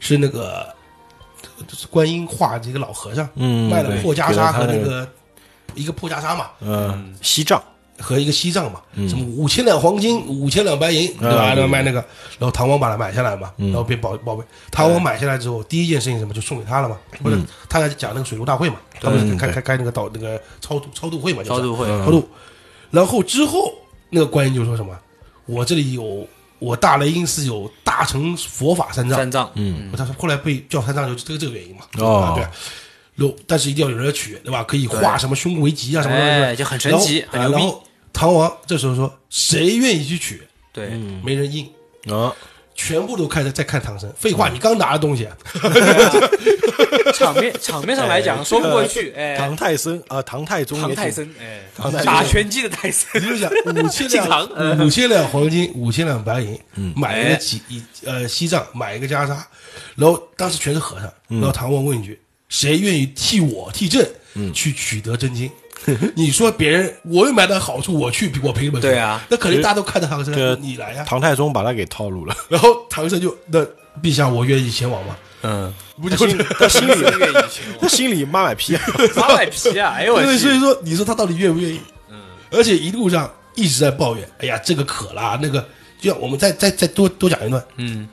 Speaker 3: 是那个就是观音化这个老和尚，
Speaker 1: 嗯
Speaker 3: 卖了
Speaker 1: 对
Speaker 3: 破袈
Speaker 1: 给了
Speaker 3: 裟
Speaker 1: 他
Speaker 3: 和那
Speaker 1: 那个
Speaker 3: 个一个破袈裟嘛，
Speaker 1: 嗯，西藏
Speaker 3: 和一个西藏嘛，什么五千两黄金、五千两白银，对吧？
Speaker 1: 嗯
Speaker 3: 然后卖那个，然后唐王把它买下来嘛，然后变宝宝贝。唐王买下来之后，第一件事情什么就送给他了嘛，不是他在讲那个水陆大会嘛，他们开开开那个导那个超度超度会嘛，就是
Speaker 2: 超度会
Speaker 3: 超度。然后之后那个观音就说什么：“我这里有我大雷音寺有大乘佛法三藏。
Speaker 2: 三”藏，嗯，
Speaker 3: 他说后来被叫三藏就是这个这个原因嘛，
Speaker 1: 哦
Speaker 3: 啊对。有，但是一定要有人取，对吧？可以化什么胸围吉啊，什么什么什么，
Speaker 2: 哎，就很神奇，很
Speaker 3: 然后,、
Speaker 2: 牛逼。
Speaker 3: 然后唐王这时候说：“谁愿意去取
Speaker 2: 对，？”
Speaker 3: 没人应，
Speaker 1: 啊，
Speaker 3: 全部都开始在看唐僧。废
Speaker 2: 嗯
Speaker 3: 话，你刚拿的东西啊，
Speaker 2: 场面场面上来讲说不过
Speaker 3: <laughs>
Speaker 2: 去，哎，
Speaker 1: 呃唐太僧啊，唐太宗也
Speaker 2: 唐
Speaker 1: 挺
Speaker 2: 泰森，哎
Speaker 1: 唐太，宗
Speaker 2: 打拳击的泰
Speaker 3: 你
Speaker 2: 森，嗯
Speaker 3: 就
Speaker 2: <laughs>
Speaker 3: 想五千
Speaker 2: 进堂
Speaker 3: 两五千两黄金，五千两白银，
Speaker 2: 嗯
Speaker 3: 买
Speaker 2: 哎
Speaker 3: 一个几一呃西藏，买一个袈裟，然后当时全是和尚，
Speaker 2: 嗯
Speaker 3: 然后唐王问一句：“谁愿意替我替朕
Speaker 2: 嗯
Speaker 3: 去取得真经？” <laughs> 你说别人我又买点好处，我去我凭什么去？
Speaker 2: 对啊
Speaker 3: 那肯定大家都看着唐僧
Speaker 1: 这，
Speaker 3: 你来呀、
Speaker 1: 唐太宗把他给套路了，
Speaker 3: 然后唐僧就那陛下，我愿意前往嘛，
Speaker 2: <laughs> 嗯，
Speaker 3: 不就是
Speaker 1: <laughs> 他心里
Speaker 2: 愿意去，
Speaker 1: 他心里妈卖批啊，
Speaker 2: 八百皮啊，哎呦我
Speaker 3: 对，所
Speaker 2: 去，
Speaker 3: 以说你说他到底愿不愿意？嗯，而且一路上一直在抱怨，哎呀，这个渴啦，那个，就像我们再再再多多讲一段，
Speaker 2: 嗯，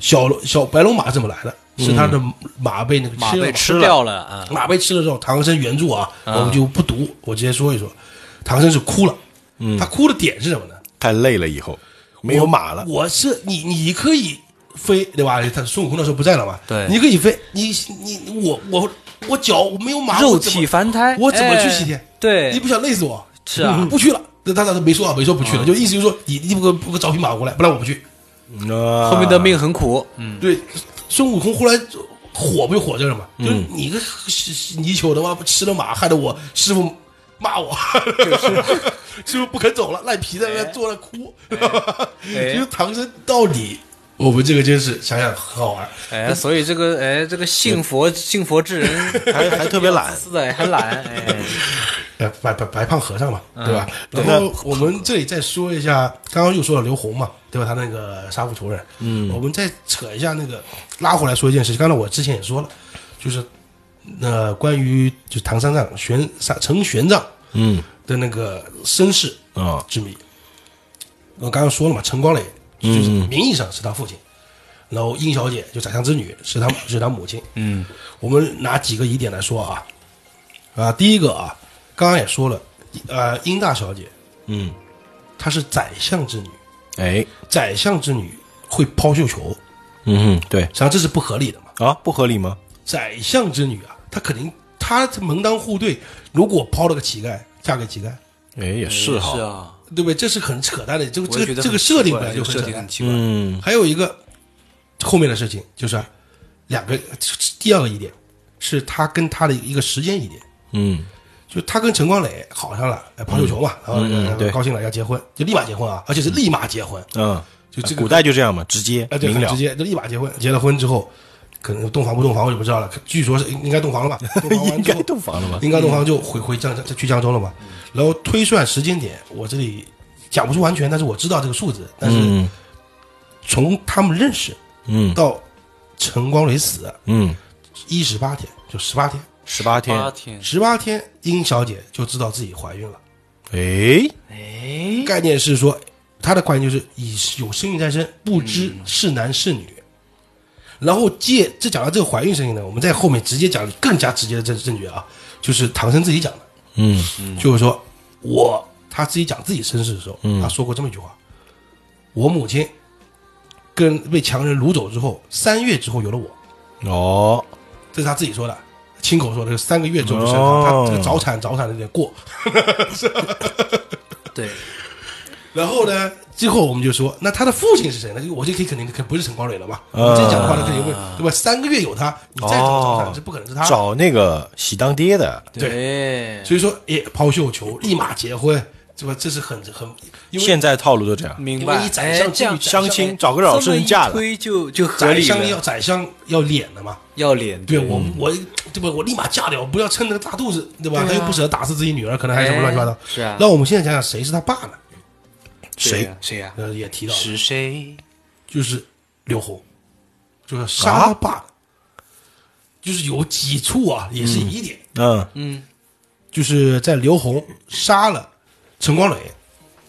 Speaker 3: 小龙小白龙马怎么来的？是他的马被那个
Speaker 2: 马
Speaker 3: 吃
Speaker 2: 被
Speaker 3: 了，
Speaker 2: 吃掉了嗯啊，
Speaker 3: 马被吃了之后，唐僧原著啊，我们就不读，我直接说一说，唐僧是哭了，
Speaker 2: 嗯
Speaker 3: 他哭的点是什么呢？
Speaker 1: <laughs> 太累了以后没有马了，
Speaker 3: 我是你，你可以飞，对吧？他孙悟空那时候不在了嘛，
Speaker 2: 对
Speaker 3: 你可以飞，你你你我我我脚我没有马，
Speaker 2: 肉
Speaker 3: 我怎么
Speaker 2: 体凡胎，
Speaker 3: 我怎么去西
Speaker 2: 哎
Speaker 3: 天？你
Speaker 2: 对，
Speaker 3: 不想累死我？嗯
Speaker 2: 是啊嗯
Speaker 3: 不去了。那他当时没说啊，没说不去了，就意思就是说你你不给我不给我找匹马过来，不然我不去。
Speaker 1: 啊
Speaker 2: 后面的命很苦，嗯，
Speaker 3: 对，孙悟空后来火不就火这儿嘛？
Speaker 2: 嗯
Speaker 3: 就是你个泥鳅的妈不吃了马，害得我师傅骂我， <laughs> 师傅不肯走了，赖皮在那坐那哭。 <laughs>
Speaker 2: 哎
Speaker 3: 其实唐僧到底，我们这个真是想想很好玩。
Speaker 2: 哎，所以这个哎，这个信佛信佛之
Speaker 3: <laughs>
Speaker 2: 人
Speaker 1: 还还特别懒，
Speaker 2: 是的，还懒，哎，
Speaker 3: 白呃白白白胖和尚嘛，嗯对吧？然后我们这里再说一下，刚刚又说了刘洪嘛，对吧？他那个杀父仇人，嗯，我们再扯一下那个拉回来说一件事情。刚才我之前也说了，就是呃，关于就唐三藏玄三陈玄奘
Speaker 1: 嗯
Speaker 3: 的那个身世
Speaker 1: 啊，
Speaker 4: 嗯
Speaker 3: 之谜。我刚刚说了嘛，陈光磊就是名义上是他父亲，然后殷小姐就宰相之女是她是她母亲。
Speaker 2: 嗯，
Speaker 3: 我们拿几个疑点来说啊，啊，第一个啊，刚刚也说了，呃，殷大小姐
Speaker 1: 嗯，
Speaker 3: 她是宰相之女，
Speaker 1: 哎，
Speaker 3: 宰相之女会抛绣球，实
Speaker 1: 嗯哼，对
Speaker 3: 际上这是不合理的嘛。
Speaker 1: 啊，不合理吗？
Speaker 3: 宰相之女啊，她肯定她门当户对，如果抛了个乞丐，嫁给乞丐，
Speaker 1: 哎，也是
Speaker 2: 嗯
Speaker 1: 哈，
Speaker 4: 是啊，
Speaker 3: 对不对？这是很扯淡的，这个
Speaker 4: 我也
Speaker 3: 这
Speaker 4: 觉得
Speaker 3: 个这个
Speaker 4: 很
Speaker 3: 设定
Speaker 4: 奇怪
Speaker 3: 本来
Speaker 4: 这
Speaker 3: 就
Speaker 4: 个
Speaker 3: 很
Speaker 4: 设
Speaker 3: 扯
Speaker 4: 定
Speaker 3: 淡
Speaker 4: 很。奇怪。
Speaker 1: 嗯，
Speaker 3: 还有一个后面的事情就是啊，两个第二个疑点是他跟他的一个时间疑点，
Speaker 1: 嗯，
Speaker 3: 就他跟陈光磊好上了，哎，抛绣球嘛，然后
Speaker 1: 嗯嗯
Speaker 3: 呃
Speaker 1: 对
Speaker 3: 高兴了要结婚，就立马结婚啊，而且是立马结婚，
Speaker 1: 嗯，
Speaker 3: 就这个
Speaker 1: 古代就这样嘛，直接
Speaker 3: 啊，对，
Speaker 1: 明
Speaker 3: 很
Speaker 1: 了
Speaker 3: 直，接就立马结婚，结了婚之后。可能洞房不洞房我就不知道了，可据说是应应该洞房
Speaker 1: <laughs>
Speaker 3: 了吧？洞房完
Speaker 1: 应
Speaker 3: 之
Speaker 1: 该嗯
Speaker 3: 后，
Speaker 1: 洞房了
Speaker 3: <laughs>
Speaker 1: 吧？
Speaker 3: 应该洞房就回回江江去江州了嘛。然后推算时间点，我这里讲不出完全，但是我知道这个数字。但是
Speaker 1: 嗯
Speaker 3: 从他们认识
Speaker 1: 嗯
Speaker 3: 到陈光蕊死
Speaker 1: 嗯，
Speaker 3: 一十八天，就十八天，
Speaker 1: 十八天，
Speaker 4: 八天，
Speaker 3: 十八嗯天，殷小姐就知道自己怀孕了。
Speaker 1: 哎，
Speaker 4: 哎，
Speaker 3: 概念是说，她的观念就是以有身孕在身，不知
Speaker 1: 嗯
Speaker 3: 是男是女。然后借这讲到这个怀孕事情呢，我们在后面直接讲更加直接的证证据啊，就是唐僧自己讲的。
Speaker 1: 嗯
Speaker 3: 就是说我他自己讲自己身世的时候，
Speaker 1: 嗯
Speaker 3: 他说过这么一句话：我母亲跟被强人掳走之后，三月之后有了我，
Speaker 1: 哦，
Speaker 3: 这是他自己说的。亲口说的，三个月之后就生
Speaker 1: 哦
Speaker 3: 他，他这个早产早产的有点过。
Speaker 4: 对，
Speaker 3: 然后呢，最后我们就说，那他的父亲是谁呢？我就可以肯定肯不是陈光蕊了嘛。
Speaker 1: 嗯
Speaker 3: 你这样讲的话，那肯定会对吧？三个月有他，你再怎么早产，这不可能是他。
Speaker 1: 找那个喜当爹的，
Speaker 4: 对，
Speaker 3: 所以说，也抛绣球，立马结婚，对吧？这是很很，因为
Speaker 1: 现在套路都这样，
Speaker 4: 明
Speaker 3: 因为
Speaker 4: 白
Speaker 3: 一。宰相
Speaker 4: 哎这样
Speaker 3: 相
Speaker 1: 相亲
Speaker 4: 哎
Speaker 1: 找个老实人嫁了
Speaker 4: 这么一推就就合
Speaker 3: 宰
Speaker 4: 理
Speaker 3: 相要
Speaker 4: 了，
Speaker 3: 宰相要脸的嘛。
Speaker 4: 要脸，
Speaker 3: 对我我对吧？我立马嫁掉，不要撑那个大肚子，对吧？
Speaker 4: 对啊
Speaker 3: 他又不舍得打死自己女儿，可能还有什么乱七八糟
Speaker 4: 哎。是啊
Speaker 3: 那我们现在讲讲谁是他爸呢？
Speaker 4: 对
Speaker 1: 谁
Speaker 4: 呀谁呀？
Speaker 3: 呃，也提到了，
Speaker 4: 是谁？
Speaker 3: 就是刘宏，就是杀他爸的，就是有几处啊，也是疑点，
Speaker 1: 嗯
Speaker 3: 就是在刘宏杀了陈光蕊，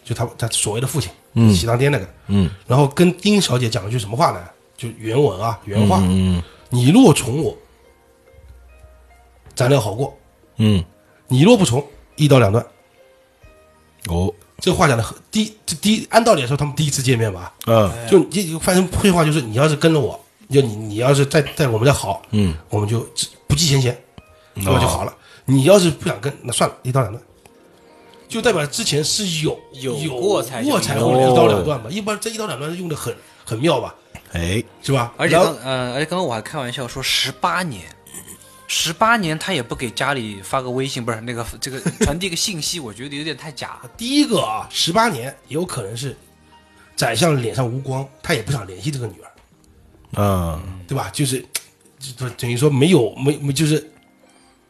Speaker 3: 就他他所谓的父亲，
Speaker 1: 嗯
Speaker 3: 喜当爹那个，
Speaker 1: 嗯
Speaker 3: 然后跟丁小姐讲了句什么话呢？就原文啊，原话：
Speaker 1: 嗯
Speaker 3: 你若宠我，咱俩好过；
Speaker 1: 嗯，
Speaker 3: 你若不宠，一刀两断。
Speaker 1: 哦，
Speaker 3: 这话讲的很第一这第一，按道理来说，他们第一次见面吧，
Speaker 1: 嗯
Speaker 3: 就你这反正废话就是，你要是跟了我，就你你要是再再我们再好，
Speaker 1: 嗯，
Speaker 3: 我们就不计前嫌，那么就好了。你要是不想跟，那算了，一刀两断，就代表之前是有
Speaker 4: 有
Speaker 3: 有
Speaker 4: 过才
Speaker 3: 过才会
Speaker 1: 有
Speaker 3: 一刀两断吧。一般这一刀两断用的很很妙吧，
Speaker 1: 哎，
Speaker 3: 是吧？
Speaker 4: 而且
Speaker 3: 然
Speaker 4: 刚
Speaker 3: 后
Speaker 4: 呃，而且刚刚我还开玩笑说十八年，十八年他也不给家里发个微信，不是那个这个传递个信息，我觉得有点太假。
Speaker 3: 第一个啊，十八年有可能是宰相脸上无光，他也不想联系这个女儿。
Speaker 1: 嗯
Speaker 3: 对吧？就是就等于说没有没没就是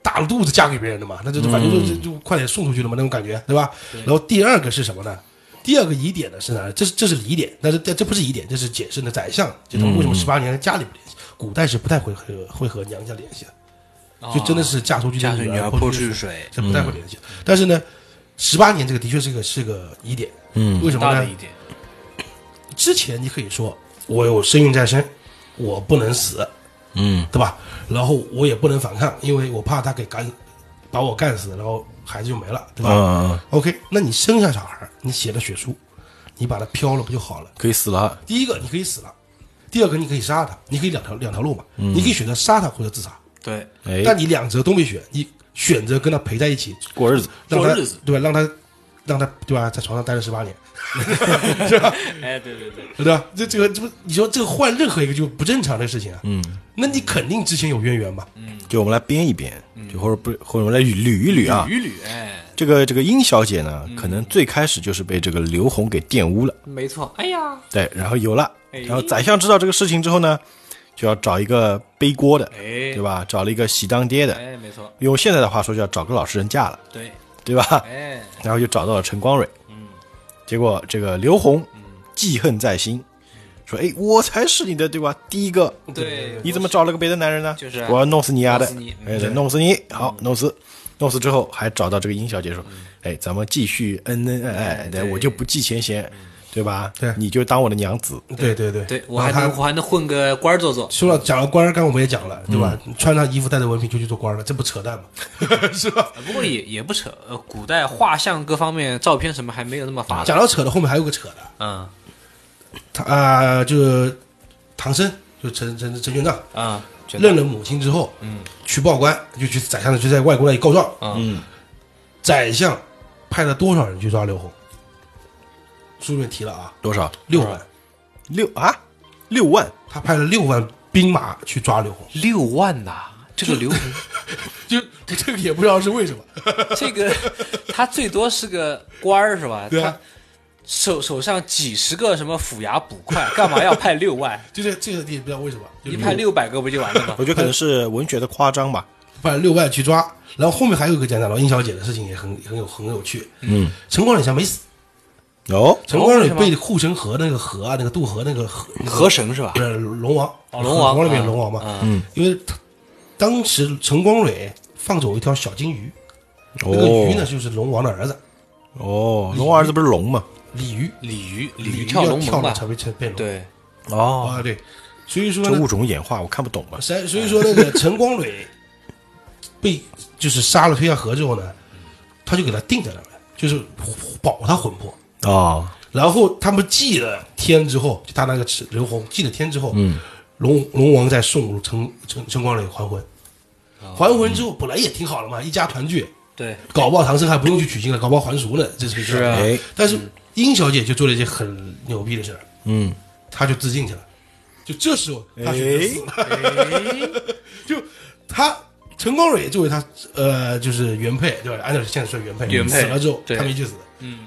Speaker 3: 大着肚子嫁给别人的嘛，那就是反正
Speaker 4: 嗯
Speaker 3: 就就就快点送出去了嘛，那种感觉，对吧？然后第二个是什么呢？第二个疑点呢是哪？这是这是疑点，但是这这不是疑点，这是解释呢。宰相就他们为
Speaker 4: 嗯
Speaker 3: 什么十八年家里不联系，古代是不太会和会和娘家联系的，
Speaker 4: 啊
Speaker 3: 就真的是嫁出去
Speaker 4: 哦嫁
Speaker 3: 的
Speaker 4: 出去
Speaker 3: 女儿
Speaker 4: 泼
Speaker 3: 泼
Speaker 4: 出去
Speaker 3: 去
Speaker 4: 水嗯
Speaker 3: 是不太会联系的。但是呢，十八年这个的确是个是个疑点，嗯，为什么
Speaker 4: 大的
Speaker 3: 呢
Speaker 4: 一？点，
Speaker 3: 之前你可以说我有身孕在身，我不能死，
Speaker 1: 嗯
Speaker 3: 对吧？然后我也不能反抗，因为我怕他给干，把我干死，然后孩子就没了，对吧、
Speaker 1: 嗯，
Speaker 3: o k 那你生下小孩儿，你写了血书，你把他飘了不就好了？
Speaker 1: 可以死了，
Speaker 3: 第一个你可以死了，第二个你可以杀了他，你可以两条两条路嘛，
Speaker 1: 嗯
Speaker 3: 你可以选择杀他或者自杀，
Speaker 4: 对，
Speaker 1: 哎，
Speaker 3: 但你两者都没选，你选择跟他陪在一起，
Speaker 1: 过日子，
Speaker 3: 让
Speaker 4: 过
Speaker 3: 他
Speaker 4: 日子
Speaker 3: 对吧？让他让他对吧，在床上待了十八年，是吧？
Speaker 4: 哎，对对对，
Speaker 3: 对吧？这这个这不你说这个换任何一个就不正常的事情啊，
Speaker 1: 嗯，
Speaker 3: 那你肯定之前有渊源吧？
Speaker 1: 就我们来编一编，就或者不，或者我们来捋一捋啊，
Speaker 4: 屡屡，哎，
Speaker 1: 这个这个殷小姐
Speaker 4: 嗯
Speaker 1: 呢，可能最开始就是被这个刘宏给玷污了，
Speaker 4: 没错，哎呀，
Speaker 1: 对，然后有了，
Speaker 4: 哎
Speaker 1: 然后宰相知道这个事情之后呢，就要找一个背锅的，
Speaker 4: 哎
Speaker 1: 对吧？找了一个喜当爹的，
Speaker 4: 哎，没错，
Speaker 1: 用现在的话说叫找个老实人嫁了，
Speaker 4: 对，
Speaker 1: 对吧？
Speaker 4: 哎，
Speaker 1: 然后就找到了陈光蕊，嗯，结果这个刘宏
Speaker 4: 嗯
Speaker 1: 记恨在心，说：“哎，我才是你的对吧？第一个，
Speaker 4: 对，
Speaker 1: 你怎么找了个别的男人呢？
Speaker 4: 就是啊
Speaker 1: 我要弄死你丫的
Speaker 4: 弄死你！嗯
Speaker 1: 哎，对弄死你！好，弄死，弄死之
Speaker 4: 嗯哎嗯
Speaker 1: 后还找到这个殷小姐说：“哎，咱们继续恩恩爱爱，对我就不计前嫌，对吧？
Speaker 3: 对
Speaker 1: 你就当我的娘子，
Speaker 3: 对对对，
Speaker 2: 对我
Speaker 3: 然
Speaker 2: 还
Speaker 3: 后他
Speaker 2: 能我还能混个官儿做做，
Speaker 3: 说了讲了官儿，刚刚我们也讲了，对吧？穿上衣服带着文凭就去做官儿了，这不扯淡吗？是吧？
Speaker 2: 呃不过也也不扯。呃，古代画像各方面照片什么还没有那么发达。
Speaker 3: 讲到扯的，后面还有个扯的，
Speaker 2: 嗯
Speaker 3: 他啊、就唐僧就陈陈陈玄奘
Speaker 2: 啊，觉得
Speaker 3: 认了母亲之后，嗯，去报官，就去宰相就在外公那里告状，
Speaker 1: 嗯，
Speaker 3: 宰相派了多少人去抓刘洪？书里面提了啊，
Speaker 1: 多少
Speaker 3: 六万，
Speaker 1: 六啊？六万，
Speaker 3: 他派了六万兵马去抓刘洪，
Speaker 2: 六万呐、这个刘洪，
Speaker 3: 就 <laughs> 这个也不知道是为什么，
Speaker 2: 这个他最多是个官儿是吧？
Speaker 3: 对
Speaker 2: 他
Speaker 3: 啊，
Speaker 2: 手手上几十个什么府衙捕快，干嘛要派六
Speaker 3: <laughs>
Speaker 2: 万？
Speaker 3: 就是这个也不知道为什么，就
Speaker 2: 一派六百个不就完了吗？
Speaker 1: 我觉得可能是文学的夸张吧。
Speaker 3: 派了六万去抓，然后后面还有一个讲讲到殷小姐的事情也很很有很有趣，
Speaker 1: 嗯，
Speaker 3: 陈光蕊像没死，
Speaker 1: <laughs> 哦，
Speaker 3: 陈光蕊
Speaker 2: 哦为
Speaker 3: 被护城河那个河啊，那个渡河那个河那个
Speaker 2: 河神是吧？
Speaker 3: 呃龙王，
Speaker 2: 哦龙王
Speaker 3: 河里面
Speaker 2: 啊
Speaker 3: 有龙王嘛，
Speaker 1: 嗯，
Speaker 3: 因为他当时陈光蕊放走一条小金鱼，
Speaker 1: 哦
Speaker 3: 那个鱼呢就是龙王的儿子
Speaker 1: 哦，龙儿子不是龙吗？
Speaker 3: 鲤鱼，
Speaker 2: 鲤鱼，
Speaker 3: 鲤
Speaker 2: 鲤鱼
Speaker 3: 跳
Speaker 2: 跳龙
Speaker 3: 跳
Speaker 2: 门
Speaker 3: 了
Speaker 2: 吧
Speaker 3: 才？被成变龙。
Speaker 2: 对，
Speaker 1: 哦，
Speaker 3: 啊，对，所以说
Speaker 1: 这
Speaker 3: 呢，
Speaker 1: 物种演化我看不懂嘛。
Speaker 3: 所以所以说那个陈光蕊被就是杀了推下河之后呢，他就给他定在那边，就是保他魂魄。
Speaker 1: 哦，
Speaker 3: 然后他们祭了天之后，就他那个刘洪祭了天之后，
Speaker 1: 嗯，
Speaker 3: 龙龙王再送陈陈陈光蕊还魂，还魂之后本来也挺好的嘛，一家团聚，
Speaker 2: 对，
Speaker 3: 搞不好唐僧还不用去取经了，搞不好还俗呢，这是个事
Speaker 2: 是
Speaker 3: 儿。
Speaker 2: 啊
Speaker 1: 哎，
Speaker 3: 但是殷小姐就做了一件很牛逼的事儿，
Speaker 1: 嗯，哎
Speaker 3: 她就自尽去了。就这时候，她选择死了。
Speaker 2: 哎
Speaker 3: <laughs> 就她陈光蕊作为她呃就是原配对吧？按照现在说原配，
Speaker 2: 原配
Speaker 3: 死了之后，
Speaker 2: 对嗯
Speaker 3: 她没去死，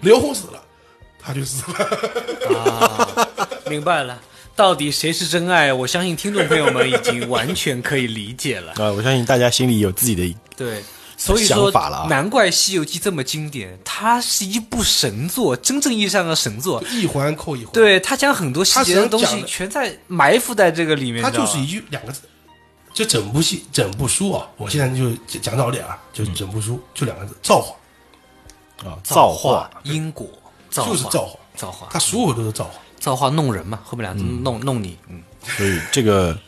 Speaker 3: 刘洪死了，她就死
Speaker 2: <laughs>
Speaker 3: 了。
Speaker 2: 啊明白了。到底谁是真爱？我相信听众朋友们已经完全可以理解了。
Speaker 1: 啊，我相信大家心里有自己的
Speaker 2: 对，所以
Speaker 1: 想
Speaker 2: 说
Speaker 1: 法了啊
Speaker 2: 难怪《西游记》这么经典，它是一部神作，真正意义上的神作。
Speaker 3: 一环扣一环，，
Speaker 2: 对他将很多细节的东
Speaker 3: 它实际上讲
Speaker 2: 西
Speaker 3: 的
Speaker 2: 全在埋伏在这个里面，
Speaker 3: 她
Speaker 2: 你知道
Speaker 3: 就
Speaker 2: 吧
Speaker 3: 是一句两个字。这整部戏、整部书啊，我现在就讲早点啊，就整部书就两个字：造化。
Speaker 1: 啊造化。
Speaker 2: 因果，造化
Speaker 3: 就是造化
Speaker 2: 造化
Speaker 3: 它，所有都是造化。
Speaker 2: 造化弄人嘛，后面俩字弄弄你，嗯，
Speaker 1: 所以这个，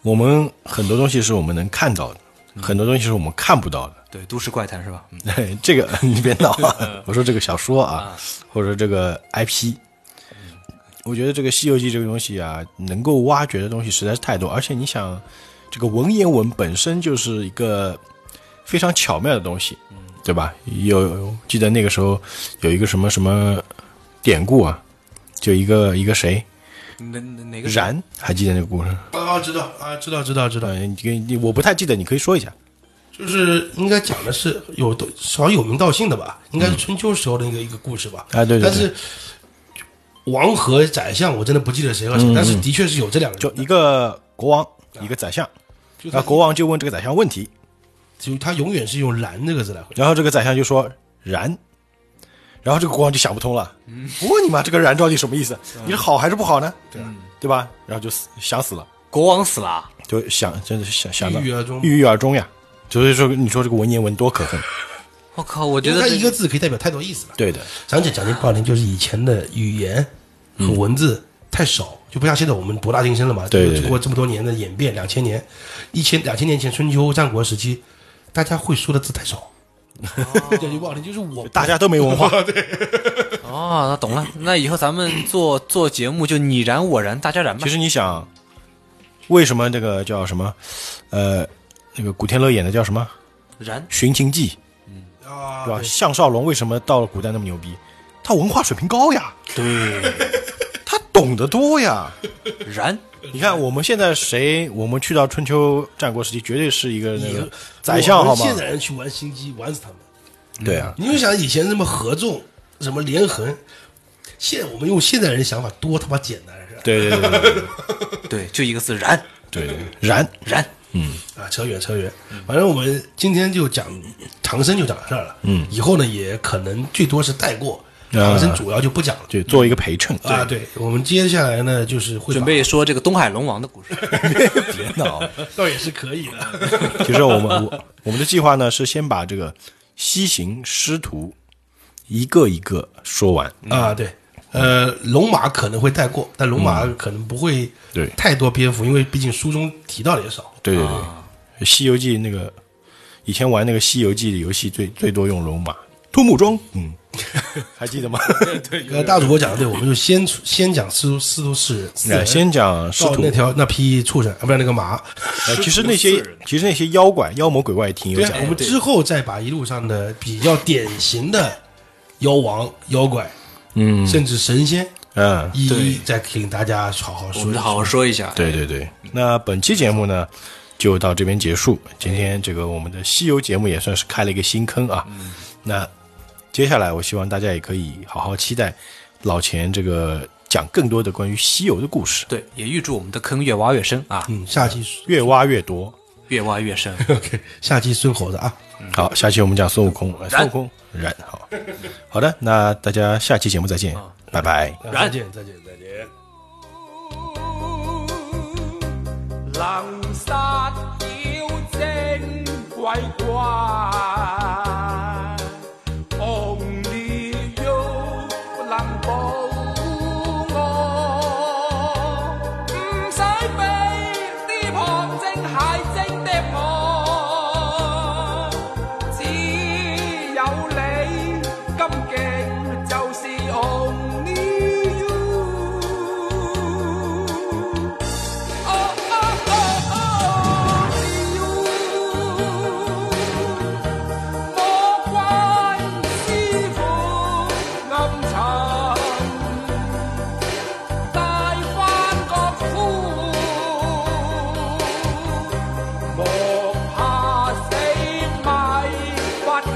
Speaker 1: 我们很多东西是我们能看到的，很多东西是我们看不到的。 <laughs>
Speaker 2: 对，都市怪谈是吧？嗯，
Speaker 1: 这个你别闹啊，我说这个小说啊，或者这个 IP，我觉得这个《西游记》这个东西啊，能够挖掘的东西实在是太多，而且你想，这个文言文本身就是一个非常巧妙的东西，对吧？有记得那个时候有一个什么什么典故啊，就一个一个谁
Speaker 3: 嗯
Speaker 2: 哪哪哪个？
Speaker 1: 燃，还记得那个故事？
Speaker 3: 啊，知道啊，知道知道知道，
Speaker 1: 呃，你给你我不太记得，你可以说一下。
Speaker 3: 就是应该讲的是有多少有名道姓的吧，应该是春秋时候的一个一个故事吧。
Speaker 1: 啊对对对
Speaker 3: 但是王和宰相，我真的不记得谁和谁，但是的确是有这两个
Speaker 1: 就
Speaker 3: 人的，
Speaker 1: 一个国王，一个宰相，
Speaker 3: 就
Speaker 1: 那
Speaker 3: 他
Speaker 1: 国王啊就啊问这个宰相问题，
Speaker 3: 就他永远是用“蓝”这个字来回。
Speaker 1: 然后这个宰相就说然，然后这个国王就想不通了，我你妈这个然到底什么意思？你是好还是不好呢？嗯对对吧？然后就死想死了，
Speaker 2: 国王死了啊，
Speaker 1: 就想真的是想想到
Speaker 3: 郁郁而终
Speaker 1: 郁郁而终呀。所以说，你说这个文言文多可恨？
Speaker 2: 我靠，我觉
Speaker 3: 因为
Speaker 2: 得
Speaker 3: 它
Speaker 2: 这
Speaker 3: 一个字可以代表太多意思了。
Speaker 1: 对的，
Speaker 3: 咱讲讲经八零，就是以前的语言和文字太少，就不像现在我们博大精深了嘛。
Speaker 1: 嗯对对
Speaker 3: 就
Speaker 1: 对
Speaker 3: 经过这么多年的演变，两千年、一千两千年前春秋战国时期，大家会说的字太少。 <laughs> 讲经八零就是我
Speaker 1: 哦大家都没文 <laughs> 化。
Speaker 2: 哦，那懂了。那以后咱们做做节目就你燃我燃大家燃吧
Speaker 1: 其。实你想，为什么那个叫什么？呃，那个古天乐演的叫什么
Speaker 2: 燃
Speaker 1: 《寻秦记》？
Speaker 3: 啊
Speaker 1: 对吧？项少龙为什么到了古代那么牛逼？他文化水平高呀，对，他懂得多呀。
Speaker 2: 燃，
Speaker 1: 你看我们现在谁，我们去到春秋战国时期，绝对是一个那
Speaker 3: 你
Speaker 1: 个宰相，好
Speaker 3: 我们
Speaker 1: 吗？
Speaker 3: 现在嗯人去玩心机，玩死他们。
Speaker 1: 对啊，
Speaker 3: 你就想以前什么合纵、什么连横，现在我们用现代人想法多他妈简单是吧？
Speaker 1: 对对对对对
Speaker 2: 对，就一个字燃
Speaker 1: 对对，然
Speaker 2: 燃。
Speaker 3: 啊，扯远扯远，反正我们今天就讲长生就讲到这儿了。嗯，以后呢也可能最多是带过，长生主要就不讲了。
Speaker 1: 就做一个陪衬。
Speaker 3: 啊，对，我们接下来呢就是会把
Speaker 2: 准备说这个东海龙王的故
Speaker 3: <laughs>
Speaker 2: 事。
Speaker 1: 别闹。
Speaker 3: 倒也是可以的。
Speaker 1: 其实我们我我们的计划呢是先把这个西行师徒一个一个说完，
Speaker 3: 啊，对，呃，龙马可能会带过，但龙马可能不会
Speaker 1: 对
Speaker 3: 太多篇幅，因为毕竟书中提到的也少。
Speaker 1: 对对对，西游记》那个以前玩那个《西游记》的游戏最最多用龙马脱木桩，嗯， <laughs> 还记得 <laughs> 吗？
Speaker 3: 呃，大主播讲的对，我们就先先讲司徒司徒氏四
Speaker 1: 那
Speaker 3: 人，
Speaker 1: 先讲师
Speaker 3: 到
Speaker 1: 徒
Speaker 3: 那，条那批畜生啊，不是那个马，
Speaker 1: 呃其实那些其实那些妖怪妖魔鬼怪也挺有
Speaker 3: 对啊
Speaker 1: 讲，
Speaker 3: 我
Speaker 1: 究
Speaker 3: 们
Speaker 1: 的，
Speaker 3: 之后再把一路上的比较典型的妖王、妖怪，
Speaker 1: 嗯
Speaker 3: 甚至神仙，
Speaker 1: 嗯，
Speaker 3: 一一再给大家好好
Speaker 4: 我
Speaker 3: 说一
Speaker 4: 们
Speaker 3: 说。
Speaker 4: 好好说一下。
Speaker 1: 对对对。那本期节目呢，就到这边结束。今天这个我们的西游节目也算是开了一个新坑啊。那接下来我希望大家也可以好好期待老钱这个讲更多的关于西游的故事，
Speaker 4: 对，也预祝我们的坑越挖越深啊，
Speaker 3: 嗯，下期
Speaker 1: 越挖越多。
Speaker 4: 越挖越
Speaker 3: <laughs>
Speaker 4: 深。
Speaker 3: OK，下期孙猴子啊，
Speaker 1: 好，下期我们讲孙悟空，呃孙悟空燃好。好的，那大家下期节目再见，拜拜。
Speaker 3: 再见再见再见。
Speaker 5: 能杀妖精鬼怪，红烈药能保我，唔使俾啲旁精蟹精的我，只有你咁勁，就是红烈药。哦哦哦哦，你我關師傅暗沉，帶翻個夫，莫怕死咪不騰。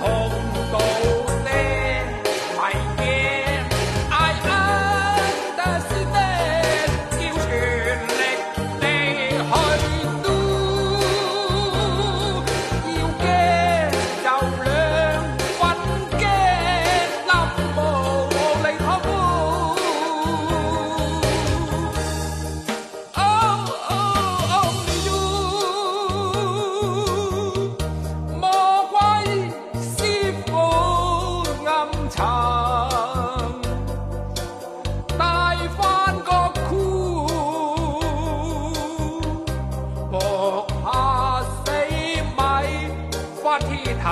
Speaker 5: 红到的迷嘅，I understand，要全力地去 do，要嘅就兩分嘅冧無理可估。Oh, oh, only you. 魔鬼師傅暗沉，帶翻個箍，莫怕死咪發鐵彈。